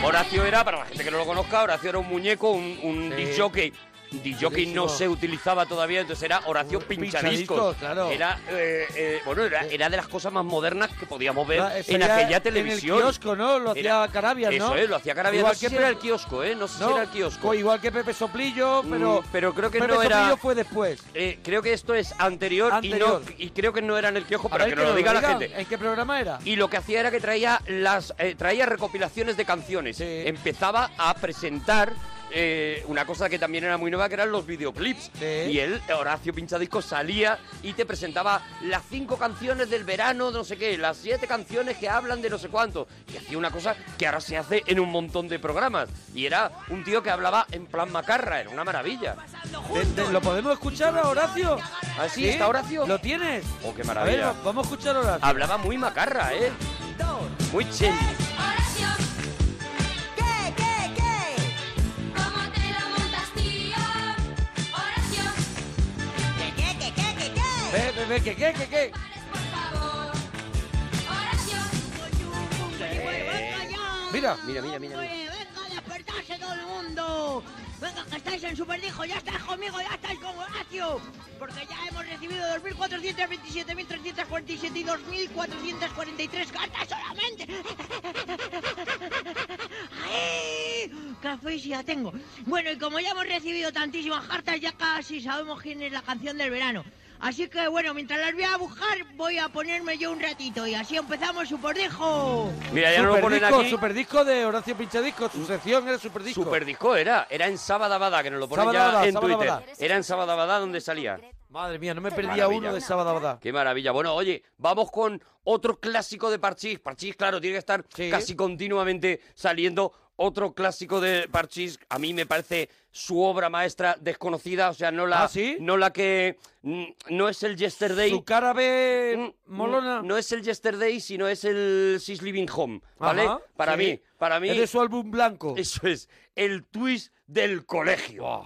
Horacio era, para la gente que no lo conozca, Horacio era un muñeco, un, un
Sí.
disjockey. Disjockey no
Buenísimo.
se utilizaba todavía, entonces era Horacio Pinchadiscos.
pinchadiscos, claro.
Era, eh, eh, bueno, era, era de las cosas más modernas que podíamos ver
Ah,
en
sería
aquella televisión.
En el kiosco, ¿no? Lo hacía
Era-
Carabias, ¿no?
Eso es, lo hacía Carabias.
Igual
no
que pues
sé si era el kiosco, ¿eh? No sé si era el kiosco.
Igual que Pepe Soplillo, pero.
Mm, pero creo que
Pepe
no era-
Soplillo fue después.
Eh, creo que esto es anterior,
Anterior.
Y, no, y creo que no era en el kiosco,
A
pero
ver
que nos lo diga la
digan,
gente.
¿En qué programa era?
Y lo que hacía era que traía las eh, traía recopilaciones de canciones. Empezaba a presentar eh, una cosa que también era muy nueva, que eran los videoclips. Y él, Horacio Pinchadisco, salía y te presentaba las cinco canciones del verano, no sé qué, las siete canciones que hablan de no sé cuánto. Y hacía una cosa que ahora se hace en un montón de programas. Y era un tío que hablaba en plan macarra, era una maravilla.
¿Lo podemos escuchar a Horacio?
Así ¿Ah, está Horacio.
¿Lo tienes?
Oh, qué maravilla.
A ver, vamos a escuchar a Horacio.
Hablaba muy macarra, ¿eh? Muy chill.
¿Qué, qué, qué? ¿Cómo te lo montas, tío? Horacio. ¿Qué, qué, qué, qué, qué, qué?
Ve, ve, ve, que, que, que, que.
Horacio.
Mira,
mira, mira, mira.
Venga a despertarse todo el mundo. Venga, que estáis en Superdijo, ya estáis conmigo, ya estáis con Horacio. Porque ya hemos recibido 2.427.347 y 2.443 cartas solamente. ¡Ay! ¡Qué asfixia tengo! Bueno, y como ya hemos recibido tantísimas cartas, ya casi sabemos quién es la canción del verano. Así que bueno, mientras las voy a buscar, voy a ponerme yo un ratito y así empezamos Superdijo.
Mira, ya no lo ponen
Superdisco,
aquí.
Superdisco de Horacio Pinchadisco. Su sección era Superdisco.
Superdisco era, era en Sabadabada, que nos lo ponen
Sabadabada,
ya en
Sabadabada.
Twitter. Era en Sabadabada donde salía.
Madre mía, no me perdía
Maravilla.
uno de Sabadabada.
Qué maravilla. Bueno, oye, vamos con otro clásico de Parchís. Parchís, claro, tiene que estar casi continuamente saliendo. Otro clásico de Parchís, a mí me parece su obra maestra desconocida, o sea, no la, no la que mm, no es el Yesterday.
¿Ah, Su cara ve molona.
No es el Yesterday, sino es el She's Living Home, ¿vale?
Ajá,
para
sí.
mí, para mí
Es de su álbum blanco.
Eso es el twist del colegio.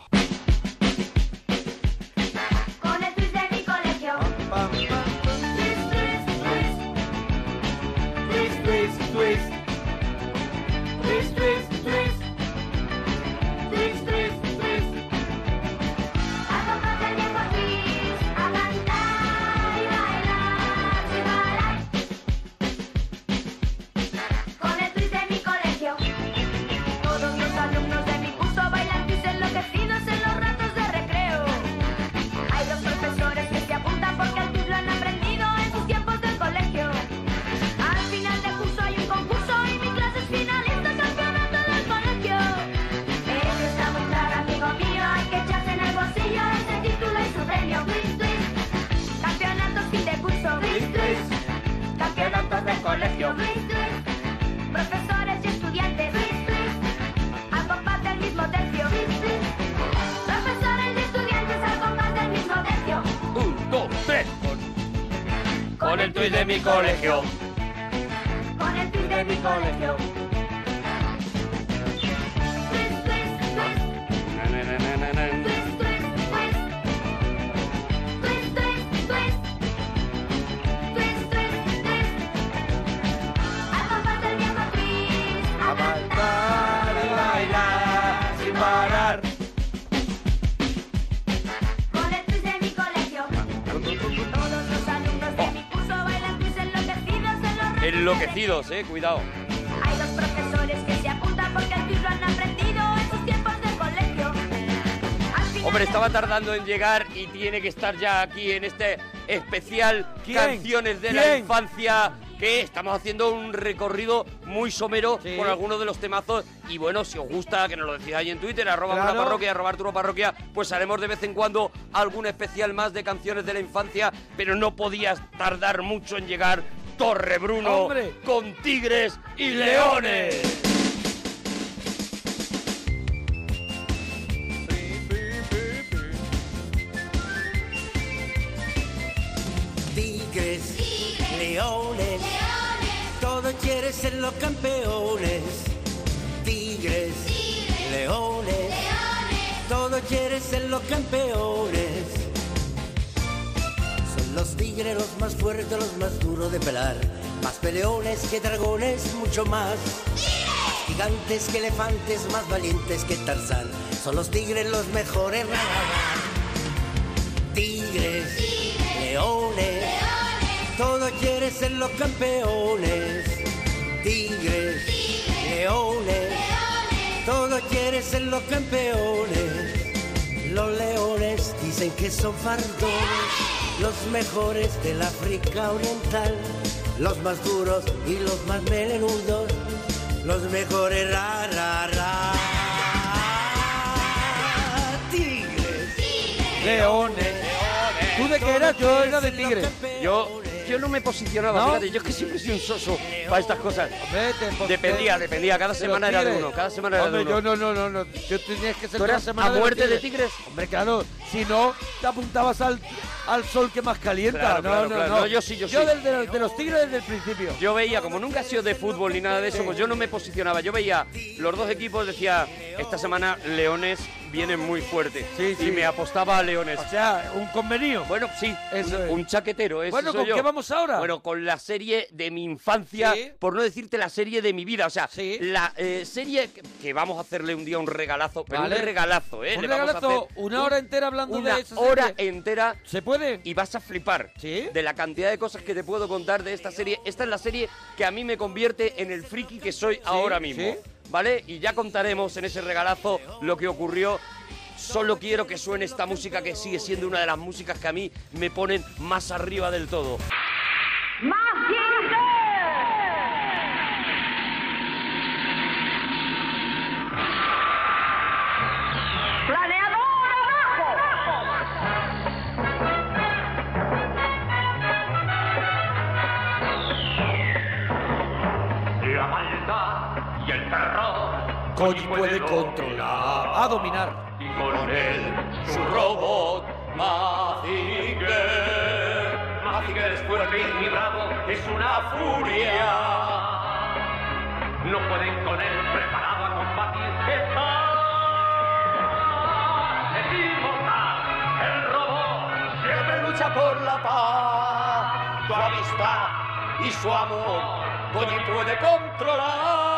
Con el twist de mi colegio. Twist, twist, twist. Twist, twist, twist. Twist, twist, twist. Twist, twist, twist. Hago pasar el tiempo twist, a cantar y bailar y bailar. Con el twist de mi colegio. Todos los alumnos de mi curso bailan twist enloquecidos en los ratos de recreo. Hay dos profesores que se apuntan porque el twist lo han aprendido en sus tiempos del colegio. Al final del curso hay un concurso y mi clase es finalista campeonato del colegio. Eso está muy claro, amigo mío, hay que echarse en el bolsillo ese título y su premio. Twist, twist. Campeonato fin de curso. Twist, twist. Campeonato del colegio. Twist, twist. Profesores y estudiantes. Twist, twist. Al compás del mismo tercio. Twist, twist. Profesores y estudiantes al compás del mismo tercio.
Un, dos, tres. Con el tuit de mi colegio.
Con el twist de mi colegio. Twist, twist, twist, twist, twist, twist. Twist, twist, twist. Al compás del mismo twist. A cantar y bailar sin parar. Con el twist de mi colegio. Todos los alumnos de mi curso bailan twist enloquecidos en los
Enloquecidos, eh, cuidado.
hay dos profesores que se apuntan porque el twist lo han aprendido en sus tiempos del colegio.
Hombre, estaba tardando en llegar y tiene que estar ya aquí en este especial Canciones de la
¿Quién?
Infancia. Que estamos haciendo un recorrido muy somero por algunos de los temazos. Y bueno, si os gusta, que nos lo decís ahí en Twitter, arroba
Claro.
una parroquia, arroba Arturo Parroquia, pues haremos de vez en cuando algún especial más de canciones de la infancia. Pero no podías tardar mucho en llegar Torre Bruno
¡Hombre!
con Tigres y Leones.
Tigres, leones, todos quieren ser los campeones. Tigres, leones, todos quieren ser los campeones. Son los tigres los más fuertes, los más duros de pelar. Más peleones que dragones, mucho más. Más gigantes que elefantes, más valientes que Tarzán. Son los tigres los mejores. ra, ra, ra. Tigres, leones, todos quieren ser los campeones. Tigres, leones, todos quieren ser los campeones. Los leones dicen que son fardones, los mejores del África Oriental, los más duros y los más melenudos, los mejores ra ra ra.
leones. ¿Tú de qué eras? Yo era de tigre.
Yo, yo no me posicionaba,
¿No?
fíjate, yo es que siempre soy un soso para estas cosas.
pon-
Dependía,
te-
dependía, cada
de
semana
los
era de
tigres.
uno, cada semana era de
Hombre,
uno.
Yo no, no, no, no. Yo tenías que ser
¿Tú
cada
eras
semana
a
los
muerte de tigres?
Hombre, claro, si no, te apuntabas al, al sol que más calienta.
Claro,
no,
claro,
no,
claro.
no.
No, yo sí, yo sí.
del- de, los- de los tigres desde el principio.
Yo veía, como nunca he sido de fútbol ni nada de eso, pues yo no me posicionaba. Yo veía los dos equipos, decía, esta semana Leones vienen muy fuerte.
sí.
Y me apostaba a Leones. O
sea, un convenido.
Bueno, sí, un, un chaquetero. ese
Bueno,
soy
¿con
yo.
qué vamos ahora?
Bueno, con la serie de mi infancia,
Sí.
por no decirte la serie de mi vida. O sea, la eh, serie que- que vamos a hacerle un día un regalazo, pero
Vale.
un regalazo, ¿eh?
Un
Le vamos a
regalazo,
hacer
una
un-
hora entera hablando
una
de esa
hora
serie.
entera.
¿Se puede?
Y vas a flipar de la cantidad de cosas que te puedo contar de esta serie. Esta es la serie que a mí me convierte en el friki que soy ahora mismo.
sí.
¿Vale? Y ya contaremos en ese regalazo lo que ocurrió. Solo quiero que suene esta música que sigue siendo una de las músicas que a mí me ponen más arriba del todo.
¡Planeador abajo!
La maldad y el terror. Koji puede controlar. A dominar.
Y con él su robot Mazinger. Mazinger es fuerte y bravo, es una furia. No pueden con él, preparado a combatir. Está es inmortal, el robot siempre lucha por la paz. Su amistad y su amor, Koji puede controlar.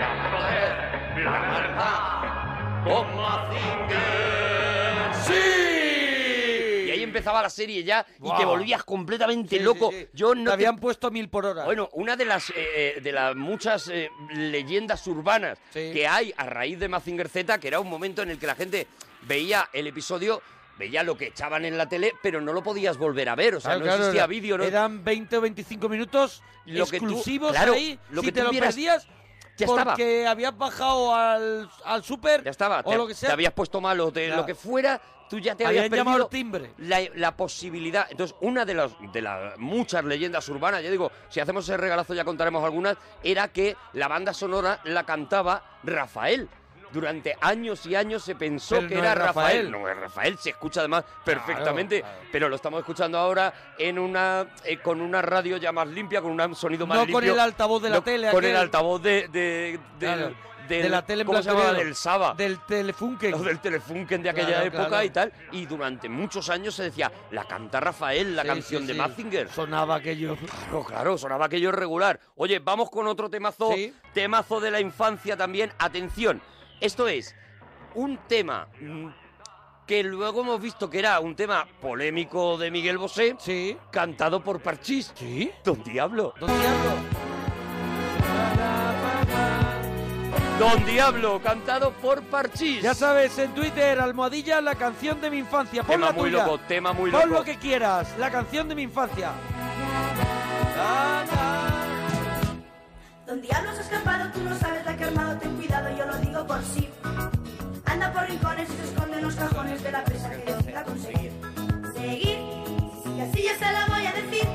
El poder, la verdad, con Mazinger.
¡Sí! Y ahí empezaba la serie ya y
Guau.
te volvías completamente loco. Yo no
Te habían
puesto a mil por hora. Bueno, una de las eh, eh, de las muchas eh, leyendas urbanas que hay a raíz de Mazinger Z, que era un momento en el que la gente veía el episodio, veía lo que echaban en la tele, pero no lo podías volver a ver. O sea,
Claro,
no
claro,
existía
era-
vídeo, ¿no?
Eran 20 o 25 minutos
Lo que tú-
exclusivos
claro,
ahí.
lo
si
que
te
tú
lo
vieras,
perdías,
ya estaba.
porque habías bajado al, al súper
Ya estaba,
o
te,
lo que sea.
te habías puesto malo, de
Ya.
lo que fuera, tú ya te
Habían
habías perdido
llamado al timbre.
La, la posibilidad. Entonces, una de las de las muchas leyendas urbanas, yo digo, si hacemos ese regalazo ya contaremos algunas, era que la banda sonora la cantaba Rafael. Durante años y años se pensó
Pero
que
no
era
es
Rafael.
Rafael.
No es Rafael, se escucha además perfectamente, pero lo estamos escuchando ahora en una eh, con una radio ya más limpia, con un sonido más
No
limpio.
con el altavoz de la tele
Con
aquel.
el altavoz de, de- del-
Claro,
del-
de la tele en
¿cómo se
blanco y
llamaba?
negro.
Del Saba.
Del Telefunken.
O del Telefunken de aquella
Claro,
época
claro.
y tal. Y durante muchos años se decía, la canta Rafael, la
Sí,
canción
sí,
de
sí.
Mazinger.
Sonaba aquello.
Claro, claro, sonaba aquello regular. Oye, vamos con otro temazo, temazo de la infancia también. Atención, esto es un tema mm, que luego hemos visto que era un tema polémico de Miguel Bosé, cantado por Parchís. ¿Sí? Don Diablo. Don Diablo. Don Diablo, cantado por Parchís.
Ya sabes, en Twitter, almohadilla, la canción de mi infancia. Pon
Tema
la
muy
tuya.
loco, tema muy
Pon
loco.
lo que quieras, la canción de mi infancia. Ah.
Don Diablo se ha escapado, tú no sabes la que ha armado, ten cuidado, yo lo digo por sí. Anda por rincones y se esconde en los cajones de la presa que decida conseguir. Seguir, y así yo se la voy a decir.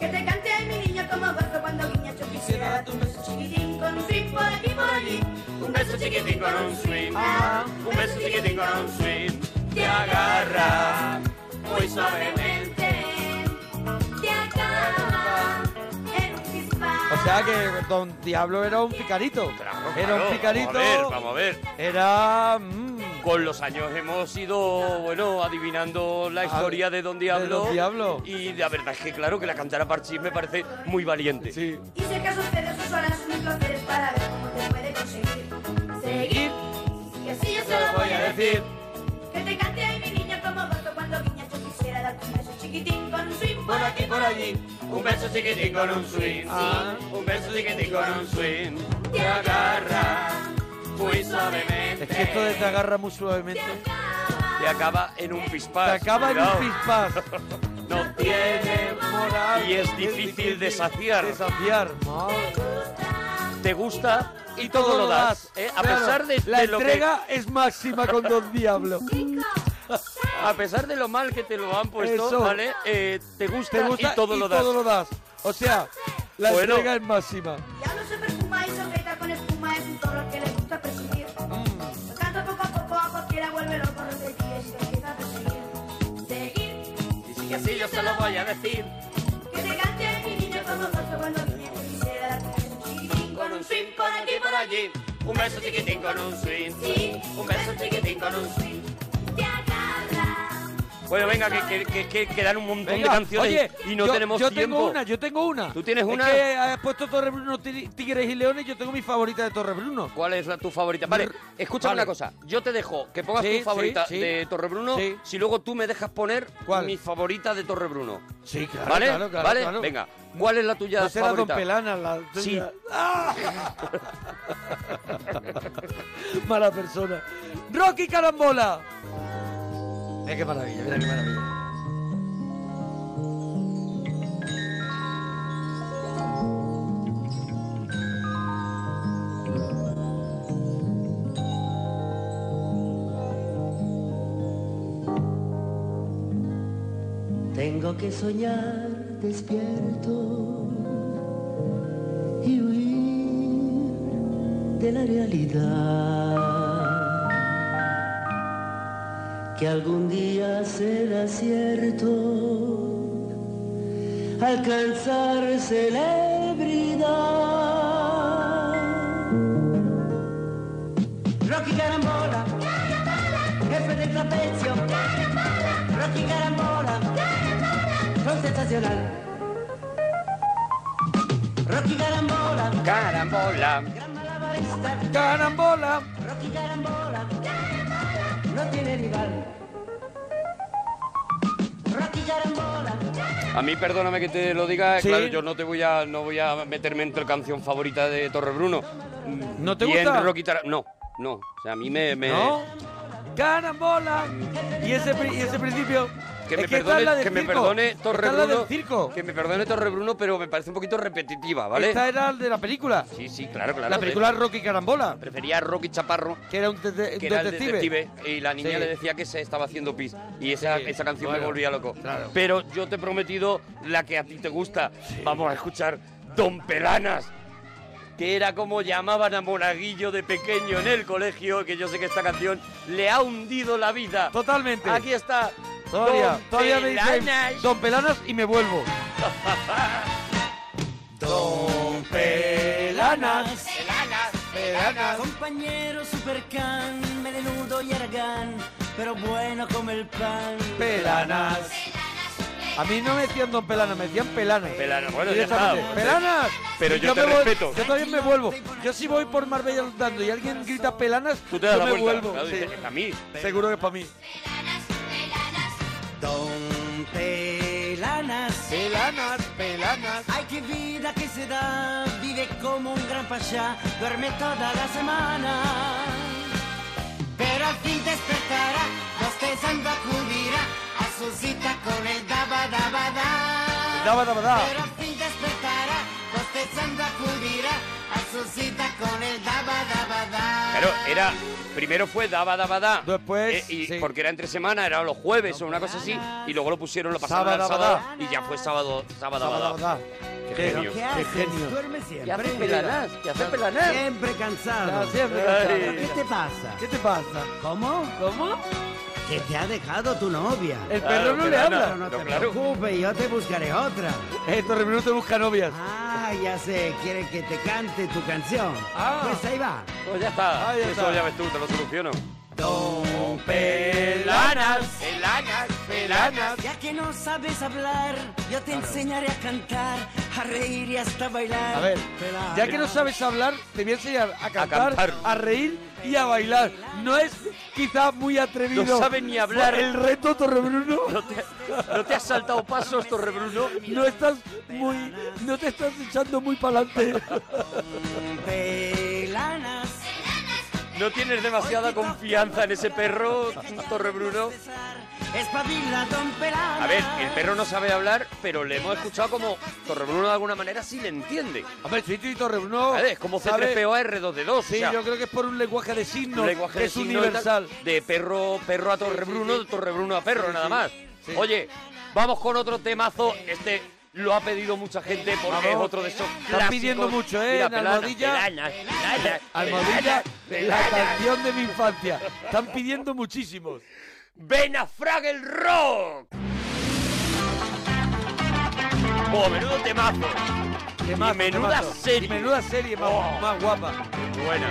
Que te cante ay mi niño como gozo cuando guiña yo quisiera darte un beso chiquitín con un swing por aquí por allí. Un beso chiquitín con un swing, ah, un beso chiquitín con un swing. Te agarra muy suavemente, te acaba en un disparo.
O sea que Don Diablo era un picarito. era un
Claro,
picarito.
Vamos a ver, vamos a ver.
Era. mm.
Con los años hemos ido, bueno, adivinando la historia de Don Diablo.
Ah, Don Diablo.
Y la verdad es que, claro, que la cantara Parchís me parece muy valiente. Sí.
Y si acaso ustedes usarán sus microceres para ver cómo te puede conseguir. Seguir, y así yo se lo voy a decir. Que te cante ay mi niña como gozo cuando guiñas yo quisiera darte un beso chiquitín con un swing por aquí por allí.
Un beso chiquitín con un swing.
Ah.
un beso chiquitín con un swing. Te agarra muy suavemente.
Es que esto de te agarra muy suavemente.
Te acaba en un pispás.
Te acaba en un
cuidado.
pispás.
No tiene moral. Y es difícil de saciar.
Desafiar.
Te gusta y todo lo das. ¿eh? A
Claro,
pesar de,
la
de lo que-
entrega es máxima con Don Diablo.
a pesar de lo mal que te lo han puesto,
Eso.
¿vale? Eh, te, gusta
Te gusta
y todo lo das.
O sea, la
Bueno.
entrega es máxima.
Ya no se perfuma y sujeta con espuma es un toro que le gusta presumir. Lo canta poco a poco a cualquiera vuelve loco repetir y se empieza a perseguir. Seguir,
Y si así yo se lo voy a decir.
que te cante mi niño como gozo cuando viene tu visera.
Con un swing por aquí por allí. Un beso chiquitín con un swing. Un beso chiquitín con un swing. Bueno, venga, que, que, que- que quedan un montón
Venga,
de canciones
oye,
y no
yo-
tenemos
yo
tiempo.
tengo una, yo tengo una.
¿Tú tienes una?
Es que has puesto Torre Bruno, Tig- Tigres y Leones, yo tengo mi favorita de Torre Bruno.
¿Cuál es la, tu favorita? Vale, escúchame
Vale.
una cosa. Yo te dejo que pongas
Sí,
tu favorita
sí, sí.
de Torrebruno
Sí.
si luego tú me dejas poner mi favorita de Torrebruno.
Sí, claro,
¿Vale?
claro, claro,
¿Vale?
claro.
Venga, ¿cuál es la tuya
No será Pues Don
favorita?
Pelana la tuya.
Sí.
Mala persona. Rocky Carambola.
Eh,
Mira qué maravilla, mira qué maravilla.
Tengo que soñar despierto y huir de la realidad. Que algún día será cierto alcanzar celebridad.
Rocky Carambola, jefe del trapecio, Rocky Carambola, son sensacional. Rocky Carambola,
Carambola,
Carambola,
Rocky Carambola, no tiene rival. Rocky Carambola,
A mí, perdóname que te lo diga,
Sí.
claro, yo no te voy a, no voy a meterme en tu canción favorita de Torrebruno.
¿No te
Bien,
gusta?
Rocky Tara- No, no. O sea, a mí me... me-
¿No? Carambola. Y ese, pri- y ese principio.
Que
Es
me,
esta
perdone,
es la del
que me
circo.
perdone
Esta
Torre
es la del
Bruno.
circo.
Que me perdone Torre Bruno, pero me parece un poquito repetitiva, ¿vale?
Esta era de la película.
Sí, sí, claro, claro.
la
de-
película Rocky Carambola.
Prefería a Rocky Chaparro.
Que era un, dete- un
que era el
detective.
detective y la niña
Sí.
le decía que se estaba haciendo pis y esa, esa canción
bueno,
me volvía loco. Pero yo te he prometido la que a ti te gusta. Vamos a escuchar Don Pelanas, que era como llamaban a Monaguillo de pequeño en el colegio, que yo sé que esta canción le ha hundido la vida.
Totalmente.
Aquí está
Todavía,
Don
todavía me dicen
Pelanas.
Don Pelanas y me vuelvo.
Don
Pelanas.
Pelanas, Pelanas.
Compañero supercan, melenudo y aragán, pero bueno como el pan.
Pelanas. A mí no me decían Don Pelanas, me decían Pelanas.
Pelanas, bueno, ya está.
Directamente. ¡Pelanas!
Pero
Y
yo te
me vuel-
respeto.
Yo también me vuelvo. Yo si voy por Marbella andando y alguien grita Pelanas,
Tú te das
yo
la
me
vuelta.
vuelvo.
Claro,
sí.
dices, "Es pa' mí".
Seguro que es para mí.
Don Pelanas, Pelanas, Pelanas.
Ay, qué vida que se da, vive como un gran pasá, duerme toda la semana.
Pero al fin despertará, bostezando acudirá a su cita con el daba daba da.
Daba, daba, da.
Pero al fin despertará, bostezando acudirá a su cita con el daba daba da.
Claro, era. Primero fue daba, daba, da. Eh,
Después.
y, Porque era entre semana, era los jueves o una cosa así. Y luego lo pusieron, lo pasaron
Sábado,
al
daba,
sábado. Y ya fue sábado, sábado,
Daba,
daba,
daba, da.
Qué
Pero
genio.
¿qué haces? Qué genio.
Duerme siempre.
hace Pelanás? ¿Qué hace Pelanás?
Siempre cansado.
Ya, Ah, siempre cansado. Ay.
¿Qué te pasa?
¿Qué te pasa?
¿Cómo?
¿Cómo?
Que te ha dejado tu novia.
El perro Claro, no le Pelana, habla.
Pero no
pero
te
claro.
preocupes, yo te buscaré otra.
Eh, Torrebruno te busca novias.
Ah, ya sé, quiere que te cante tu canción.
Ah.
Pues ahí va.
Pues ya está.
Ah, ya
Eso
está.
ya ves tú, te lo soluciono.
Don
Pelanas, Pelanas, Pelanas.
Ya que no sabes hablar, yo te enseñaré a cantar, a reír y hasta bailar.
A ver,
Pelanas.
ya que no sabes hablar, te voy a enseñar a cantar, a,
cantar.
reír y a bailar. No es quizá muy atrevido.
No sabe ni hablar.
El reto Torrebruno.
No te, no te has saltado pasos, Torrebruno.
No estás muy. No te estás echando muy para adelante.
Pelanas.
No tienes demasiada confianza en ese perro, Torre Bruno.
Espabila, don Pelada.
A ver, el perro no sabe hablar, pero le hemos escuchado como Torrebruno de alguna manera sí le entiende.
Hombre, sí, sí, Torrebruno.
Es como C3PO a R2D2.
Sí,
o sea,
yo creo que es por un lenguaje de signos.
un lenguaje
que
de
es
signos y
universal.
tal, De perro, perro a Torrebruno, de Torrebruno a perro,
Sí,
nada
sí,
más.
sí.
Oye, vamos con otro temazo. Este lo ha pedido mucha gente porque es
Vamos.
otro de esos
Están
clásicos.
pidiendo mucho, ¿eh?
Mira,
En
pelana,
Almohadilla.
pelana, pelana,
Almohadilla,
pelana,
la
pelana.
canción de mi infancia. Están pidiendo muchísimos.
¡Ven a Frag el Rock! ¡Oh, menudo temazo!
Temazo,
Y menuda
temazo.
serie. Oh.
Y menuda serie más, más guapa.
Buena.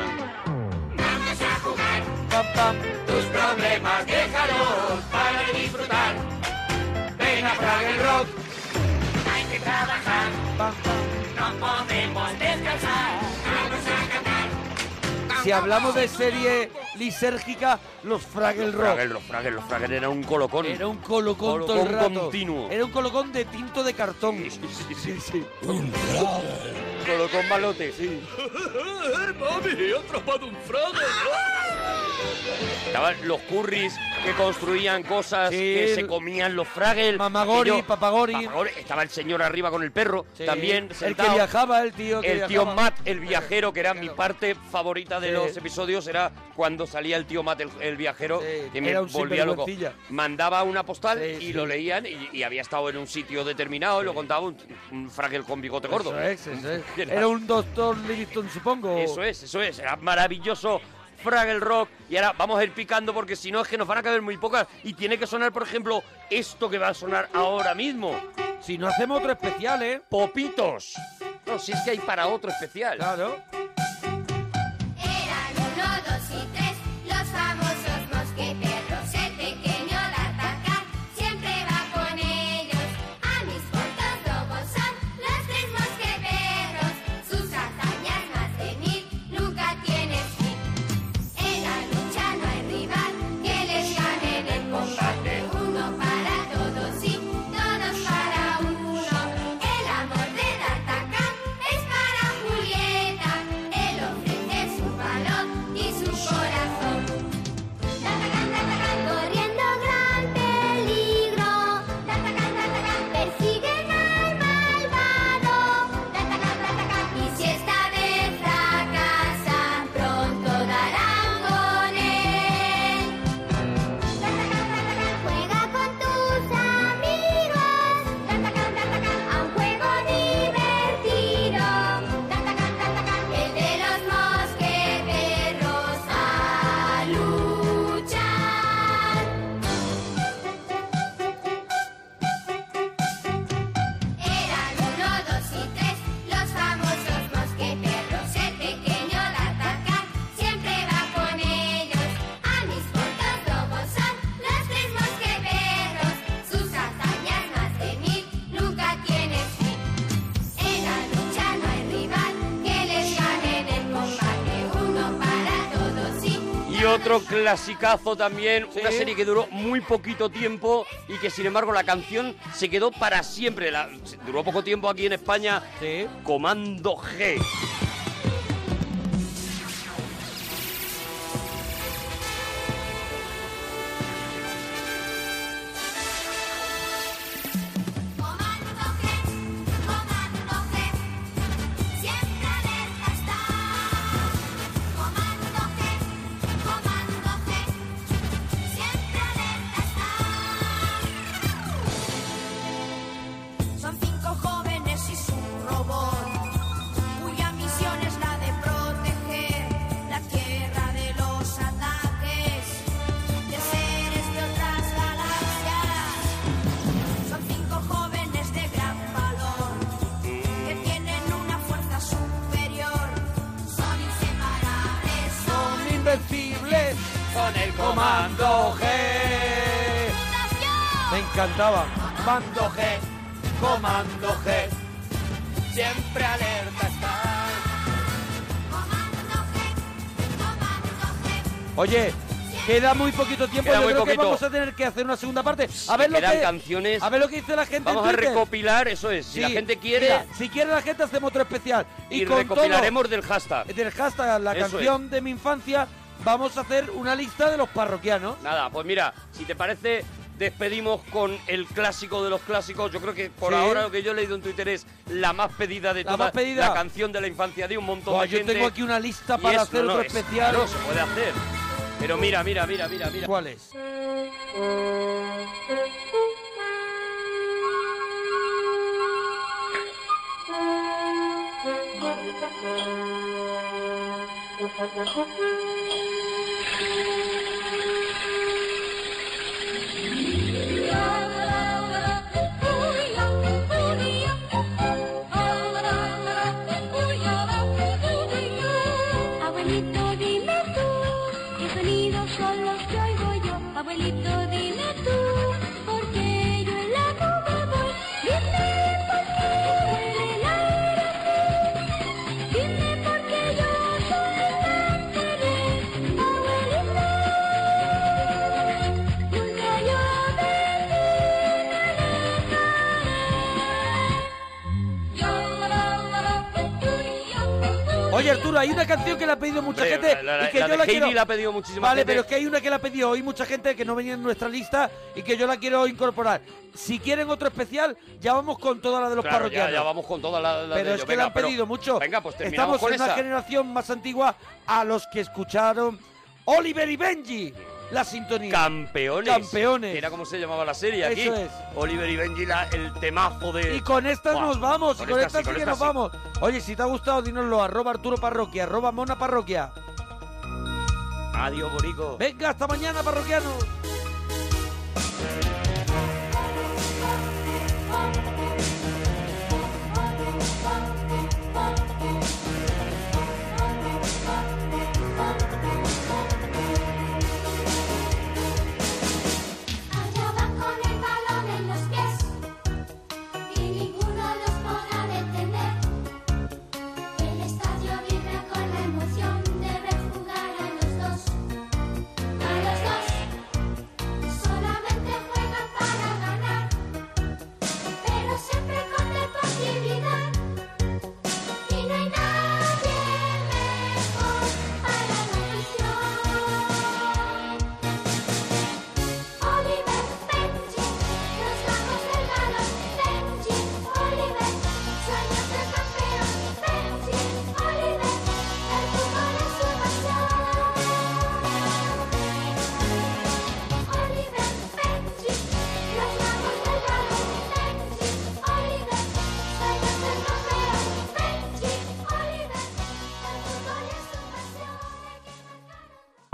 Vamos a jugar. Tus problemas déjalos para disfrutar. Ven a Frag el Rock. Hay que trabajar. No podemos descansar. Vamos a cantar.
Si hablamos de serie lisérgica, los Fraggle Rock.
Fraggle, los Fraggle, los Fraggle era un colocón.
Era un colocón, todo el
Colocón
rato.
continuo.
Era un colocón de tinto de cartón. Sí,
sí,
sí.
colocón malote. Sí.
Mami, he atrapado un Frag el
Estaban los curris que construían cosas
Sí.
que se comían los Fraggle.
Mamagori,
que yo-
papagori.
Papagori. Estaba el señor arriba con el perro.
Sí.
También
El
sentado.
que viajaba, el tío que
el tío
viajaba.
Matt, el viajero, que era mi parte favorita de
Sí.
los episodios, era cuando salía el tío Matt, el, el viajero, que me
era un
volvía loco.
sinvergüencilla.
Mandaba una postal y
Sí, sí.
lo leían y, y había estado en un sitio determinado y lo contaba un, un Fraggle con bigote gordo.
Eso es, eso es. Era un doctor Livingston, supongo.
Eso es, eso es. Era maravilloso Fraggle Rock. Y ahora vamos a ir picando porque si no es que nos van a caber muy pocas. Y tiene que sonar, por ejemplo, esto que va a sonar ahora mismo.
Si no hacemos otro especial, ¿eh?
Popitos. No, si es que hay para otro especial.
Claro.
Eran uno, dos y tres, los famosos mosqueteros. El pequeño de atacar siempre va con ellos. A mis puertos lobos son los tres mosqueteros. Sus hazañas más de mil nunca tienes fin. En la lucha no hay rival que les gane en el combate. Uno para todos y todos para uno. El amor de D'Artagnan es para Julieta. Él ofrece su valor y su corazón. D'Artagnan, D'Artagnan, corriendo gran peligro. D'Artagnan, D'Artagnan, persiguen al malvado. D'Artagnan, D'Artagnan, y si esta vez fracasan, pronto darán con él. Juega con tus amigos. D'Artagnan, D'Artagnan, a un juego divertido. D'Artagnan, D'Artagnan, el de los mosqueteros a luchar. Eran uno, dos y tres, los famosos mosqueteros. El pequeño de atacar siempre va con ellos. A mis puertos lobos son los tres mosqueteros. Sus hazañas más de mil nunca tienes fin. En la lucha no hay rival que les gane en el combate. Uno para todos y
Y otro clasicazo también, una serie que duró muy poquito tiempo y que sin embargo la canción se quedó para siempre. La- duró poco tiempo aquí en España. Comando G.
siempre alerta está. Comando G, comando G, siempre alerta está. Son cinco jóvenes y su robot, cuya misión es la de proteger la tierra de los ataques de seres de otras galaxias. Son cinco jóvenes de gran valor que tienen una fuerza superior. Son inseparables, son
Son invencibles
con el
Comando G. Me encantaba. Comando G, Comando G.
Siempre alerta estar.
Oye, queda muy poquito tiempo.
Queda
Yo
muy
creo
poquito.
que vamos a tener que hacer una segunda parte. A ver lo
quedan
que
canciones.
A ver lo que dice la gente. en
Vamos a
Twitter.
recopilar, eso es. Si la
Sí,
gente quiere
mira, si quiere la gente hacemos otro especial.
y,
con todo-
recopilaremos del hashtag.
del hashtag la
Eso
canción de mi infancia vamos a hacer una lista de los parroquianos.
Nada, pues mira, si te parece, despedimos con el clásico de los clásicos. Yo creo que por
Sí.
ahora lo que yo he leído en Twitter es la más pedida de
La
todas,
más pedida.
la canción de la infancia de un montón
Buah,
de
yo
gente.
tengo aquí una lista
Y
para
es-
hacer
no, no,
otro
es-
especial.
claro, se puede hacer. Pero mira, mira, mira, mira, mira.
¿Cuál es?
Abuelito, dime tú, qué sonidos son los que oigo yo. Abuelito, dime tú, porque yo en la cama voy. Dime por qué huele el aire así. Dime por qué yo soy tan feliz. Abuelito, nunca yo
Oye, Arturo, hay una canción que la ha pedido mucha
Hombre,
gente
la- la-
y que
la
yo
de
la
Heidi
quiero.
la ha pedido muchísima
Vale,
gente.
pero es que hay una que la ha pedido hoy mucha gente que no venía en nuestra lista y que yo la quiero incorporar. Si quieren otro especial, ya vamos con toda la de los
Claro, ya,
parroquianos.
ya vamos con toda la, la
pero es
de ello.
que
Venga,
la han
pero-
pedido mucho.
Venga, pues terminamos
Estamos
con
en una
esa.
generación más antigua a los que escucharon Oliver y Benji, la sintonía.
Campeones.
Campeones.
Era como se llamaba la serie aquí.
Eso es.
Oliver y Benji, la- el temazo de...
Y con estas
Buah,
nos vamos, y con estas
esta
sí
con
que
esta
nos vamos. Oye, si te ha gustado, dínoslo, arroba Arturo Parroquia, arroba Mona Parroquia.
Adiós, Borico. Oh.
Venga, hasta mañana, parroquianos.